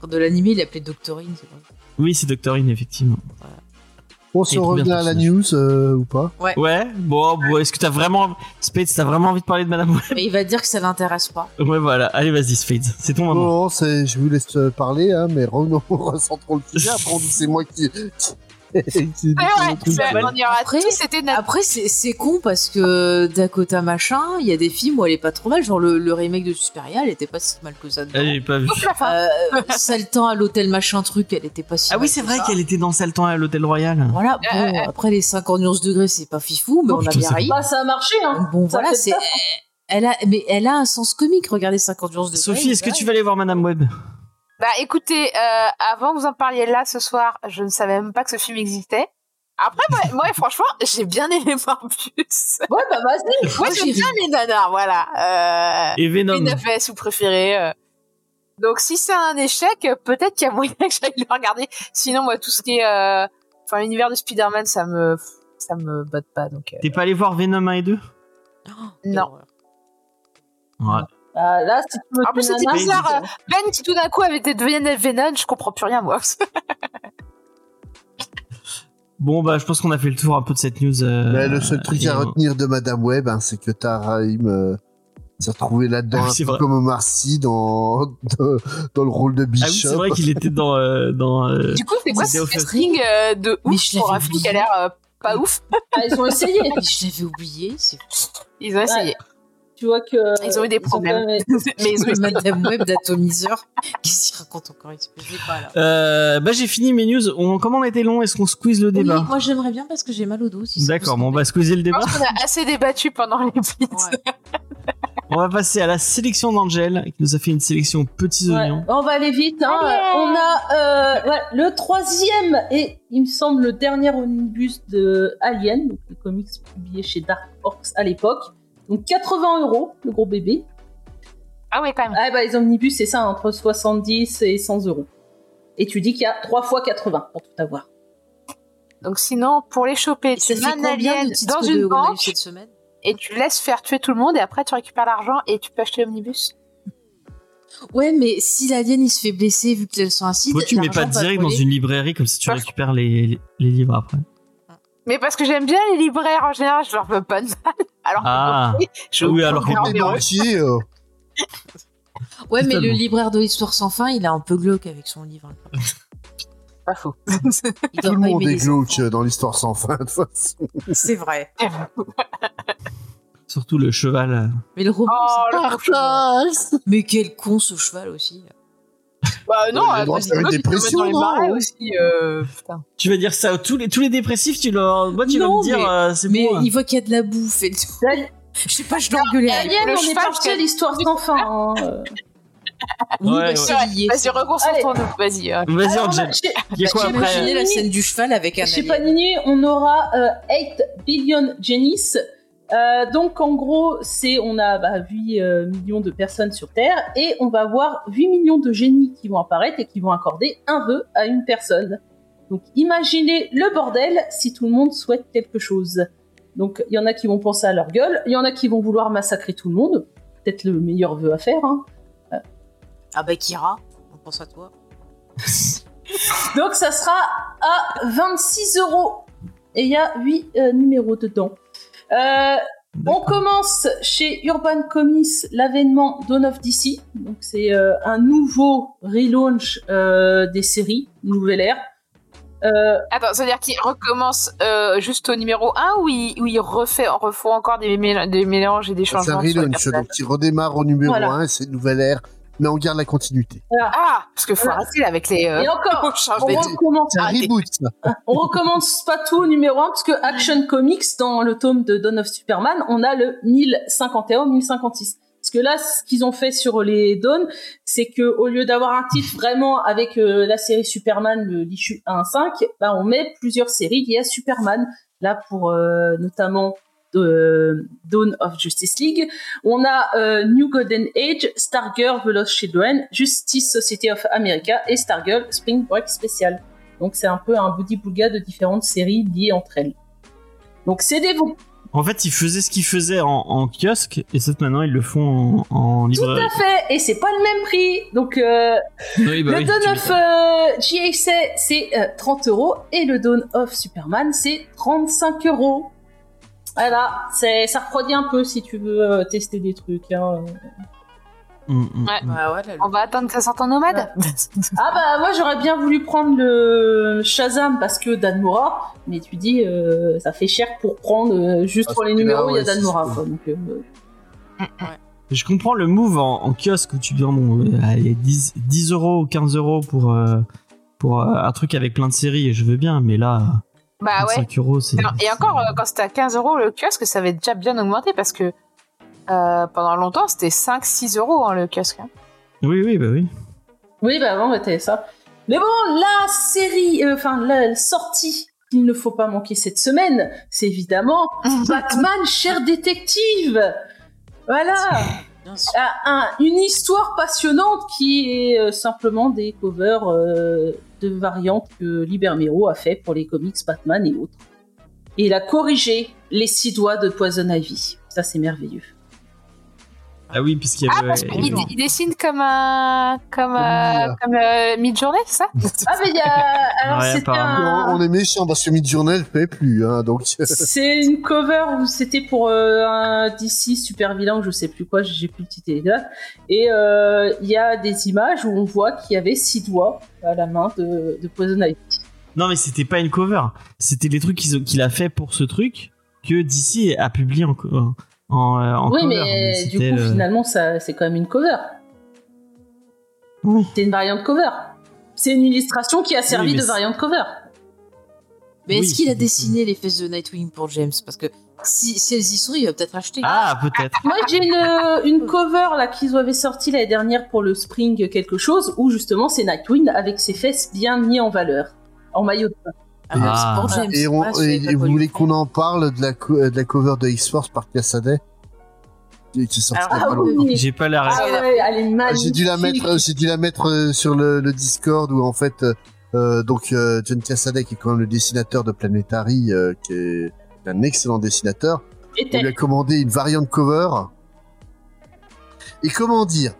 Speaker 3: Quand de l'animé, il l'appelait Doctorine, c'est vrai.
Speaker 2: Oui, c'est Doctorine, effectivement.
Speaker 4: On
Speaker 2: Il
Speaker 4: se
Speaker 2: est trop
Speaker 4: revient
Speaker 2: bien,
Speaker 4: à la
Speaker 2: personnage.
Speaker 4: news euh, ou pas
Speaker 2: Ouais, bon, bon, est-ce que t'as vraiment. Spades, t'as vraiment envie de parler de Madame Web
Speaker 3: Mais il va dire que ça l'intéresse pas.
Speaker 2: Ouais, voilà, allez, vas-y, Spades, c'est ton
Speaker 4: Non,
Speaker 2: moment.
Speaker 4: non, c'est- je vous laisse euh, parler, hein, mais revenons sans trop le sujet. Après, on dit c'est moi qui. qui- qui-
Speaker 5: mais ouais,
Speaker 4: qui-
Speaker 5: mais on y aura
Speaker 3: Après-
Speaker 5: tous été notre-
Speaker 3: Après, c'est c'est con parce que Dakota machin, il y a des films où elle est pas trop mal. Genre, le, le remake de Suspiria, elle était pas si mal que ça.
Speaker 4: Oh.
Speaker 3: dedans.
Speaker 2: Elle, j'ai pas vu.
Speaker 5: Sauf la fin.
Speaker 3: Euh, Saltan à l'hôtel machin truc, elle était pas si
Speaker 2: Ah
Speaker 3: mal
Speaker 2: oui, c'est
Speaker 3: que
Speaker 2: vrai
Speaker 3: ça.
Speaker 2: qu'elle était dans le temps à l'Hôtel Royal.
Speaker 3: Voilà,
Speaker 5: Euh,
Speaker 3: bon, après les 50 nuances degrés, c'est pas fifou, mais
Speaker 2: Oh,
Speaker 3: on a
Speaker 2: putain,
Speaker 3: bien
Speaker 2: c'est
Speaker 3: ri.
Speaker 6: Bah, ça a marché, hein.
Speaker 3: Bon,
Speaker 6: Ça
Speaker 3: voilà,
Speaker 6: fait
Speaker 3: c'est.
Speaker 6: peur.
Speaker 3: Elle a, mais elle a un sens comique, regardez 50 nuances degrés.
Speaker 2: Sophie, est-ce que tu vas aller voir Madame Web
Speaker 5: Bah écoutez, euh, avant que vous en parliez là ce soir, je ne savais même pas que ce film existait. Après, moi, moi, franchement, j'ai bien aimé Morbius.
Speaker 6: Ouais, bah vas-y.
Speaker 5: Moi,
Speaker 3: j'ai
Speaker 5: j'aime bien les nanars, voilà. Euh,
Speaker 2: Et Venom
Speaker 5: Une ou préféré. euh. Donc, si c'est un échec, euh, peut-être qu'il y a moyen que j'aille le regarder. Sinon, moi, tout ce qui est, euh, enfin, l'univers de Spider-Man, ça me, ça me botte pas. Donc, euh,
Speaker 2: T'es pas allé voir Venom 1 et 2
Speaker 3: Ah,
Speaker 5: non.
Speaker 2: Ouais.
Speaker 6: Bah, là, si tu me
Speaker 5: En plus,
Speaker 6: fais
Speaker 5: Ah, c'était
Speaker 6: nanar,
Speaker 5: bizarre,
Speaker 6: euh,
Speaker 5: Ben, qui tout d'un coup avait été devenu Venom, je comprends plus rien, moi.
Speaker 2: Bon, bah, je pense qu'on a fait le tour un peu de cette news. euh,
Speaker 4: Ouais, Bah, le seul truc
Speaker 2: et
Speaker 4: à
Speaker 2: on-
Speaker 4: retenir de Madame Web, hein, c'est que Taraïm euh, s'est retrouvé là-dedans,
Speaker 2: Ah oui,
Speaker 4: un
Speaker 2: c'est
Speaker 4: peu
Speaker 2: vrai.
Speaker 4: comme Omar Sy dans, dans, dans le rôle de Bishop.
Speaker 2: Ah oui, c'est vrai qu'il était dans. euh, dans euh,
Speaker 5: Du coup, c'est quoi
Speaker 2: C'était
Speaker 5: ce
Speaker 2: au fait.
Speaker 5: casting euh, de
Speaker 3: Mais
Speaker 5: ouf
Speaker 3: je
Speaker 5: pour un
Speaker 3: l'avais
Speaker 5: film qui a
Speaker 3: oublié.
Speaker 5: l'air euh, pas ouf.
Speaker 6: Ah, ils ont essayé.
Speaker 3: Mais Je l'avais oublié. c'est-
Speaker 5: Ils ont essayé.
Speaker 6: tu vois que
Speaker 5: Ils ont eu des problèmes.
Speaker 6: quand même-
Speaker 5: Mais ils ont
Speaker 3: Madame Web d'atomiseur. Qu'est-ce qu'il raconte encore Il se plaisait pas là.
Speaker 2: Euh, bah j'ai fini mes news. On, comment on était long Est-ce qu'on squeeze le
Speaker 3: Oui,
Speaker 2: débat
Speaker 3: moi j'aimerais bien parce que j'ai mal au dos. si ça
Speaker 2: D'accord,
Speaker 3: vous
Speaker 2: bon, on va squeezer le
Speaker 5: Je
Speaker 2: débat.
Speaker 5: pense qu'on a assez débattu pendant les
Speaker 3: embête. Ouais.
Speaker 2: On va passer à la sélection d'Angèle, qui nous a fait une sélection petits
Speaker 6: Ouais,
Speaker 2: oignons.
Speaker 6: on va aller vite. hein.
Speaker 5: Allez.
Speaker 6: On a euh, ouais, le troisième et il me semble le dernier omnibus de Alien, donc le comics publié chez Dark Horse à l'époque. Donc 80 euros le gros bébé.
Speaker 5: Ah oui, quand même.
Speaker 6: Ah bah les omnibus c'est ça entre 70 et 100 euros. Et tu dis qu'il y a 3 fois 80 pour tout avoir.
Speaker 5: Donc sinon, pour les choper,
Speaker 3: Et ça
Speaker 5: tu
Speaker 3: fait
Speaker 5: mets un
Speaker 3: combien
Speaker 5: alien
Speaker 3: de titres
Speaker 5: dans
Speaker 3: de
Speaker 5: une
Speaker 3: qu'on a eu
Speaker 5: banque
Speaker 3: cette semaine
Speaker 5: et tu laisses faire tuer tout le monde et après tu récupères l'argent et tu peux acheter l'omnibus.
Speaker 3: Ouais, mais si l'alien il se fait blesser vu qu'elles sont acides,
Speaker 2: Pourquoi tu mets pas
Speaker 3: l'argent va
Speaker 2: direct dans
Speaker 3: voler.
Speaker 2: une librairie comme si tu
Speaker 5: Parce-
Speaker 2: récupères les, les, les livres après
Speaker 5: Mais parce que j'aime bien les libraires en général, je leur veux pas de mal. Alors que
Speaker 2: Ah.
Speaker 5: pour lui, je
Speaker 2: Oui, alors
Speaker 5: comprends
Speaker 2: qu'on
Speaker 4: Les
Speaker 5: bien heureux.
Speaker 4: banquiers, euh,
Speaker 3: Ouais, mais le
Speaker 2: Totalement.
Speaker 3: libraire de l'histoire sans fin, il est un peu glauque avec son livre.
Speaker 5: Pas faux.
Speaker 3: Il
Speaker 4: tout
Speaker 3: doit
Speaker 4: le
Speaker 3: pas
Speaker 4: monde
Speaker 3: aimer
Speaker 4: est
Speaker 3: les
Speaker 4: glauque
Speaker 3: enfants.
Speaker 4: euh, dans l'histoire sans fin. de toute façon.
Speaker 3: C'est vrai.
Speaker 2: Surtout le cheval. euh.
Speaker 3: Mais le roman,
Speaker 5: Oh,
Speaker 3: c'est
Speaker 5: le
Speaker 3: pas grave. Mais quel con ce cheval aussi.
Speaker 5: Bah non,
Speaker 4: Il a le droit de faire une dépression, non
Speaker 5: aussi. euh, putain.
Speaker 2: Tu vas dire ça, tous les, tous les dépressifs, tu leur. Moi, tu
Speaker 3: Non,
Speaker 2: vas me dire,
Speaker 3: mais-
Speaker 2: euh, c'est
Speaker 3: Mais
Speaker 2: bon. hein.
Speaker 3: il voit qu'il y a de la bouffe et tout.
Speaker 6: Alien,
Speaker 3: Je sais pas, je l'engueulais.
Speaker 5: Le
Speaker 6: on est
Speaker 5: cheval,
Speaker 6: parti à
Speaker 5: quel-
Speaker 6: l'histoire sans fin. hein. Euh,
Speaker 3: Oui,
Speaker 2: Ouais,
Speaker 3: bah,
Speaker 2: ouais.
Speaker 3: c'est lié.
Speaker 5: Vas-y, reconcentrons-nous. Vas-y. euh.
Speaker 2: Vas-y,
Speaker 6: alors,
Speaker 2: Angèle.
Speaker 6: chez-
Speaker 2: Il y a quoi
Speaker 3: J'ai
Speaker 2: après
Speaker 3: imaginé la scène du cheval avec un
Speaker 6: Chez
Speaker 3: alien.
Speaker 6: Panini, on aura euh, 8 billion Genis. Euh, donc en gros, c'est on a bah, 8 euh, millions de personnes sur Terre et on va avoir 8 millions de génies qui vont apparaître et qui vont accorder un vœu à une personne. Donc imaginez le bordel si tout le monde souhaite quelque chose. Donc il y en a qui vont penser à leur gueule, il y en a qui vont vouloir massacrer tout le monde. Peut-être le meilleur vœu à faire. hein.
Speaker 3: Ah bah Kira, on pense à toi.
Speaker 6: Donc ça sera à 26 euros. Et il y a 8 numéros dedans. Euh, on commence chez Urban Comics l'avènement Dawn of DC. Donc c'est euh, un nouveau relaunch euh, des séries, nouvelle ère. Euh,
Speaker 5: Attends, ça veut dire qu'il recommence euh, juste au numéro 1 ou il, ou il refait, refont encore des, mél- des mélanges et des
Speaker 4: C'est un
Speaker 5: changements sur les
Speaker 4: relaunch,
Speaker 5: personnages
Speaker 4: donc il redémarre au numéro
Speaker 6: Voilà.
Speaker 4: 1, c'est une nouvelle ère, mais on garde la continuité.
Speaker 5: Ah, parce que faut
Speaker 6: Voilà.
Speaker 5: arrêter là avec les. euh,
Speaker 6: et encore,
Speaker 5: on change
Speaker 6: on
Speaker 5: des-
Speaker 6: recommence,
Speaker 4: C'est un
Speaker 5: Arrêtez.
Speaker 4: reboot, ça.
Speaker 6: on recommence pas tout au numéro 1 parce que Action Comics, dans le tome de Dawn of Superman, on a le 1051-1056. Parce que là, ce qu'ils ont fait sur les Dawn, c'est que au lieu d'avoir un titre vraiment avec euh, la série Superman, le- l'issue 1-5, bah, on met plusieurs séries liées à Superman. Là, pour euh, notamment euh, Dawn of Justice League, on a euh, New Golden Age, Stargirl, The Lost Children, Justice Society of America et Stargirl Spring Break spécial. Donc c'est un peu un booty boulga de différentes séries liées entre elles. Donc c'est des tout
Speaker 2: En fait, ils faisaient ce qu'ils faisaient en, en kiosque, et sauf que maintenant, ils le font en, en librairie.
Speaker 6: à fait et c'est pas le même prix. Donc euh,
Speaker 2: Oui, bah
Speaker 6: le
Speaker 2: oui, tu
Speaker 6: Dawn
Speaker 2: m'étonnes.
Speaker 6: of euh, JSA c'est euh, 30 euros et le Dawn of Superman c'est 35 euros. Voilà, c'est ça refroidit un peu si tu veux euh, tester des trucs. hein.
Speaker 2: Mm, mm,
Speaker 5: Ouais.
Speaker 2: mm.
Speaker 3: Bah Ouais, ouais, là, le-
Speaker 5: On va attendre que ça sorte en nomade.
Speaker 6: Ah bah moi j'aurais bien voulu prendre le Shazam parce que Dan Mora, mais tu dis euh, ça fait cher pour prendre euh, juste
Speaker 4: Ah,
Speaker 6: pour les
Speaker 4: c'est
Speaker 6: numéros
Speaker 4: là,
Speaker 6: il y a
Speaker 4: ouais,
Speaker 6: Dan
Speaker 4: c'est-
Speaker 6: Mora. quoi. Donc, euh,
Speaker 2: Je comprends le move en, en kiosque où tu dis, bon, euh, allez, 10, 10 euros ou 15 euros pour, euh, pour euh, un truc avec plein de séries, et je veux bien, mais là,
Speaker 6: Ah
Speaker 5: bah ouais.
Speaker 2: 5 euros, c'est.
Speaker 5: Et encore, euh, quand c'était à 15 euros le kiosque, ça avait déjà bien augmenté parce que euh, pendant longtemps, c'était 5-6 euros hein, le kiosque. hein.
Speaker 2: Oui, oui, bah oui.
Speaker 6: Oui, bah avant, c'était ça. Mais bon, la série, euh, enfin, la sortie qu'il ne faut pas manquer cette semaine, c'est évidemment Batman, cher détective. Voilà,
Speaker 3: Bien sûr.
Speaker 6: Un- un- une histoire passionnante qui est euh, simplement des covers euh, de variantes que Libermero a fait pour les comics Batman et autres. Et il a corrigé les six doigts de Poison Ivy. Ça, c'est merveilleux.
Speaker 2: Ah oui, puisqu'il y avait.
Speaker 5: Ah, parce
Speaker 2: ouais,
Speaker 5: qu'il
Speaker 2: ouais.
Speaker 5: il dessine comme un. comme, euh,
Speaker 4: Comme,
Speaker 5: comme euh, mid-journée, c'est ça
Speaker 2: Mm.
Speaker 6: Ah, mais il y a. Alors,
Speaker 2: Ouais,
Speaker 6: c'était
Speaker 2: apparemment.
Speaker 6: un-
Speaker 4: On, on est méchant parce que Midjourney ne paie plus, hein, donc
Speaker 6: C'est une cover où c'était pour euh, un DC super vilain ou je sais plus quoi, j'ai plus le titre exact. Et euh, il y a des images où on voit qu'il y avait six doigts à la main de, de Poison Ivy.
Speaker 2: Non, mais c'était pas une cover. C'était les trucs qu'ils ont- qu'il a fait pour ce truc que DC a publié en, co- en, euh, en
Speaker 6: oui,
Speaker 2: cover.
Speaker 6: mais euh, du
Speaker 2: c'était
Speaker 6: coup,
Speaker 2: le-
Speaker 6: finalement, ça, c'est quand même une cover.
Speaker 2: Oui.
Speaker 6: C'est une variante cover. C'est une illustration qui a servi
Speaker 2: mais
Speaker 6: de
Speaker 2: c'est-
Speaker 6: variante cover.
Speaker 3: Mais
Speaker 2: Oui,
Speaker 3: est-ce qu'il a
Speaker 2: c'est-
Speaker 3: dessiné les fesses de Nightwing pour James Parce que si, si elles y sont, il va peut-être acheter.
Speaker 2: Ah, peut-être.
Speaker 6: Moi, j'ai une, euh, une cover là qu'ils avaient sortie l'année dernière pour le Spring quelque chose, où justement c'est Nightwing avec ses fesses bien mises en valeur, en maillot de bain.
Speaker 3: Ah, mais
Speaker 2: Ah.
Speaker 3: c'est pour James.
Speaker 4: Et, on-
Speaker 3: Voilà, je savais
Speaker 4: et-
Speaker 3: pas
Speaker 4: et
Speaker 3: quoi
Speaker 4: vous
Speaker 3: lui
Speaker 4: voulez qu'on
Speaker 3: prendre.
Speaker 4: en parle de la, co- euh, de la cover de X-Force par Cassaday Qui qui est sortie il y a
Speaker 6: Ah
Speaker 4: pas longtemps.
Speaker 6: oui,
Speaker 2: J'ai pas la
Speaker 6: ah,
Speaker 2: réponse.
Speaker 6: ouais, elle est magnifique.
Speaker 4: J'ai dû la mettre, j'ai dû la mettre euh, sur le, le Discord où en fait, euh, euh, donc euh, John Cassaday qui est quand même le dessinateur de Planetary, euh, qui est un excellent dessinateur,
Speaker 6: Et
Speaker 4: on lui a
Speaker 6: elle-
Speaker 4: commandé une variante cover. Et comment dire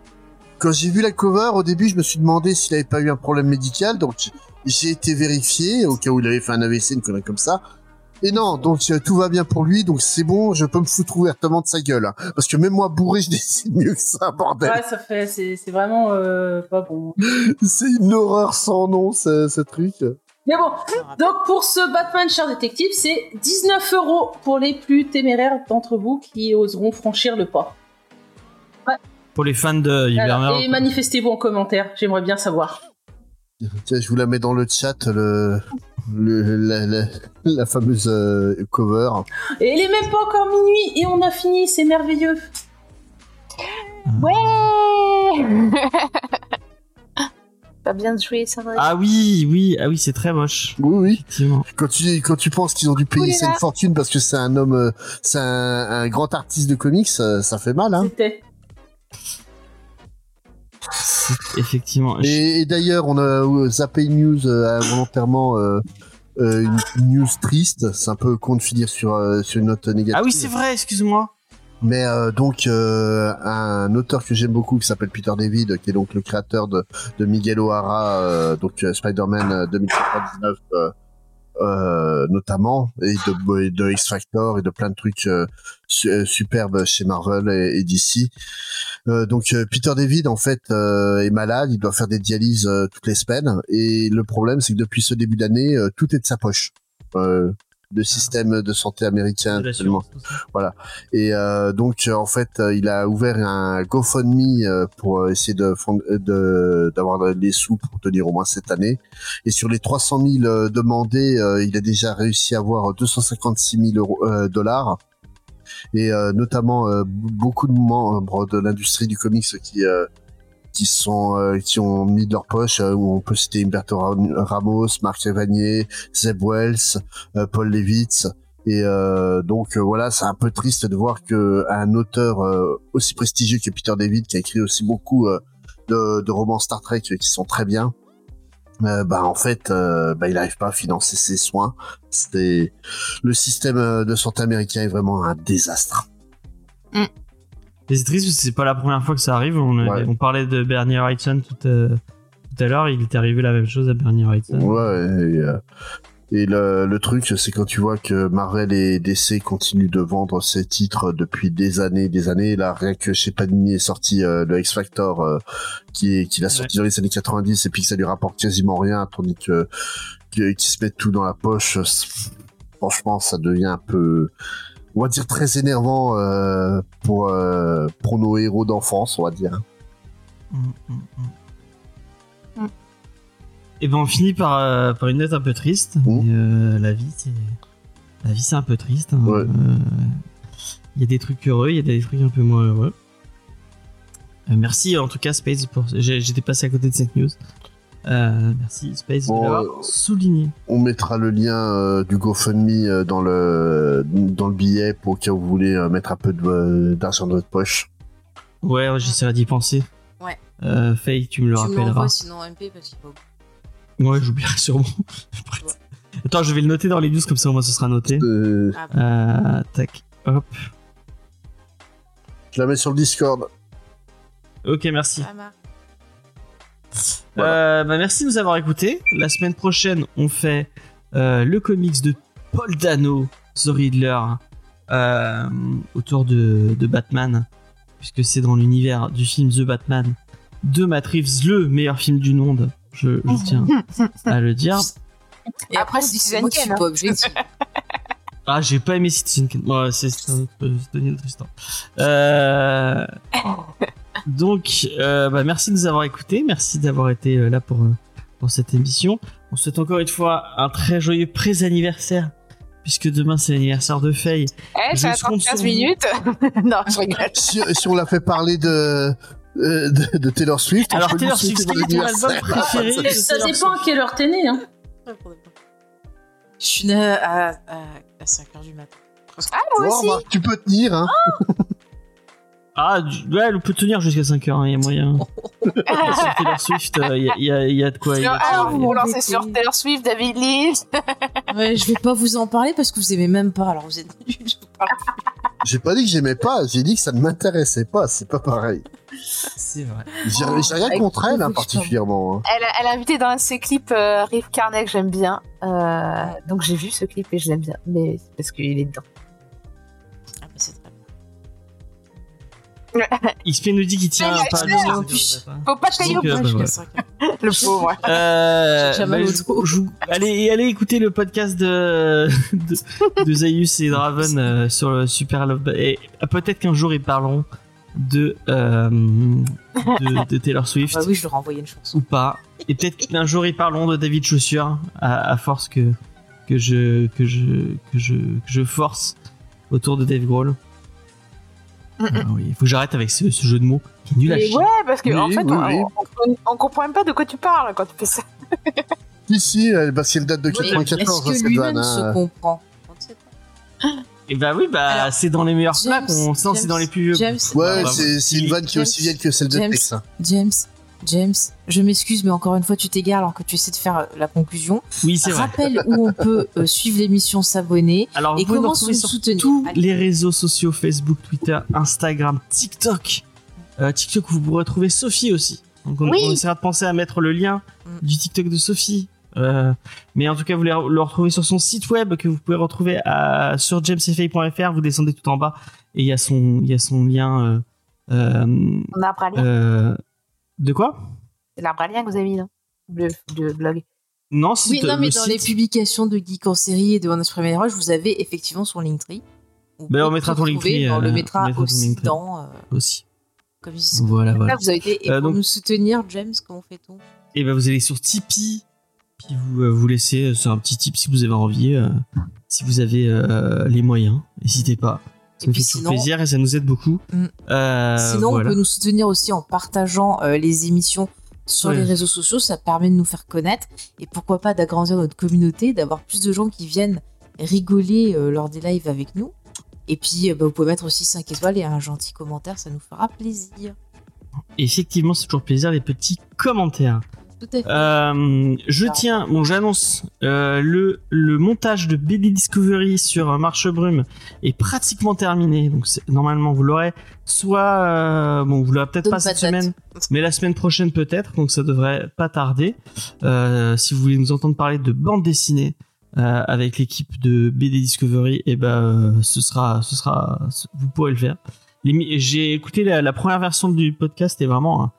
Speaker 4: Quand j'ai vu la cover, au début, je me suis demandé s'il n'avait pas eu un problème médical. Donc, j- j'ai été vérifié au cas où il avait fait un AVC, une connerie comme ça. Et non, donc euh, tout va bien pour lui, donc c'est bon, je peux me foutre ouvertement de sa gueule. hein. Parce que même moi bourré, je dessine mieux que ça, bordel.
Speaker 6: Ouais, ça fait, c'est c'est vraiment euh, pas bon.
Speaker 4: C'est une horreur sans nom, ce, ce truc.
Speaker 6: Mais bon, donc pour ce Batman Cher Détective, c'est 19 euros pour les plus téméraires d'entre vous qui oseront franchir le pas.
Speaker 2: Pour les fans de
Speaker 6: Voilà.
Speaker 2: Hiberner.
Speaker 6: Et manifestez-vous en commentaire, j'aimerais bien savoir.
Speaker 4: Tiens, je vous la mets dans le chat, le, le- la, la- la fameuse euh, cover.
Speaker 6: Et il est même pas encore minuit et on a fini, c'est merveilleux.
Speaker 5: Pas bien joué, ça va.
Speaker 2: Ah oui, oui, ah oui, c'est très moche.
Speaker 4: Oui, oui.
Speaker 2: Effectivement.
Speaker 4: Quand tu, quand tu penses qu'ils ont dû payer
Speaker 5: Oulala.
Speaker 4: cette fortune parce que c'est un homme, euh, c'est un, un grand artiste de comics, euh, ça, fait mal. Hein.
Speaker 6: C'était.
Speaker 2: C'est- Effectivement.
Speaker 4: Et, et d'ailleurs, on a euh, zappé une news euh, volontairement, euh, euh, une une news triste. C'est un peu con de finir sur, euh, sur une note négative.
Speaker 2: Ah oui, c'est vrai, excuse-moi.
Speaker 4: Mais euh, donc, euh, un auteur que j'aime beaucoup qui s'appelle Peter David, qui est donc le créateur de, de Miguel O'Hara, euh, donc euh, Spider-Man euh, 2099 euh, euh, notamment, et de, et de X-Factor et de plein de trucs euh, su- euh, superbes chez Marvel et, et DC. Euh, donc euh, Peter David en fait euh, est malade, il doit faire des dialyses euh, toutes les semaines et le problème c'est que depuis ce début d'année euh, tout est de sa poche. Euh, le système de santé américain
Speaker 2: De
Speaker 4: absolument.
Speaker 2: l'assurance, tout ça.
Speaker 4: Et euh, donc euh, en fait, euh, il a ouvert un GoFundMe euh, pour euh, essayer de fond- euh, de- d'avoir les sous pour tenir au moins cette année. Et sur les 300 000 euh, demandés, euh, il a déjà réussi à avoir 256 000 euros, euh, dollars. Et euh, notamment euh, b- beaucoup de membres de l'industrie du comics qui euh, qui sont euh, qui ont mis de leur poche euh, où on peut citer Humberto Ram- Ramos, Marc Evanier, Zeb Wells, euh, Paul Levitz. Et euh, donc euh, voilà, c'est un peu triste de voir que un auteur euh, aussi prestigieux que Peter David, qui a écrit aussi beaucoup euh, de, de romans Star Trek euh, qui sont très bien, euh, bah en fait, euh, bah, il n'arrive pas à financer ses soins. C'était le système euh, de santé américain est vraiment un désastre.
Speaker 2: Et c'est triste parce que c'est pas la première fois que ça arrive. On,
Speaker 4: Ouais.
Speaker 2: on parlait de Bernie Wrightson tout, euh, tout à l'heure. Il est arrivé la même chose à Bernie Wrightson.
Speaker 4: Ouais. Et, euh, et le, le truc, c'est quand tu vois que Marvel et DC continuent de vendre ces titres depuis des années, des années. Là, rien que chez Panini est sorti euh, le X Factor, euh, qui est qu'il a sorti dans les années 90, et puis que ça lui rapporte quasiment rien, tandis que que- qu'ils se mettent tout dans la poche. c'est- Franchement, ça devient un peu, on va dire très énervant euh, pour euh, pour nos héros d'enfance, on va dire.
Speaker 2: Mm, mm, mm.
Speaker 5: Mm.
Speaker 2: Et ben on finit par, euh, par une note un peu triste.
Speaker 4: Mm.
Speaker 2: mais, euh, la vie, c'est la vie, c'est un peu triste. hein.
Speaker 4: Ouais.
Speaker 2: Euh, Il y a des trucs heureux, il y a des trucs un peu moins heureux. Euh, merci en tout cas Space pour. j'ai- J'étais passé à côté de cette news. Euh, merci Space
Speaker 4: Bon,
Speaker 2: de l'avoir
Speaker 4: euh,
Speaker 2: souligné.
Speaker 4: On mettra le lien euh, du GoFundMe euh, dans le dans le billet pour que vous voulez euh, mettre un peu de, euh, d'argent dans votre poche.
Speaker 2: Ouais, j'essaierai d'y penser.
Speaker 3: Ouais.
Speaker 2: Euh, Faye, tu me le
Speaker 3: Tu me l'envoies
Speaker 2: rappelleras.
Speaker 3: sinon en MP parce qu'il faut.
Speaker 2: Ouais, j'oublierai sûrement. Attends, je vais le noter dans les news comme ça au moins ce sera noté.
Speaker 4: Euh,
Speaker 3: Ah, bah.
Speaker 2: Euh, tac, hop.
Speaker 4: je la mets sur le Discord.
Speaker 2: Ok, merci.
Speaker 3: Ah, marre.
Speaker 2: Euh, bah, merci de nous avoir écoutés. La semaine prochaine, on fait euh, le comics de Paul Dano, The Riddler, euh, autour de, de Batman, puisque c'est dans l'univers du film The Batman de Matt Reeves, le meilleur film du monde, je, je tiens à le dire.
Speaker 3: Et
Speaker 5: Après,
Speaker 3: après,
Speaker 5: c'est
Speaker 3: c'est hein.
Speaker 5: Citizen
Speaker 3: moi qui
Speaker 5: Kane,
Speaker 3: suis pas objectif.
Speaker 2: Ah, j'ai pas aimé Citizen Kane. Bon, c'est c'est un autre, c'est une autre histoire. Euh, Donc, euh, bah, merci de nous avoir écoutés. Merci d'avoir été euh, là pour, euh, pour cette émission. On souhaite encore une fois un très joyeux pré-anniversaire, puisque demain c'est l'anniversaire de Faye.
Speaker 5: Eh,
Speaker 2: Je
Speaker 5: j'ai
Speaker 2: compte sur
Speaker 5: 35
Speaker 2: vous.
Speaker 5: minutes. non, je rigole.
Speaker 4: Si, si on l'a fait parler de, euh, de, de Taylor Swift, on
Speaker 2: Alors,
Speaker 4: peut lui
Speaker 2: Taylor
Speaker 4: souhaiter
Speaker 2: Swift,
Speaker 4: bon
Speaker 2: quel est ton
Speaker 4: anniversaire.
Speaker 2: album préféré de
Speaker 6: Ça
Speaker 2: Taylor
Speaker 6: dépend
Speaker 2: Swift
Speaker 6: à quelle heure t'es né. Hein.
Speaker 3: Je suis née à, à, à 5h du matin.
Speaker 5: Ah, moi
Speaker 4: Voir,
Speaker 5: aussi.
Speaker 4: voir, tu peux tenir, hein.
Speaker 2: Ah, du- ouais, elle peut tenir jusqu'à 5 heures, hein, il y a moyen. Sur Taylor Swift, euh, il y, a- il y a- il y a de quoi. il y a de quoi,
Speaker 5: Alors,
Speaker 2: il y a-
Speaker 5: vous
Speaker 3: Ah, vous
Speaker 5: lancez
Speaker 3: embêtez.
Speaker 5: sur Taylor Swift, David Lynch.
Speaker 3: Ouais, je vais pas vous en parler parce que vous aimez même pas, alors vous êtes nuls.
Speaker 4: J'ai pas dit que j'aimais pas, j'ai dit que ça ne m'intéressait pas, c'est pas pareil.
Speaker 2: C'est vrai.
Speaker 4: J'ai j'ai rien
Speaker 3: Oh, avec
Speaker 4: contre elle, hein,
Speaker 3: Taylor Swift,
Speaker 4: particulièrement. hein.
Speaker 5: Elle a, elle a invité dans un de ses clips euh, Rive Carnet que j'aime bien. Euh, donc j'ai vu ce clip et je l'aime bien. Mais c'est parce qu'il est dedans.
Speaker 3: Ah, bah, c'est très bien.
Speaker 2: XP nous dit qu'il tient
Speaker 5: Mais
Speaker 2: pas à
Speaker 5: je-
Speaker 2: l'heure,
Speaker 3: en
Speaker 2: c'est
Speaker 3: plus.
Speaker 2: correct, hein.
Speaker 5: Faut pas tailler au
Speaker 2: Donc, euh,
Speaker 3: Ouais, je suis
Speaker 2: bah,
Speaker 3: à 5 heures.
Speaker 5: le pauvre.
Speaker 2: Euh,
Speaker 3: J'ai mal
Speaker 2: bah,
Speaker 3: au
Speaker 2: je-
Speaker 3: dos.
Speaker 2: je vous- allez, allez écouter le podcast de, de, de Zaius et Draven euh, sur le Super Love. Ba- Et euh, peut-être qu'un jour ils parleront de, euh, de, de Taylor Swift
Speaker 3: Bah oui, je leur ai envoyé une chanson.
Speaker 2: ou pas. Et peut-être qu'un jour ils parleront de David Chaussure à, à force que, que, je, que, je, que, je, que je force autour de Dave Grohl.
Speaker 5: Mm,
Speaker 2: Ah oui, Il faut que j'arrête avec ce, ce jeu de mots qui est nul à
Speaker 5: Mais
Speaker 2: chier.
Speaker 5: ouais, parce que
Speaker 4: Oui,
Speaker 5: en fait,
Speaker 4: oui,
Speaker 5: on,
Speaker 4: oui.
Speaker 5: on comprend- on comprend même pas de quoi tu parles quand tu fais ça.
Speaker 4: Si, si, elle- bah, si elle date de
Speaker 3: Mais Est-ce
Speaker 4: 94,
Speaker 3: que
Speaker 4: cette vanne.
Speaker 3: lui-même
Speaker 4: hein.
Speaker 3: se comprend
Speaker 2: Et bah oui, bah
Speaker 3: Alors,
Speaker 2: c'est dans les meilleurs plats
Speaker 3: James-
Speaker 2: qu'on sent, c'est
Speaker 3: James-
Speaker 2: dans les plus vieux.
Speaker 3: James,
Speaker 4: Ouais,
Speaker 2: Bah,
Speaker 4: c'est c'est une
Speaker 2: il-
Speaker 4: vanne qui est aussi vieille que celle de
Speaker 3: James.
Speaker 4: Tex. hein.
Speaker 3: James, James, je m'excuse, mais encore une fois, tu t'égares alors que tu essaies de faire euh, la conclusion.
Speaker 2: Oui, c'est vrai.
Speaker 3: Rappelle où on peut euh, suivre l'émission, s'abonner.
Speaker 2: Alors,
Speaker 3: Et
Speaker 2: vous pouvez nous
Speaker 3: comment se
Speaker 2: retrouver sur
Speaker 3: soutenir
Speaker 2: tous
Speaker 3: Allez.
Speaker 2: les réseaux sociaux Facebook, Twitter, Instagram, TikTok. Euh, TikTok, vous pourrez retrouver Sophie aussi. Donc, on,
Speaker 5: Oui.
Speaker 2: on essaiera de penser à mettre le lien
Speaker 3: Mm.
Speaker 2: du TikTok de Sophie. Euh, mais en tout cas, vous les- le retrouvez sur son site web que vous pouvez retrouver à, sur jamesfay.fr. Vous descendez tout en bas et il y a son, il y a son lien. euh, euh,
Speaker 5: On a un bras lien.
Speaker 2: euh, de quoi
Speaker 5: C'est l'arbre à lien que vous avez mis, non Le le blog.
Speaker 2: Non, c'est
Speaker 3: Oui, non,
Speaker 2: le
Speaker 3: mais dans
Speaker 2: site.
Speaker 3: les publications de Geek en série et de One Us Premier Rush, vous avez effectivement son Linktree. Vous
Speaker 2: Ben, on
Speaker 3: pouvez
Speaker 2: mettra
Speaker 3: tout
Speaker 2: ton
Speaker 3: retrouver,
Speaker 2: Linktree,
Speaker 3: mais On
Speaker 2: euh,
Speaker 3: le
Speaker 2: on
Speaker 3: mettra
Speaker 2: mettra ton
Speaker 3: aussi
Speaker 2: Linktree.
Speaker 3: dans, euh,
Speaker 2: aussi.
Speaker 3: comme ils
Speaker 2: Voilà, voilà.
Speaker 5: Là, vous avez été.
Speaker 3: Et
Speaker 2: Euh,
Speaker 3: pour
Speaker 2: donc-
Speaker 3: nous soutenir, James, comment fait-on
Speaker 2: et ben vous allez sur Tipeee puis vous euh, vous laissez euh, c'est un petit tip si vous avez envie euh, si vous avez euh, les moyens n'hésitez pas ça
Speaker 3: Et
Speaker 2: nous
Speaker 3: puis
Speaker 2: fait toujours
Speaker 3: sinon-
Speaker 2: plaisir et ça nous aide beaucoup
Speaker 3: Mm.
Speaker 2: Euh,
Speaker 3: Sinon,
Speaker 2: voilà.
Speaker 3: on peut nous soutenir aussi en partageant euh, les émissions sur
Speaker 2: Ouais.
Speaker 3: les réseaux sociaux. Ça permet de nous faire connaître et pourquoi pas d'agrandir notre communauté, d'avoir plus de gens qui viennent rigoler euh, lors des lives avec nous. Et puis, euh, bah, vous pouvez mettre aussi 5 étoiles et un gentil commentaire, ça nous fera plaisir.
Speaker 2: effectivement c'est toujours plaisir les petits commentaires
Speaker 3: Tout à fait.
Speaker 2: Euh, je
Speaker 3: Ah.
Speaker 2: tiens, bon, j'annonce euh, le, le montage de BD Discovery sur euh, Marche Brume est pratiquement terminé. Donc c'est- normalement vous l'aurez, soit euh, bon, vous l'aurez peut-être
Speaker 3: Donne
Speaker 2: pas
Speaker 3: pas
Speaker 2: cette
Speaker 3: de date.
Speaker 2: semaine, mais la semaine prochaine peut-être. Donc ça devrait pas tarder. Euh, si vous voulez nous entendre parler de bande dessinée. euh, avec l'équipe de BD Discovery, et ben euh, ce sera, ce sera, ce- vous pourrez le faire. Les mi- J'ai écouté la, la première version du podcast et vraiment, hein,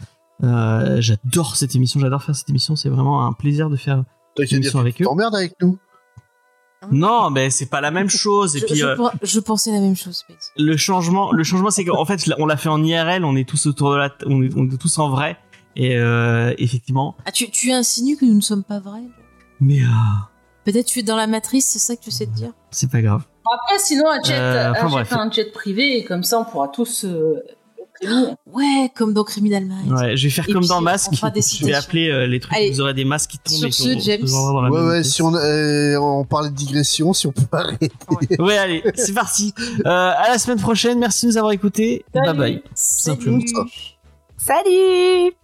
Speaker 2: euh, j'adore cette émission, j'adore faire cette émission, c'est vraiment un plaisir de faire
Speaker 4: T'as
Speaker 2: cette
Speaker 4: qu'à dire,
Speaker 2: émission avec eux.
Speaker 4: t'emmerdes avec nous.
Speaker 2: Non, mais c'est pas la même chose. Et
Speaker 3: Hein je,
Speaker 2: puis
Speaker 3: je
Speaker 2: euh,
Speaker 3: pen- je pensais la même chose, Space.
Speaker 2: le changement, le changement, c'est qu'en fait, on l'a fait en IRL, on est tous autour de la, t- on est, on est tous en vrai. Et euh, effectivement,
Speaker 3: Ah, tu, tu insinues que nous ne sommes pas vrais
Speaker 2: mais ah,
Speaker 3: Peut-être tu es dans la matrice, c'est ça que tu sais te dire
Speaker 2: c'est pas grave.
Speaker 6: Bon, Après, Ah, sinon, un jet,
Speaker 2: Euh, enfin,
Speaker 6: achète
Speaker 2: bref.
Speaker 6: un jet privé et comme ça, on pourra tous. euh, être amis.
Speaker 3: Ouais, comme dans Criminal Minds.
Speaker 2: Ouais, je vais faire
Speaker 3: Et
Speaker 2: comme
Speaker 3: puis,
Speaker 2: dans
Speaker 3: on
Speaker 2: Masque.
Speaker 3: fera des
Speaker 2: Je vais
Speaker 3: citations.
Speaker 2: appeler euh, les trucs.
Speaker 3: Allez.
Speaker 2: Vous aurez des masques qui tombent.
Speaker 3: Sur
Speaker 2: et
Speaker 3: ce,
Speaker 2: qu'on- qu'on
Speaker 3: James.
Speaker 2: va avoir dans la
Speaker 4: Ouais,
Speaker 2: même
Speaker 4: ouais,
Speaker 2: pièce.
Speaker 4: si on, euh, on parlait de digression, si on peut arrêter.
Speaker 2: Ouais, allez, c'est parti. Euh, à la semaine prochaine. Merci de nous avoir écoutés. Bye
Speaker 6: Salut.
Speaker 2: bye.
Speaker 3: Salut.
Speaker 2: Simplement
Speaker 4: ça.
Speaker 5: Salut